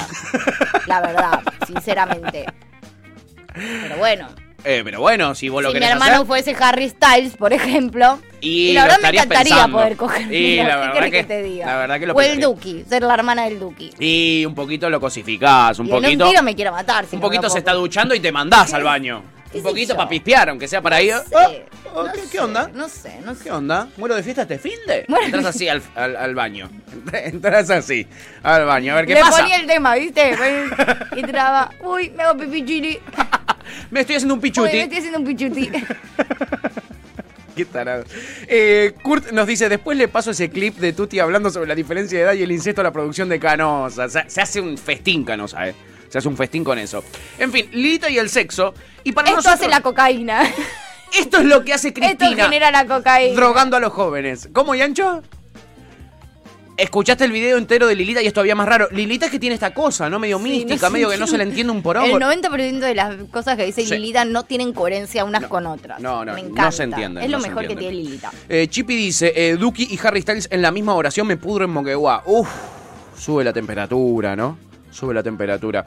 Speaker 2: la verdad, sinceramente. Pero bueno.
Speaker 1: Eh, pero bueno, si vos lo
Speaker 2: si mi
Speaker 1: querés
Speaker 2: hermano
Speaker 1: hacer...
Speaker 2: fuese Harry Styles, por ejemplo,
Speaker 1: Y,
Speaker 2: la
Speaker 1: lo
Speaker 2: verdad me
Speaker 1: estarías
Speaker 2: encantaría
Speaker 1: pensando.
Speaker 2: poder coger.
Speaker 1: Y
Speaker 2: Mira,
Speaker 1: la
Speaker 2: ¿qué
Speaker 1: verdad
Speaker 2: querés
Speaker 1: que,
Speaker 2: que te diga?
Speaker 1: La verdad que lo
Speaker 2: o el
Speaker 1: pensaría.
Speaker 2: Duki, ser la hermana del Duki.
Speaker 1: Y un poquito lo cosificás, un
Speaker 2: y en
Speaker 1: poquito...
Speaker 2: un tiro me quiero matar. si
Speaker 1: un
Speaker 2: no
Speaker 1: poquito
Speaker 2: lo
Speaker 1: se
Speaker 2: cojo.
Speaker 1: está duchando y te mandás al baño. Un poquito para pispear, aunque sea para ir...
Speaker 2: No sé,
Speaker 1: Oh,
Speaker 2: no
Speaker 1: ¿qué,
Speaker 2: sé,
Speaker 1: qué onda?
Speaker 2: No sé, no sé.
Speaker 1: ¿Qué onda? ¿Muero de fiesta este fin de?
Speaker 2: Muero de
Speaker 1: Entras así al, al- al baño. <laughs> Entras así al baño. A ver qué
Speaker 2: Le
Speaker 1: pasa.
Speaker 2: ponía el tema,
Speaker 1: <laughs>
Speaker 2: ¿viste? Y traba. Uy, me hago pipichiri.
Speaker 1: Me estoy haciendo un
Speaker 2: Uy,
Speaker 1: pichuti.
Speaker 2: me estoy haciendo un
Speaker 1: <laughs>
Speaker 2: pichuti.
Speaker 1: Qué tarado. Eh, Kurt nos dice, después le paso ese clip de Tuti hablando sobre la diferencia de edad y el incesto a la producción de Canosa. Se, se hace un festín Canosa, eh. Se hace un festín con eso. En fin, Lilita y el sexo. Y para
Speaker 2: Esto
Speaker 1: nosotros,
Speaker 2: hace la cocaína.
Speaker 1: esto es lo que hace
Speaker 2: Esto
Speaker 1: Cristina
Speaker 2: genera la cocaína.
Speaker 1: drogando a los jóvenes. ¿Cómo, Yancho? Escuchaste el video entero de Lilita y es todavía más raro. Lilita es que tiene esta cosa, ¿no? Medio mística, medio que no se le entiende un porongo.
Speaker 2: El 90% de las cosas que dice
Speaker 1: Sí.
Speaker 2: Lilita no tienen coherencia unas con otras.
Speaker 1: No, no,
Speaker 2: Me encanta.
Speaker 1: no se entiende.
Speaker 2: Es lo
Speaker 1: no se
Speaker 2: mejor que
Speaker 1: entienden.
Speaker 2: tiene Lilita.
Speaker 1: Eh, Chippy dice, eh, Duki y Harry Styles en la misma oración me pudro en Moquegua. Uf, sube la temperatura, ¿no? Sube la temperatura.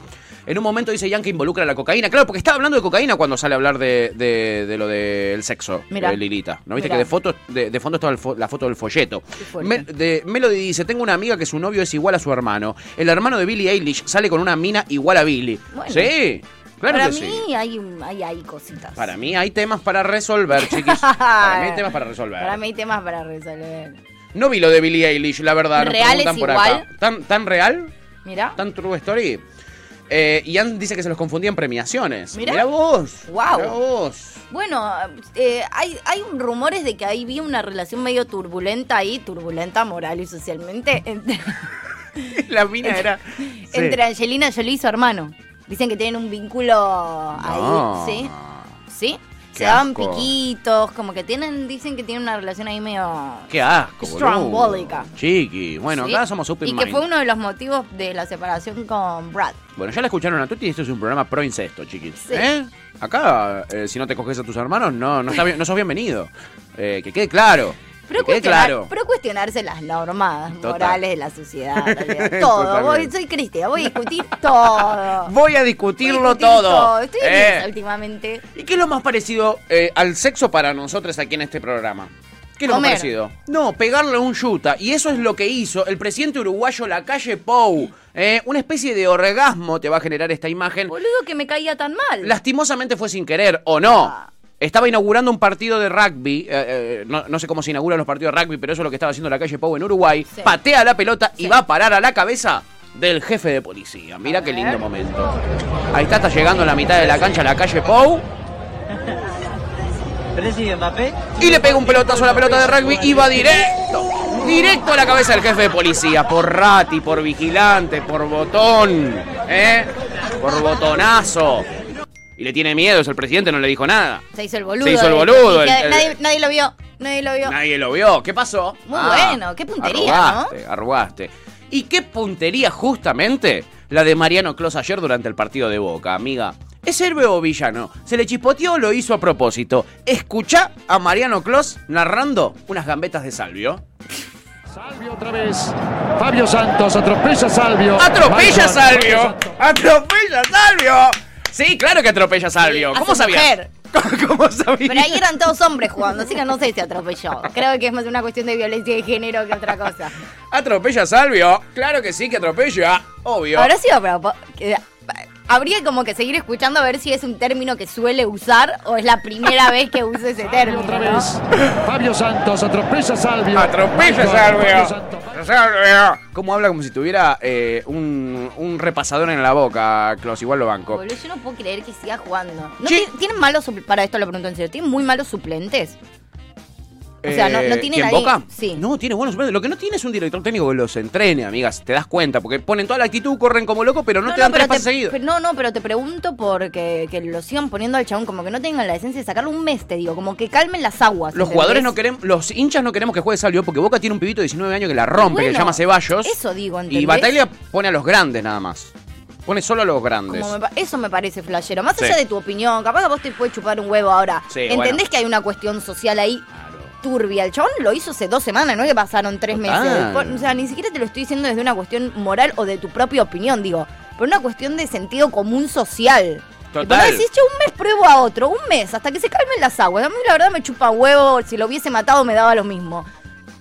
Speaker 1: En un momento dice Ian que involucra la cocaína. Claro, porque estaba hablando de cocaína cuando sale a hablar de, de- de lo del sexo
Speaker 12: Mirá.
Speaker 1: de Lilita. ¿No viste
Speaker 12: Mirá.
Speaker 1: que de, foto, de, de fondo estaba el fo- la foto del folleto? Me- de- Melody dice, tengo una amiga que su novio es igual a su hermano. El hermano de Billie Eilish sale con una mina igual a Billie.
Speaker 2: Bueno.
Speaker 1: sí, claro
Speaker 2: Para
Speaker 1: que sí.
Speaker 2: mí hay, un- hay, hay cositas. <laughs>
Speaker 1: Para mí hay temas para resolver, chiquis. Para mí hay temas para resolver.
Speaker 2: Para mí hay temas para resolver.
Speaker 1: No vi lo de Billie Eilish, la verdad. nos
Speaker 2: ¿Real
Speaker 1: preguntan
Speaker 2: es
Speaker 1: por
Speaker 2: igual?
Speaker 1: acá. ¿Tan, ¿Tan real?
Speaker 2: Mirá.
Speaker 1: ¿Tan true story? Eh, Ian dice que se los confundía en premiaciones.
Speaker 2: Mirá.
Speaker 1: Mirá, vos.
Speaker 2: Guau.
Speaker 1: Mirá
Speaker 2: <laughs>
Speaker 1: vos.
Speaker 2: Bueno, eh, hay, hay un- rumores de que ahí vi una relación medio turbulenta ahí, turbulenta moral y socialmente, <laughs> entre,
Speaker 1: La mina era.
Speaker 2: entre Angelina Jolie y su hermano. Dicen que tienen un vínculo
Speaker 1: No. Ah,
Speaker 2: ahí, ¿sí? ¿Sí?
Speaker 1: Qué
Speaker 2: Se daban
Speaker 1: asco.
Speaker 2: piquitos, como que tienen, dicen que tienen una relación ahí medio
Speaker 1: Qué asco, boludo.
Speaker 2: Strambólica.
Speaker 1: Chiqui. Bueno,
Speaker 2: ¿sí?
Speaker 1: acá somos open
Speaker 2: Y que
Speaker 1: mind.
Speaker 2: fue uno de los motivos de la separación con Brad.
Speaker 1: Bueno, ya la escucharon a Tuti y esto es un programa pro incesto, chiquis.
Speaker 2: Sí.
Speaker 1: ¿Eh? Acá, eh, si no te coges a tus hermanos, no, no, está bien- no sos bienvenido. Eh, que quede claro.
Speaker 2: Pero,
Speaker 1: que quede
Speaker 2: cuestionar-
Speaker 1: claro.
Speaker 2: pero cuestionarse las normas
Speaker 1: Total.
Speaker 2: morales de la
Speaker 1: <laughs>
Speaker 2: sociedad. también. todo. Voy,
Speaker 1: Totalmente.
Speaker 2: soy Cristia, voy a discutir todo.
Speaker 1: <laughs> Voy a discutirlo
Speaker 2: Voy a discutir
Speaker 1: todo.
Speaker 2: Estoy
Speaker 1: Eh.
Speaker 2: en esa últimamente.
Speaker 1: ¿Y qué es lo más parecido eh, al sexo para nosotros aquí en este programa? ¿Qué es lo más
Speaker 2: Comer.
Speaker 1: parecido? No, pegarle a un yuta. Y eso es lo que hizo el presidente uruguayo La Calle Pou. Eh, una especie de orgasmo te va a generar esta imagen.
Speaker 2: Boludo que me caía tan mal.
Speaker 1: Lastimosamente fue sin querer, ¿o no? Estaba inaugurando un partido de rugby, eh, eh, no, no sé cómo se inauguran los partidos de rugby, pero eso es lo que estaba haciendo la calle Pau en Uruguay. Patea la pelota y va a parar a la cabeza del jefe de policía. Mira qué lindo momento. Ahí está, está llegando a la mitad de la cancha la calle Pou. Y le pega un pelotazo a la pelota de rugby y va directo, directo a la cabeza del jefe de policía. Por rati, por vigilante, por botón, ¿eh? Por botonazo. Y le tiene miedo, es el presidente, no le dijo nada.
Speaker 2: Se hizo el boludo.
Speaker 1: Se hizo el
Speaker 2: de-
Speaker 1: boludo,
Speaker 2: y
Speaker 1: el-
Speaker 2: que-
Speaker 1: el-
Speaker 2: nadie, nadie lo vio. Nadie lo vio.
Speaker 1: Nadie lo vio. ¿Qué pasó? Ah,
Speaker 2: Muy bueno, qué puntería,
Speaker 1: Arrugaste, arrugaste. ¿Y qué puntería justamente? La de Mariano Clos ayer durante el partido de Boca, amiga. ¿Es héroe o villano? ¿Se le chispoteó o lo hizo a propósito? Escucha a Mariano Clos narrando unas gambetas de Salvio.
Speaker 13: Otra vez, Fabio Santos atropella a Salvio.
Speaker 1: ¡Atropella
Speaker 13: Maicon,
Speaker 1: a Salvio! ¡Atropella a Salvio! Sí, claro que atropella a Salvio.
Speaker 2: Hace
Speaker 1: ¿Cómo sabías?
Speaker 2: mujer.
Speaker 1: <laughs> ¿Cómo sabías?
Speaker 2: Pero ahí eran todos hombres jugando, así que no sé si atropelló. Creo que es más una cuestión de violencia de género que otra cosa.
Speaker 1: ¿Atropella a Salvio? Claro que sí que atropella. Obvio.
Speaker 2: Ahora sí, pero po- que- habría como que seguir escuchando a ver si es un término que suele usar o es la primera vez que usa ese término. ¿no?
Speaker 13: Fabio Santos atropella a Salvio.
Speaker 1: Atropella a
Speaker 13: Maicon, Fabio
Speaker 1: Salvio.
Speaker 13: Santos.
Speaker 1: ¿Cómo habla como si tuviera eh, un, un repasador en la boca, Klaus? Igual lo banco.
Speaker 2: Boludo, yo no puedo creer que siga jugando. ¿No ti- ¿Tienen malos supl- Para esto lo pregunto en serio. ¿Tienen muy malos suplentes? O sea, no- no tienen
Speaker 1: Eh, ¿quién
Speaker 2: ahí-
Speaker 1: Boca?
Speaker 2: sí.
Speaker 1: No, tiene buenos. Lo que no tiene es un director técnico que los entrene, amigas. Te das cuenta, porque ponen toda la actitud, corren como locos, pero no, te dan tres
Speaker 2: pero
Speaker 1: pases
Speaker 2: te-
Speaker 1: seguidos.
Speaker 2: pero no, no, pero te pregunto porque que lo sigan poniendo al chabón, como que no tengan la decencia de sacarlo un mes, te digo, como que calmen las aguas.
Speaker 1: Los
Speaker 2: ¿entendés?
Speaker 1: jugadores no queremos, los hinchas no queremos que juegue Salvio porque Boca tiene un pibito de 19 años que la rompe, que
Speaker 2: Bueno,
Speaker 1: se llama Ceballos.
Speaker 2: Eso digo, ¿entendés?
Speaker 1: y Bataglia pone a los grandes nada más. Pone solo a los grandes.
Speaker 2: Como me pa- eso me parece flashero. Más
Speaker 1: Sí.
Speaker 2: allá de tu opinión, capaz que vos te puedes chupar un huevo ahora.
Speaker 1: Sí,
Speaker 2: ¿Entendés
Speaker 1: bueno.
Speaker 2: que hay una cuestión social ahí turbia? El chabón lo hizo hace dos semanas, no es que pasaron tres
Speaker 1: Total.
Speaker 2: meses. Por- O sea, ni siquiera te lo estoy diciendo desde una cuestión moral o de tu propia opinión, digo. Por una cuestión de sentido común social. Y por
Speaker 1: Total.
Speaker 2: ahí decís, che, un mes pruebo a otro, un mes, hasta que se calmen las aguas. A mí la verdad me chupa un huevo, si lo hubiese matado me daba lo mismo.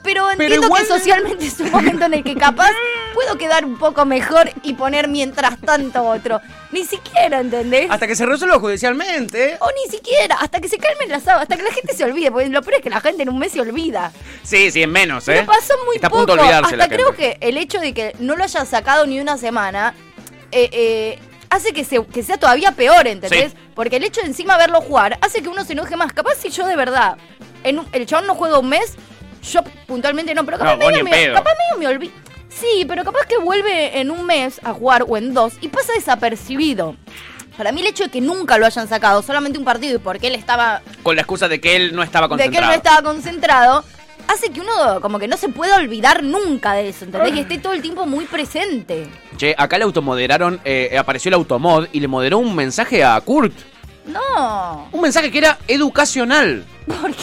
Speaker 2: Pero entiendo
Speaker 3: igual-
Speaker 2: que Pues socialmente es un momento en el que capaz puedo quedar un poco mejor y poner mientras tanto otro. Ni siquiera, ¿entendés?
Speaker 1: Hasta que se resuelva judicialmente.
Speaker 2: O ni siquiera, hasta que se calmen las aguas, hasta que la gente se olvide, porque lo peor es que la gente en un mes se olvida.
Speaker 1: Sí, sí, en menos, ¿eh?
Speaker 2: Pero pasó muy
Speaker 1: Está a
Speaker 2: poco.
Speaker 1: punto de olvidarse
Speaker 2: hasta
Speaker 1: la gente.
Speaker 2: creo que el hecho de que no lo hayan sacado ni una semana eh, eh, hace que, se- que sea todavía peor, ¿entendés?
Speaker 3: Sí.
Speaker 2: Porque el hecho de encima verlo jugar hace que uno se enoje más. Capaz si yo de verdad, en un- el chabón no juega un mes, yo puntualmente no, pero capaz
Speaker 3: No, vos
Speaker 2: medio
Speaker 3: ni
Speaker 2: me,
Speaker 3: en pedo.
Speaker 2: capaz medio me olvido. Sí, pero capaz que vuelve en un mes a jugar o en dos y pasa desapercibido. Para mí el hecho de que nunca lo hayan sacado, solamente un partido y porque él estaba
Speaker 1: Con la excusa de que él no estaba
Speaker 2: de que él
Speaker 1: concentrado.
Speaker 2: no estaba concentrado, hace que uno como que no se pueda olvidar nunca de eso, ¿entendés? Que esté todo el tiempo muy presente.
Speaker 1: Che, acá le automoderaron, eh, apareció el automod y le moderó un mensaje a Kurt.
Speaker 2: No.
Speaker 1: Un mensaje que era educacional.
Speaker 2: Ay,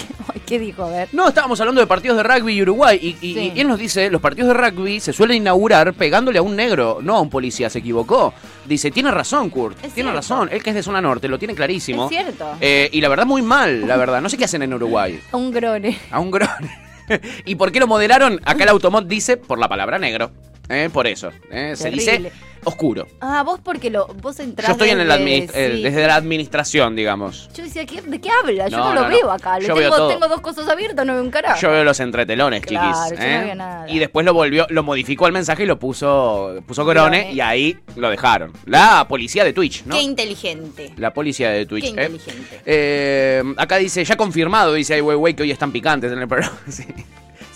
Speaker 2: ¿Qué <laughs> dijo? A ver.
Speaker 1: No, estábamos hablando de partidos de rugby y Uruguay. Y, y-
Speaker 2: Sí.
Speaker 1: y él nos dice, los partidos de rugby se suelen inaugurar pegándole a un negro, no a un policía, se equivocó. Dice, tiene razón, Kurt,
Speaker 2: Es
Speaker 1: tiene
Speaker 2: cierto.
Speaker 1: razón. Él que es de zona norte, lo tiene clarísimo.
Speaker 2: Es cierto.
Speaker 1: Eh, y la verdad, muy mal, la verdad. No sé qué hacen en Uruguay.
Speaker 2: Un grone.
Speaker 1: A un grone. <laughs> ¿Y por qué lo moderaron? Acá el automod dice por la palabra negro. Eh, por eso. Eh, se
Speaker 2: Terrible.
Speaker 1: dice oscuro.
Speaker 2: Ah, vos porque lo, vos entrás
Speaker 1: Yo estoy en el
Speaker 2: desde-
Speaker 1: admi- eh,
Speaker 2: sí.
Speaker 1: desde la administración, digamos.
Speaker 2: Yo decía, ¿qué- ¿de qué habla? Yo
Speaker 1: No,
Speaker 2: no, lo
Speaker 1: no, no.
Speaker 2: veo acá. Lo
Speaker 1: Yo veo
Speaker 2: tengo,
Speaker 1: todo.
Speaker 2: tengo dos cosas abiertas, no veo un carajo.
Speaker 1: Yo veo los entretelones,
Speaker 2: Ah. Claro,
Speaker 1: chiquis.
Speaker 2: yo no
Speaker 1: ¿eh?
Speaker 2: veo nada.
Speaker 1: Y después lo volvió, lo modificó al mensaje y lo puso, puso Grone y ahí lo dejaron. La policía de Twitch, ¿no?
Speaker 3: Qué inteligente.
Speaker 1: La policía de Twitch.
Speaker 3: Qué
Speaker 1: ¿eh?
Speaker 3: inteligente.
Speaker 1: Eh, acá dice, ya confirmado, dice ay, wey, wey, que hoy están picantes en el programa. <laughs> Sí.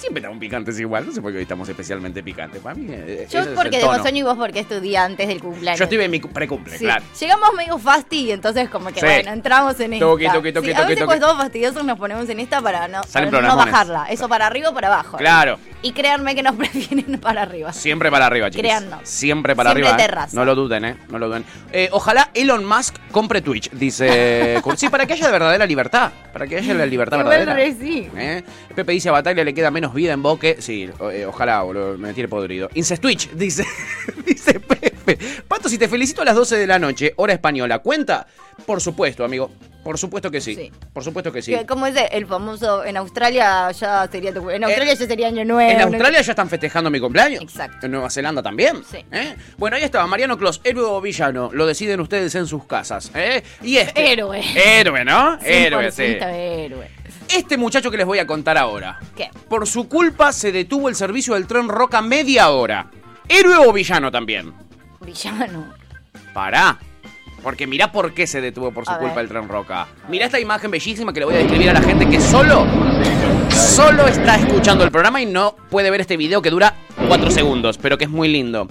Speaker 1: Siempre estamos picantes igual, no sé por qué hoy estamos especialmente picantes. Para mí, eh, ese es
Speaker 2: Yo
Speaker 1: el
Speaker 2: porque de
Speaker 1: tono.
Speaker 2: Bosón y vos porque estudiantes del cumpleaños.
Speaker 1: Yo estuve en mi cu- precumple,
Speaker 2: Sí.
Speaker 1: claro.
Speaker 2: Llegamos medio fasti y entonces como que
Speaker 1: Sí.
Speaker 2: bueno, entramos en esta.
Speaker 1: Toque, toque, toque,
Speaker 2: Sí, a
Speaker 1: toque,
Speaker 2: veces
Speaker 1: toque.
Speaker 2: cuando estamos fastidiosos nos ponemos en esta para no,
Speaker 1: Salen
Speaker 2: para no
Speaker 1: programones.
Speaker 2: bajarla. Eso para arriba o para abajo.
Speaker 1: Claro.
Speaker 2: Y créanme que nos <laughs> prefieren para arriba.
Speaker 1: Siempre para arriba, chicos.
Speaker 2: Créannos.
Speaker 1: Siempre para
Speaker 2: Siempre
Speaker 1: arriba. ¿eh?
Speaker 2: terraza.
Speaker 1: No lo duden, ¿eh? No lo duden. Eh, ojalá Elon Musk compre Twitch,
Speaker 2: <laughs>
Speaker 1: dice Kurt. Sí, para que haya verdadera libertad. Para que haya la libertad verdadera.
Speaker 2: sí.
Speaker 1: ¿eh? Pepe dice a Bataglia le queda menos vida en Boque. Sí, o- eh, ojalá, boludo, me tiene podrido. Incest Twitch, <laughs> dice, dice Pepe. Pato, si te felicito a las 12 de la noche, hora española, ¿cuenta? Por supuesto, amigo. Por supuesto que sí. Por supuesto que sí.
Speaker 2: Que Como dice el famoso, en Australia ya sería tu- En Australia ya sería año nuevo.
Speaker 1: Eh, En Australia ya están festejando mi cumpleaños.
Speaker 2: Exacto.
Speaker 1: En Nueva Zelanda también. ¿eh? Bueno, ahí estaba Mariano Clos, héroe o villano. Lo deciden ustedes en sus casas. ¿eh? Y este.
Speaker 2: Héroe.
Speaker 1: Héroe, ¿no?
Speaker 2: 100%
Speaker 1: Héroe, sí.
Speaker 2: héroe.
Speaker 1: Este muchacho que les voy a contar ahora.
Speaker 2: ¿Qué?
Speaker 1: Por su culpa se detuvo el servicio del tren Roca media hora. ¿Héroe o villano también?
Speaker 2: Villano.
Speaker 1: Pará. Porque mirá por qué se detuvo por su
Speaker 2: A
Speaker 1: culpa
Speaker 2: ver.
Speaker 1: el tren Roca. Mirá esta imagen bellísima que le voy a describir a la gente que solo, solo está escuchando el programa y no puede ver este video que dura 4 segundos, pero que es muy lindo.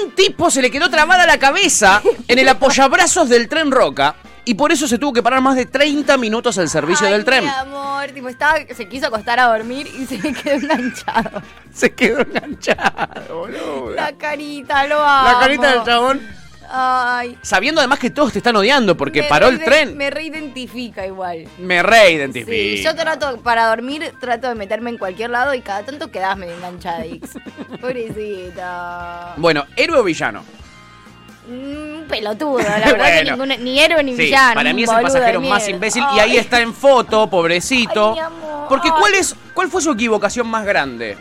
Speaker 1: Un tipo se le quedó trabada la cabeza en el apoyabrazos del tren Roca y por eso se tuvo que parar más de 30 minutos el servicio del tren.
Speaker 2: Mi amor, tipo, estaba, se quiso acostar a dormir y <laughs> se le quedó enganchado.
Speaker 1: <laughs> Se quedó enganchado, boludo.
Speaker 2: La carita, lo amo.
Speaker 1: chabón.
Speaker 2: Ay.
Speaker 1: Sabiendo además que todos te están odiando porque
Speaker 2: me
Speaker 1: paró el
Speaker 2: reide-
Speaker 1: tren.
Speaker 2: Me reidentifica igual.
Speaker 1: Me reidentifico.
Speaker 2: Sí, yo trato, para dormir, trato de meterme en cualquier lado y cada tanto quedás medio enganchada, <laughs> Ix. Pobrecita.
Speaker 1: Bueno, héroe o villano.
Speaker 2: Mm, pelotudo, <laughs> la verdad que
Speaker 1: Bueno.
Speaker 2: ninguno- ni héroe ni
Speaker 1: Sí,
Speaker 2: villano.
Speaker 1: para mí es
Speaker 2: un
Speaker 1: el
Speaker 2: boludo de
Speaker 1: pasajero más
Speaker 2: mierda.
Speaker 1: imbécil
Speaker 2: Ay,
Speaker 1: y ahí está en foto, pobrecito.
Speaker 2: mi amor.
Speaker 1: Porque ¿cuál es cuál fue su equivocación más grande?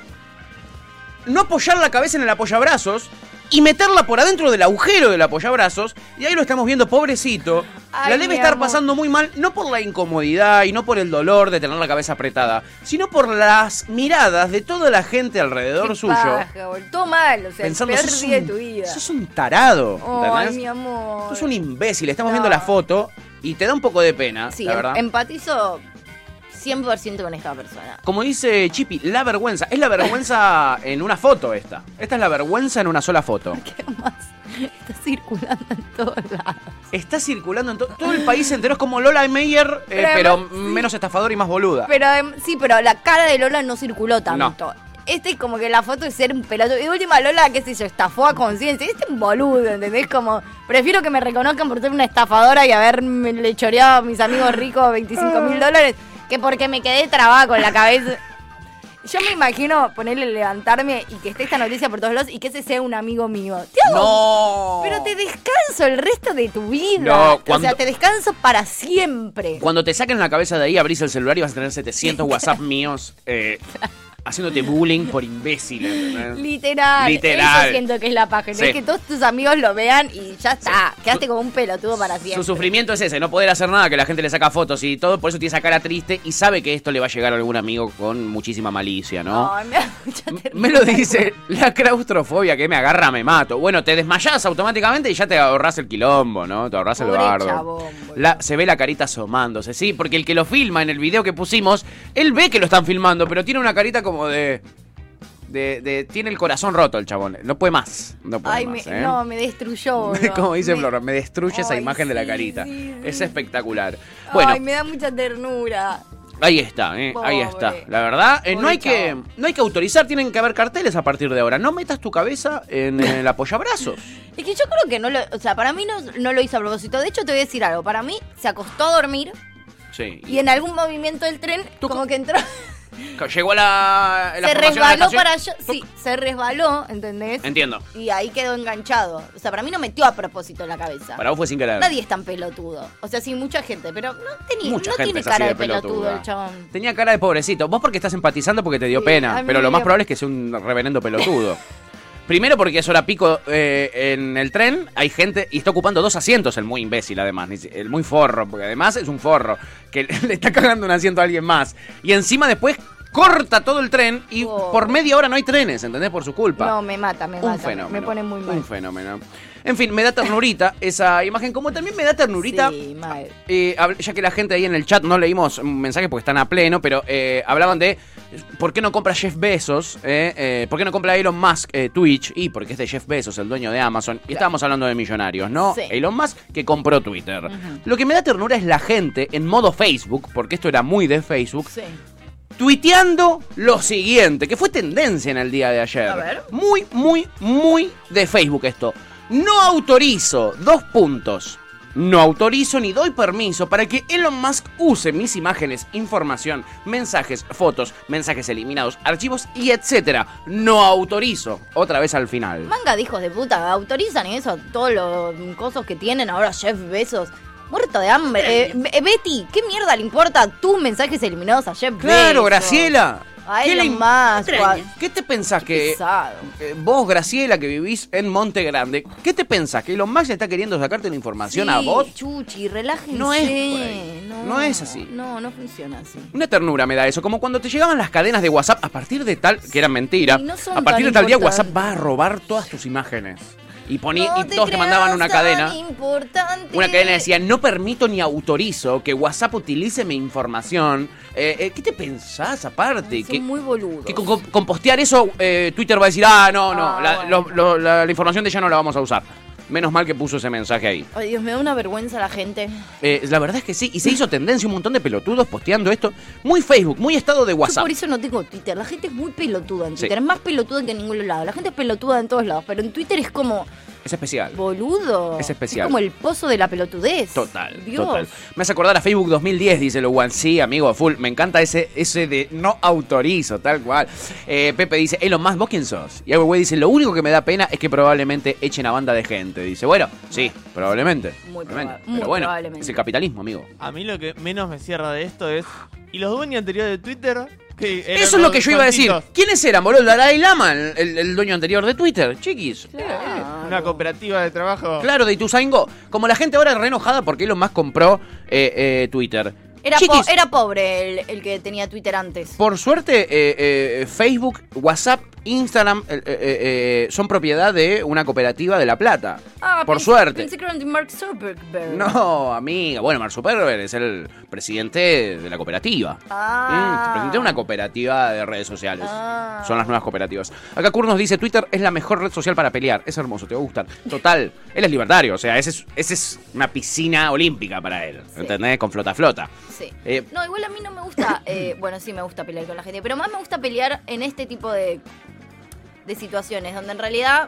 Speaker 1: No apoyar la cabeza en el apoyabrazos y meterla por adentro del agujero del apoyabrazos y ahí lo estamos viendo pobrecito.
Speaker 2: Ay,
Speaker 1: la debe
Speaker 2: mi
Speaker 1: estar
Speaker 2: amor.
Speaker 1: pasando muy mal no por la incomodidad y no por el dolor de tener la cabeza apretada, sino por las miradas de toda la gente alrededor suyo.
Speaker 2: Paja, boludo. Todo mal, o sea,
Speaker 1: Pensando,
Speaker 2: el peor
Speaker 1: sos
Speaker 2: día
Speaker 1: un-
Speaker 2: de tu vida.
Speaker 1: Sos un tarado,
Speaker 2: Ay,
Speaker 1: ¿entendés?
Speaker 2: mi amor.
Speaker 1: Sos un imbécil, estamos viendo la foto y te da un poco de pena,
Speaker 2: Sí,
Speaker 1: la
Speaker 2: em-
Speaker 1: verdad.
Speaker 2: empatizo 100% con esta persona.
Speaker 1: Como dice Chippy, la vergüenza. Es la
Speaker 2: <laughs>
Speaker 1: vergüenza en una foto esta. Esta es la vergüenza en una sola foto.
Speaker 2: Está circulando en todos lados.
Speaker 1: Está circulando en to- todo el país entero. Es como Lola Meyer, eh,
Speaker 2: Pero
Speaker 1: pero,
Speaker 2: además, sí.
Speaker 1: menos estafadora y más boluda.
Speaker 2: Pero em, sí, pero la cara de Lola no circuló tanto. Este es como que la foto de ser un pelotudo. Y de última Lola, qué sé yo, estafó a conciencia. Este es un boludo, ¿entendés? Como, prefiero que me reconozcan por ser una estafadora y haberme le choreado a mis amigos ricos 25 mil dólares que porque me quedé trabada con la cabeza. Yo me imagino ponerle levantarme y que esté esta noticia por todos lados y que ese sea un amigo mío. Te hago-
Speaker 1: No.
Speaker 2: Pero te descanso el resto de tu vida.
Speaker 1: No,
Speaker 2: O sea,
Speaker 1: cuando-
Speaker 2: te descanso para siempre.
Speaker 1: Cuando te saquen la cabeza de ahí, abrís el celular y vas a tener 700 WhatsApp míos eh, haciéndote bullying por imbécil. ¿entendés?
Speaker 2: Literal.
Speaker 1: Literal.
Speaker 2: Eso siento que es la página.
Speaker 1: Sí.
Speaker 2: Es que todos tus amigos lo vean y ya está. Quedaste como un pelotudo para
Speaker 1: Su
Speaker 2: siempre.
Speaker 1: sufrimiento es ese, no poder hacer nada, que la gente le saca fotos y todo, por eso tiene esa cara triste y sabe que esto le va a llegar a algún amigo con muchísima malicia, ¿no?
Speaker 2: <laughs>
Speaker 1: Mm,
Speaker 2: Ay, me da mucha ternura.
Speaker 1: Me lo dice, la claustrofobia que me agarra me mato. Bueno, te desmayás automáticamente y ya te ahorrás el quilombo, ¿no? Te ahorrás el
Speaker 2: Pobre
Speaker 1: bardo.
Speaker 2: chabón, boludo.
Speaker 1: La- se ve la carita asomándose, sí, porque el que lo filma en el video que pusimos, él ve que lo están filmando, pero tiene una carita como de. de, de- tiene el corazón roto el chabón. No puede más. No puede
Speaker 2: Ay, me-
Speaker 1: más, ¿eh?
Speaker 2: no, me
Speaker 1: <laughs>
Speaker 2: destruyó. boludo.
Speaker 1: Como dice
Speaker 2: Me-
Speaker 1: Flor, me destruye esa
Speaker 2: Ay,
Speaker 1: imagen de la carita.
Speaker 2: sí, sí.
Speaker 1: Es espectacular. Bueno,
Speaker 2: Ay, me da mucha ternura.
Speaker 1: Ahí está, eh, ahí está. La verdad, eh, no, hay que, no hay que autorizar, tienen que haber carteles a partir de ahora. No metas tu cabeza
Speaker 2: <laughs>
Speaker 1: en el apoyabrazos.
Speaker 2: Es que yo creo que no lo. O sea, para mí no, no lo hizo a propósito. De hecho, te voy a decir algo. Para mí se acostó a dormir
Speaker 1: Sí.
Speaker 2: y en algún movimiento del tren, como que entró.
Speaker 1: Llegó la. la
Speaker 2: <laughs>
Speaker 1: formación de
Speaker 2: se
Speaker 1: la
Speaker 2: resbaló
Speaker 1: estación.
Speaker 2: para allá. Sí, se resbaló, ¿entendés?
Speaker 1: Entiendo.
Speaker 2: Y ahí quedó enganchado. O sea, para mí no metió a propósito en la cabeza.
Speaker 1: Para vos fue sin querer.
Speaker 2: Nadie es tan pelotudo. O sea, sí, mucha gente, pero no, tenía,
Speaker 1: Mucha
Speaker 2: no
Speaker 1: gente
Speaker 2: tiene
Speaker 1: es así
Speaker 2: cara
Speaker 1: de
Speaker 2: de pelotudo,
Speaker 1: pelotuda.
Speaker 2: el chabón.
Speaker 1: Tenía cara de pobrecito. Vos porque estás empatizando porque te dio
Speaker 2: Sí, a
Speaker 1: pena.
Speaker 2: mí
Speaker 1: Pero
Speaker 2: me
Speaker 1: lo
Speaker 2: dio-
Speaker 1: más probable es que sea un reverendo
Speaker 2: <laughs>
Speaker 1: pelotudo. Primero porque es hora pico eh, en el tren, hay gente y está ocupando dos asientos el muy imbécil además, ni si- el muy forro, porque además es un forro, que <laughs> le está cagando un asiento a alguien más. Y encima después corta todo el tren y por media hora no hay trenes, ¿entendés? Por su culpa.
Speaker 2: Oh. No, me mata, me
Speaker 1: Un
Speaker 2: mata. me-
Speaker 1: fenómeno.
Speaker 2: Me pone muy mal.
Speaker 1: Un fenómeno. En fin, me da ternurita esa imagen, como también me da ternurita, eh, hab- ya que la gente ahí en el chat no leímos mensajes porque están a pleno, pero eh, hablaban de por qué no compra Jeff Bezos, eh, eh, por qué no compra Elon Musk eh, Twitch, y porque es de Jeff Bezos, el dueño de Amazon, y estábamos hablando de millonarios, ¿no?
Speaker 12: Sí.
Speaker 1: Elon Musk que compró Twitter. Lo que me da ternura es la gente en modo Facebook, porque esto era muy de Facebook, tuiteando lo siguiente, que fue tendencia en el día de ayer. Muy, muy, muy de Facebook esto. No autorizo, dos puntos. No autorizo ni doy permiso para que Elon Musk use mis imágenes, información, mensajes, fotos, mensajes eliminados, archivos y etcétera. No autorizo. Otra vez al final.
Speaker 2: Manga de hijos de puta, autorizan eso, todos los cosas que tienen ahora Jeff Bezos. Muerto de hambre. Eh, Be- Betty, ¿qué mierda le importa tus mensajes eliminados a Jeff Bezos?
Speaker 1: Claro, Graciela.
Speaker 2: A
Speaker 1: ¿Qué le
Speaker 2: Elon
Speaker 1: im-
Speaker 2: Musk. o a-
Speaker 1: ¿Qué te pensás que
Speaker 2: pesado.
Speaker 1: eh, vos, Graciela, que vivís en Monte Grande, ¿qué te pensás? ¿Que Elon Musk está queriendo sacarte la información a
Speaker 2: Sí,
Speaker 1: vos?
Speaker 2: Chuchi, relájense.
Speaker 1: No es por ahí. No es así.
Speaker 2: No, no funciona así.
Speaker 1: Una ternura me da eso, como cuando te llegaban las cadenas de WhatsApp a partir de tal, que eran mentira,
Speaker 2: Sí, no son
Speaker 1: a partir
Speaker 2: tan
Speaker 1: de tal día WhatsApp
Speaker 2: importantes.
Speaker 1: va a robar todas tus imágenes. Y, poní,
Speaker 2: No
Speaker 1: y todos te
Speaker 2: creas
Speaker 1: mandaban una
Speaker 2: tan
Speaker 1: cadena.
Speaker 2: importante.
Speaker 1: Una cadena decía, no permito ni autorizo que WhatsApp utilice mi información. Eh, eh, ¿Qué te pensás aparte?
Speaker 2: Son
Speaker 1: Que,
Speaker 2: muy boludos.
Speaker 1: que con, con- con postear eso eh, Twitter va a decir, ah, no, no,
Speaker 2: Ah,
Speaker 1: la, lo- lo- la- la información de ella no la vamos a usar. Menos mal que puso ese mensaje ahí.
Speaker 2: Ay, Dios, me da una vergüenza la gente.
Speaker 1: Eh, la verdad es que sí, y se hizo tendencia un montón de pelotudos posteando esto. Muy Facebook, muy estado de
Speaker 2: Yo
Speaker 1: WhatsApp.
Speaker 2: por eso no tengo Twitter. La gente es muy pelotuda en
Speaker 1: Sí.
Speaker 2: Twitter. Es más pelotuda que en ningún lado. La gente es pelotuda en todos lados. Pero en Twitter es como
Speaker 1: Es especial.
Speaker 2: boludo.
Speaker 1: Es especial.
Speaker 2: como el pozo de la pelotudez.
Speaker 1: Total,
Speaker 2: Dios.
Speaker 1: total. Me hace acordar a Facebook 2010, dice lo One. Sí, amigo, full. Me encanta ese, ese de no autorizo, tal cual. Eh, Pepe dice, Elon Musk, ¿vos quién sos? Y güey dice, lo único que me da pena es que probablemente echen a banda de gente. Dice, bueno, sí, probablemente.
Speaker 2: Muy
Speaker 1: probablemente.
Speaker 2: proba-
Speaker 1: Pero
Speaker 2: muy
Speaker 1: bueno,
Speaker 2: probablemente.
Speaker 1: es el capitalismo, amigo.
Speaker 4: A mí lo que menos me cierra de esto es. ¿Y los dueños anteriores de Twitter? Que eran
Speaker 1: Eso es lo
Speaker 4: los
Speaker 1: que yo iba a decir.
Speaker 4: santitos.
Speaker 1: ¿Quiénes eran, boludo? El Dalai Lama, el, el- el dueño anterior de Twitter. Chiquis. Ah.
Speaker 4: Una cooperativa de trabajo.
Speaker 1: Claro, de Ituzaingó. Como la gente ahora es re enojada porque Elon Musk compró eh, eh, Twitter.
Speaker 2: Era, po-
Speaker 1: Chiquis.
Speaker 2: era pobre el, el que tenía Twitter antes.
Speaker 1: Por suerte, eh, eh, Facebook, WhatsApp, Instagram eh, eh, eh, eh, son propiedad de una cooperativa de La Plata.
Speaker 2: Ah,
Speaker 1: Por
Speaker 2: pensé-
Speaker 1: suerte.
Speaker 2: Pensé que eran de Mark Zuckerberg.
Speaker 1: No, amiga. Bueno, Mark Zuckerberg es el presidente de la cooperativa. Mm,
Speaker 2: Ah.
Speaker 1: presidente de una cooperativa de redes sociales. Son las nuevas cooperativas. Acá Kur nos dice, Twitter es la mejor red social para pelear. Es hermoso, te va a gustar.
Speaker 2: <laughs>
Speaker 1: Total, él es libertario. O sea, esa es, ese es una piscina olímpica para él. ¿Entendés? Con flota-flota.
Speaker 2: Sí.
Speaker 1: Eh,
Speaker 2: No, igual a mí no me
Speaker 1: <coughs>
Speaker 2: gusta. eh, bueno, sí me gusta pelear con la gente, pero más me gusta pelear en este tipo de, de situaciones, donde en realidad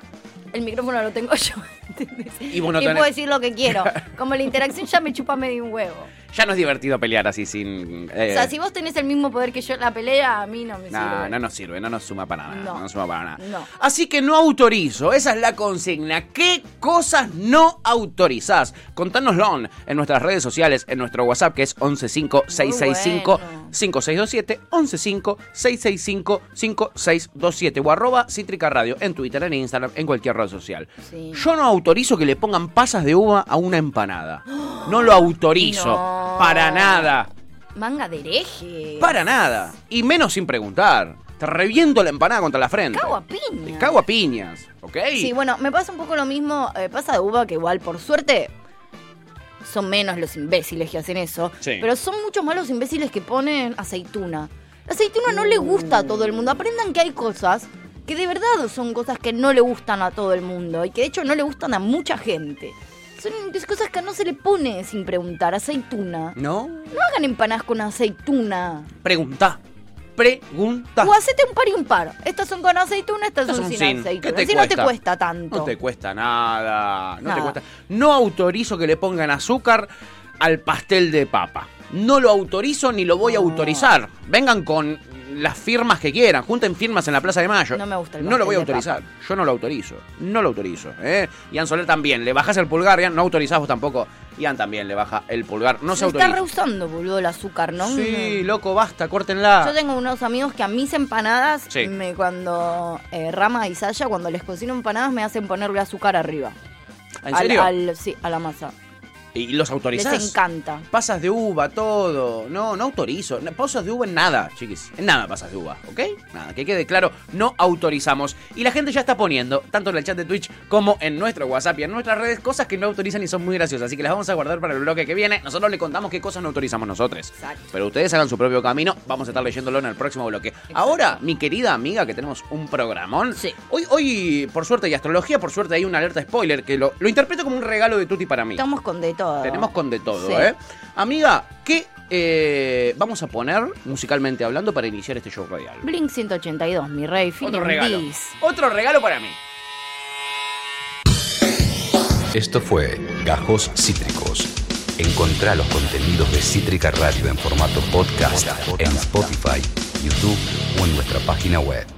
Speaker 2: el micrófono lo tengo <laughs> yo. ¿entendés?
Speaker 1: Y vos no tenés-
Speaker 2: puedo decir lo que
Speaker 1: <laughs>
Speaker 2: quiero. Como la interacción ya me chupa medio un huevo.
Speaker 1: ya no es divertido pelear así sin... eh,
Speaker 2: O sea, si vos tenés el mismo poder que yo en la pelea, a mí no me
Speaker 1: No,
Speaker 2: sirve.
Speaker 1: no nos sirve, no nos suma para nada. No.
Speaker 2: No.
Speaker 1: nos suma para nada.
Speaker 2: No.
Speaker 1: Así que no autorizo, esa es la consigna. ¿Qué cosas no autorizás? Contánoslo en nuestras redes sociales, en nuestro WhatsApp que es 1156655627, 1155-665-5627 o arroba Cítrica Radio en Twitter, en Instagram, en cualquier red social.
Speaker 2: Sí.
Speaker 1: Yo no autorizo que le pongan pasas de uva a una empanada. No lo autorizo.
Speaker 2: No.
Speaker 1: Para nada.
Speaker 2: Manga de hereje.
Speaker 1: Para nada. Y menos sin preguntar. Te reviento la empanada contra la frente.
Speaker 2: Cago a piña.
Speaker 1: Te cago a piñas. ¿Ok?
Speaker 2: Sí, bueno, me pasa un poco lo mismo, eh, pasa de uva que igual, por suerte, son menos los imbéciles que hacen eso,
Speaker 3: Sí.
Speaker 2: pero son muchos más los imbéciles que ponen aceituna. La aceituna no le gusta a todo el mundo, aprendan que hay cosas que de verdad son cosas que no le gustan a todo el mundo y que de hecho no le gustan a mucha gente. son de cosas que no se le pone sin preguntar. Aceituna.
Speaker 1: ¿No?
Speaker 2: No hagan empanadas con aceituna.
Speaker 1: Pregunta. Pregunta.
Speaker 2: O hacete un par y un par. Estas son con aceituna, estas
Speaker 1: Esto
Speaker 2: son
Speaker 1: es
Speaker 2: sin,
Speaker 1: un sin.
Speaker 2: aceituna.
Speaker 1: ¿Qué te
Speaker 2: Así no te
Speaker 1: cuesta?
Speaker 2: cuesta tanto.
Speaker 1: No te cuesta nada. No te
Speaker 2: Nada.
Speaker 1: cuesta. No autorizo que le pongan azúcar al pastel de papa. No lo autorizo ni lo voy a autorizar. Vengan con las firmas que quieran. Junten firmas en la Plaza de Mayo.
Speaker 2: No me gusta el
Speaker 1: No lo
Speaker 2: pastel
Speaker 1: voy a
Speaker 2: de
Speaker 1: autorizar. Yo no lo autorizo. No lo autorizo. ¿eh? Ian Soler también. Le bajás el pulgar, Ian. No autorizás vos tampoco. Ian también le baja el pulgar. No se
Speaker 2: se está
Speaker 1: autoriza.
Speaker 2: rehusando, boludo, el azúcar, ¿no?
Speaker 1: Sí, loco, basta, córtenla.
Speaker 2: Yo tengo unos amigos que a mis empanadas,
Speaker 1: Sí.
Speaker 2: me, cuando eh, Rama y Saya, cuando les cocino empanadas, me hacen ponerle azúcar arriba.
Speaker 1: ¿En
Speaker 2: Al-
Speaker 1: serio?
Speaker 2: al- sí, a la masa.
Speaker 1: ¿Y los autorizás?
Speaker 2: Les encanta.
Speaker 1: Pasas de uva, todo. No, no autorizo. No, Pasas de uva en nada, chiquis. En nada pasas de uva, ¿ok? Nada, que quede claro, no autorizamos. Y la gente ya está poniendo, tanto en el chat de Twitch como en nuestro WhatsApp y en nuestras redes, cosas que no autorizan y son muy graciosas. Así que las vamos a guardar para el bloque que viene. Nosotros le contamos qué cosas no autorizamos nosotros. Pero ustedes hagan su propio camino. Vamos a estar leyéndolo en el próximo bloque. Ahora, mi querida amiga, que tenemos un programón. Hoy, hoy, por suerte, y astrología, por suerte, hay una alerta spoiler que lo, lo interpreto como un regalo de Tuti para mí.
Speaker 2: Estamos con de todo.
Speaker 1: Tenemos con de todo,
Speaker 2: Ah. Sí.
Speaker 1: ¿eh? Amiga, ¿qué eh, vamos a poner, musicalmente hablando, para iniciar este show radial?
Speaker 2: Blink 182, mi rey.
Speaker 1: Otro
Speaker 2: Feeling
Speaker 1: regalo.
Speaker 2: This.
Speaker 1: Otro regalo para mí.
Speaker 14: Esto fue Gajos Cítricos. Encontrá los contenidos de Cítrica Radio en formato podcast en Spotify, YouTube o en nuestra página web.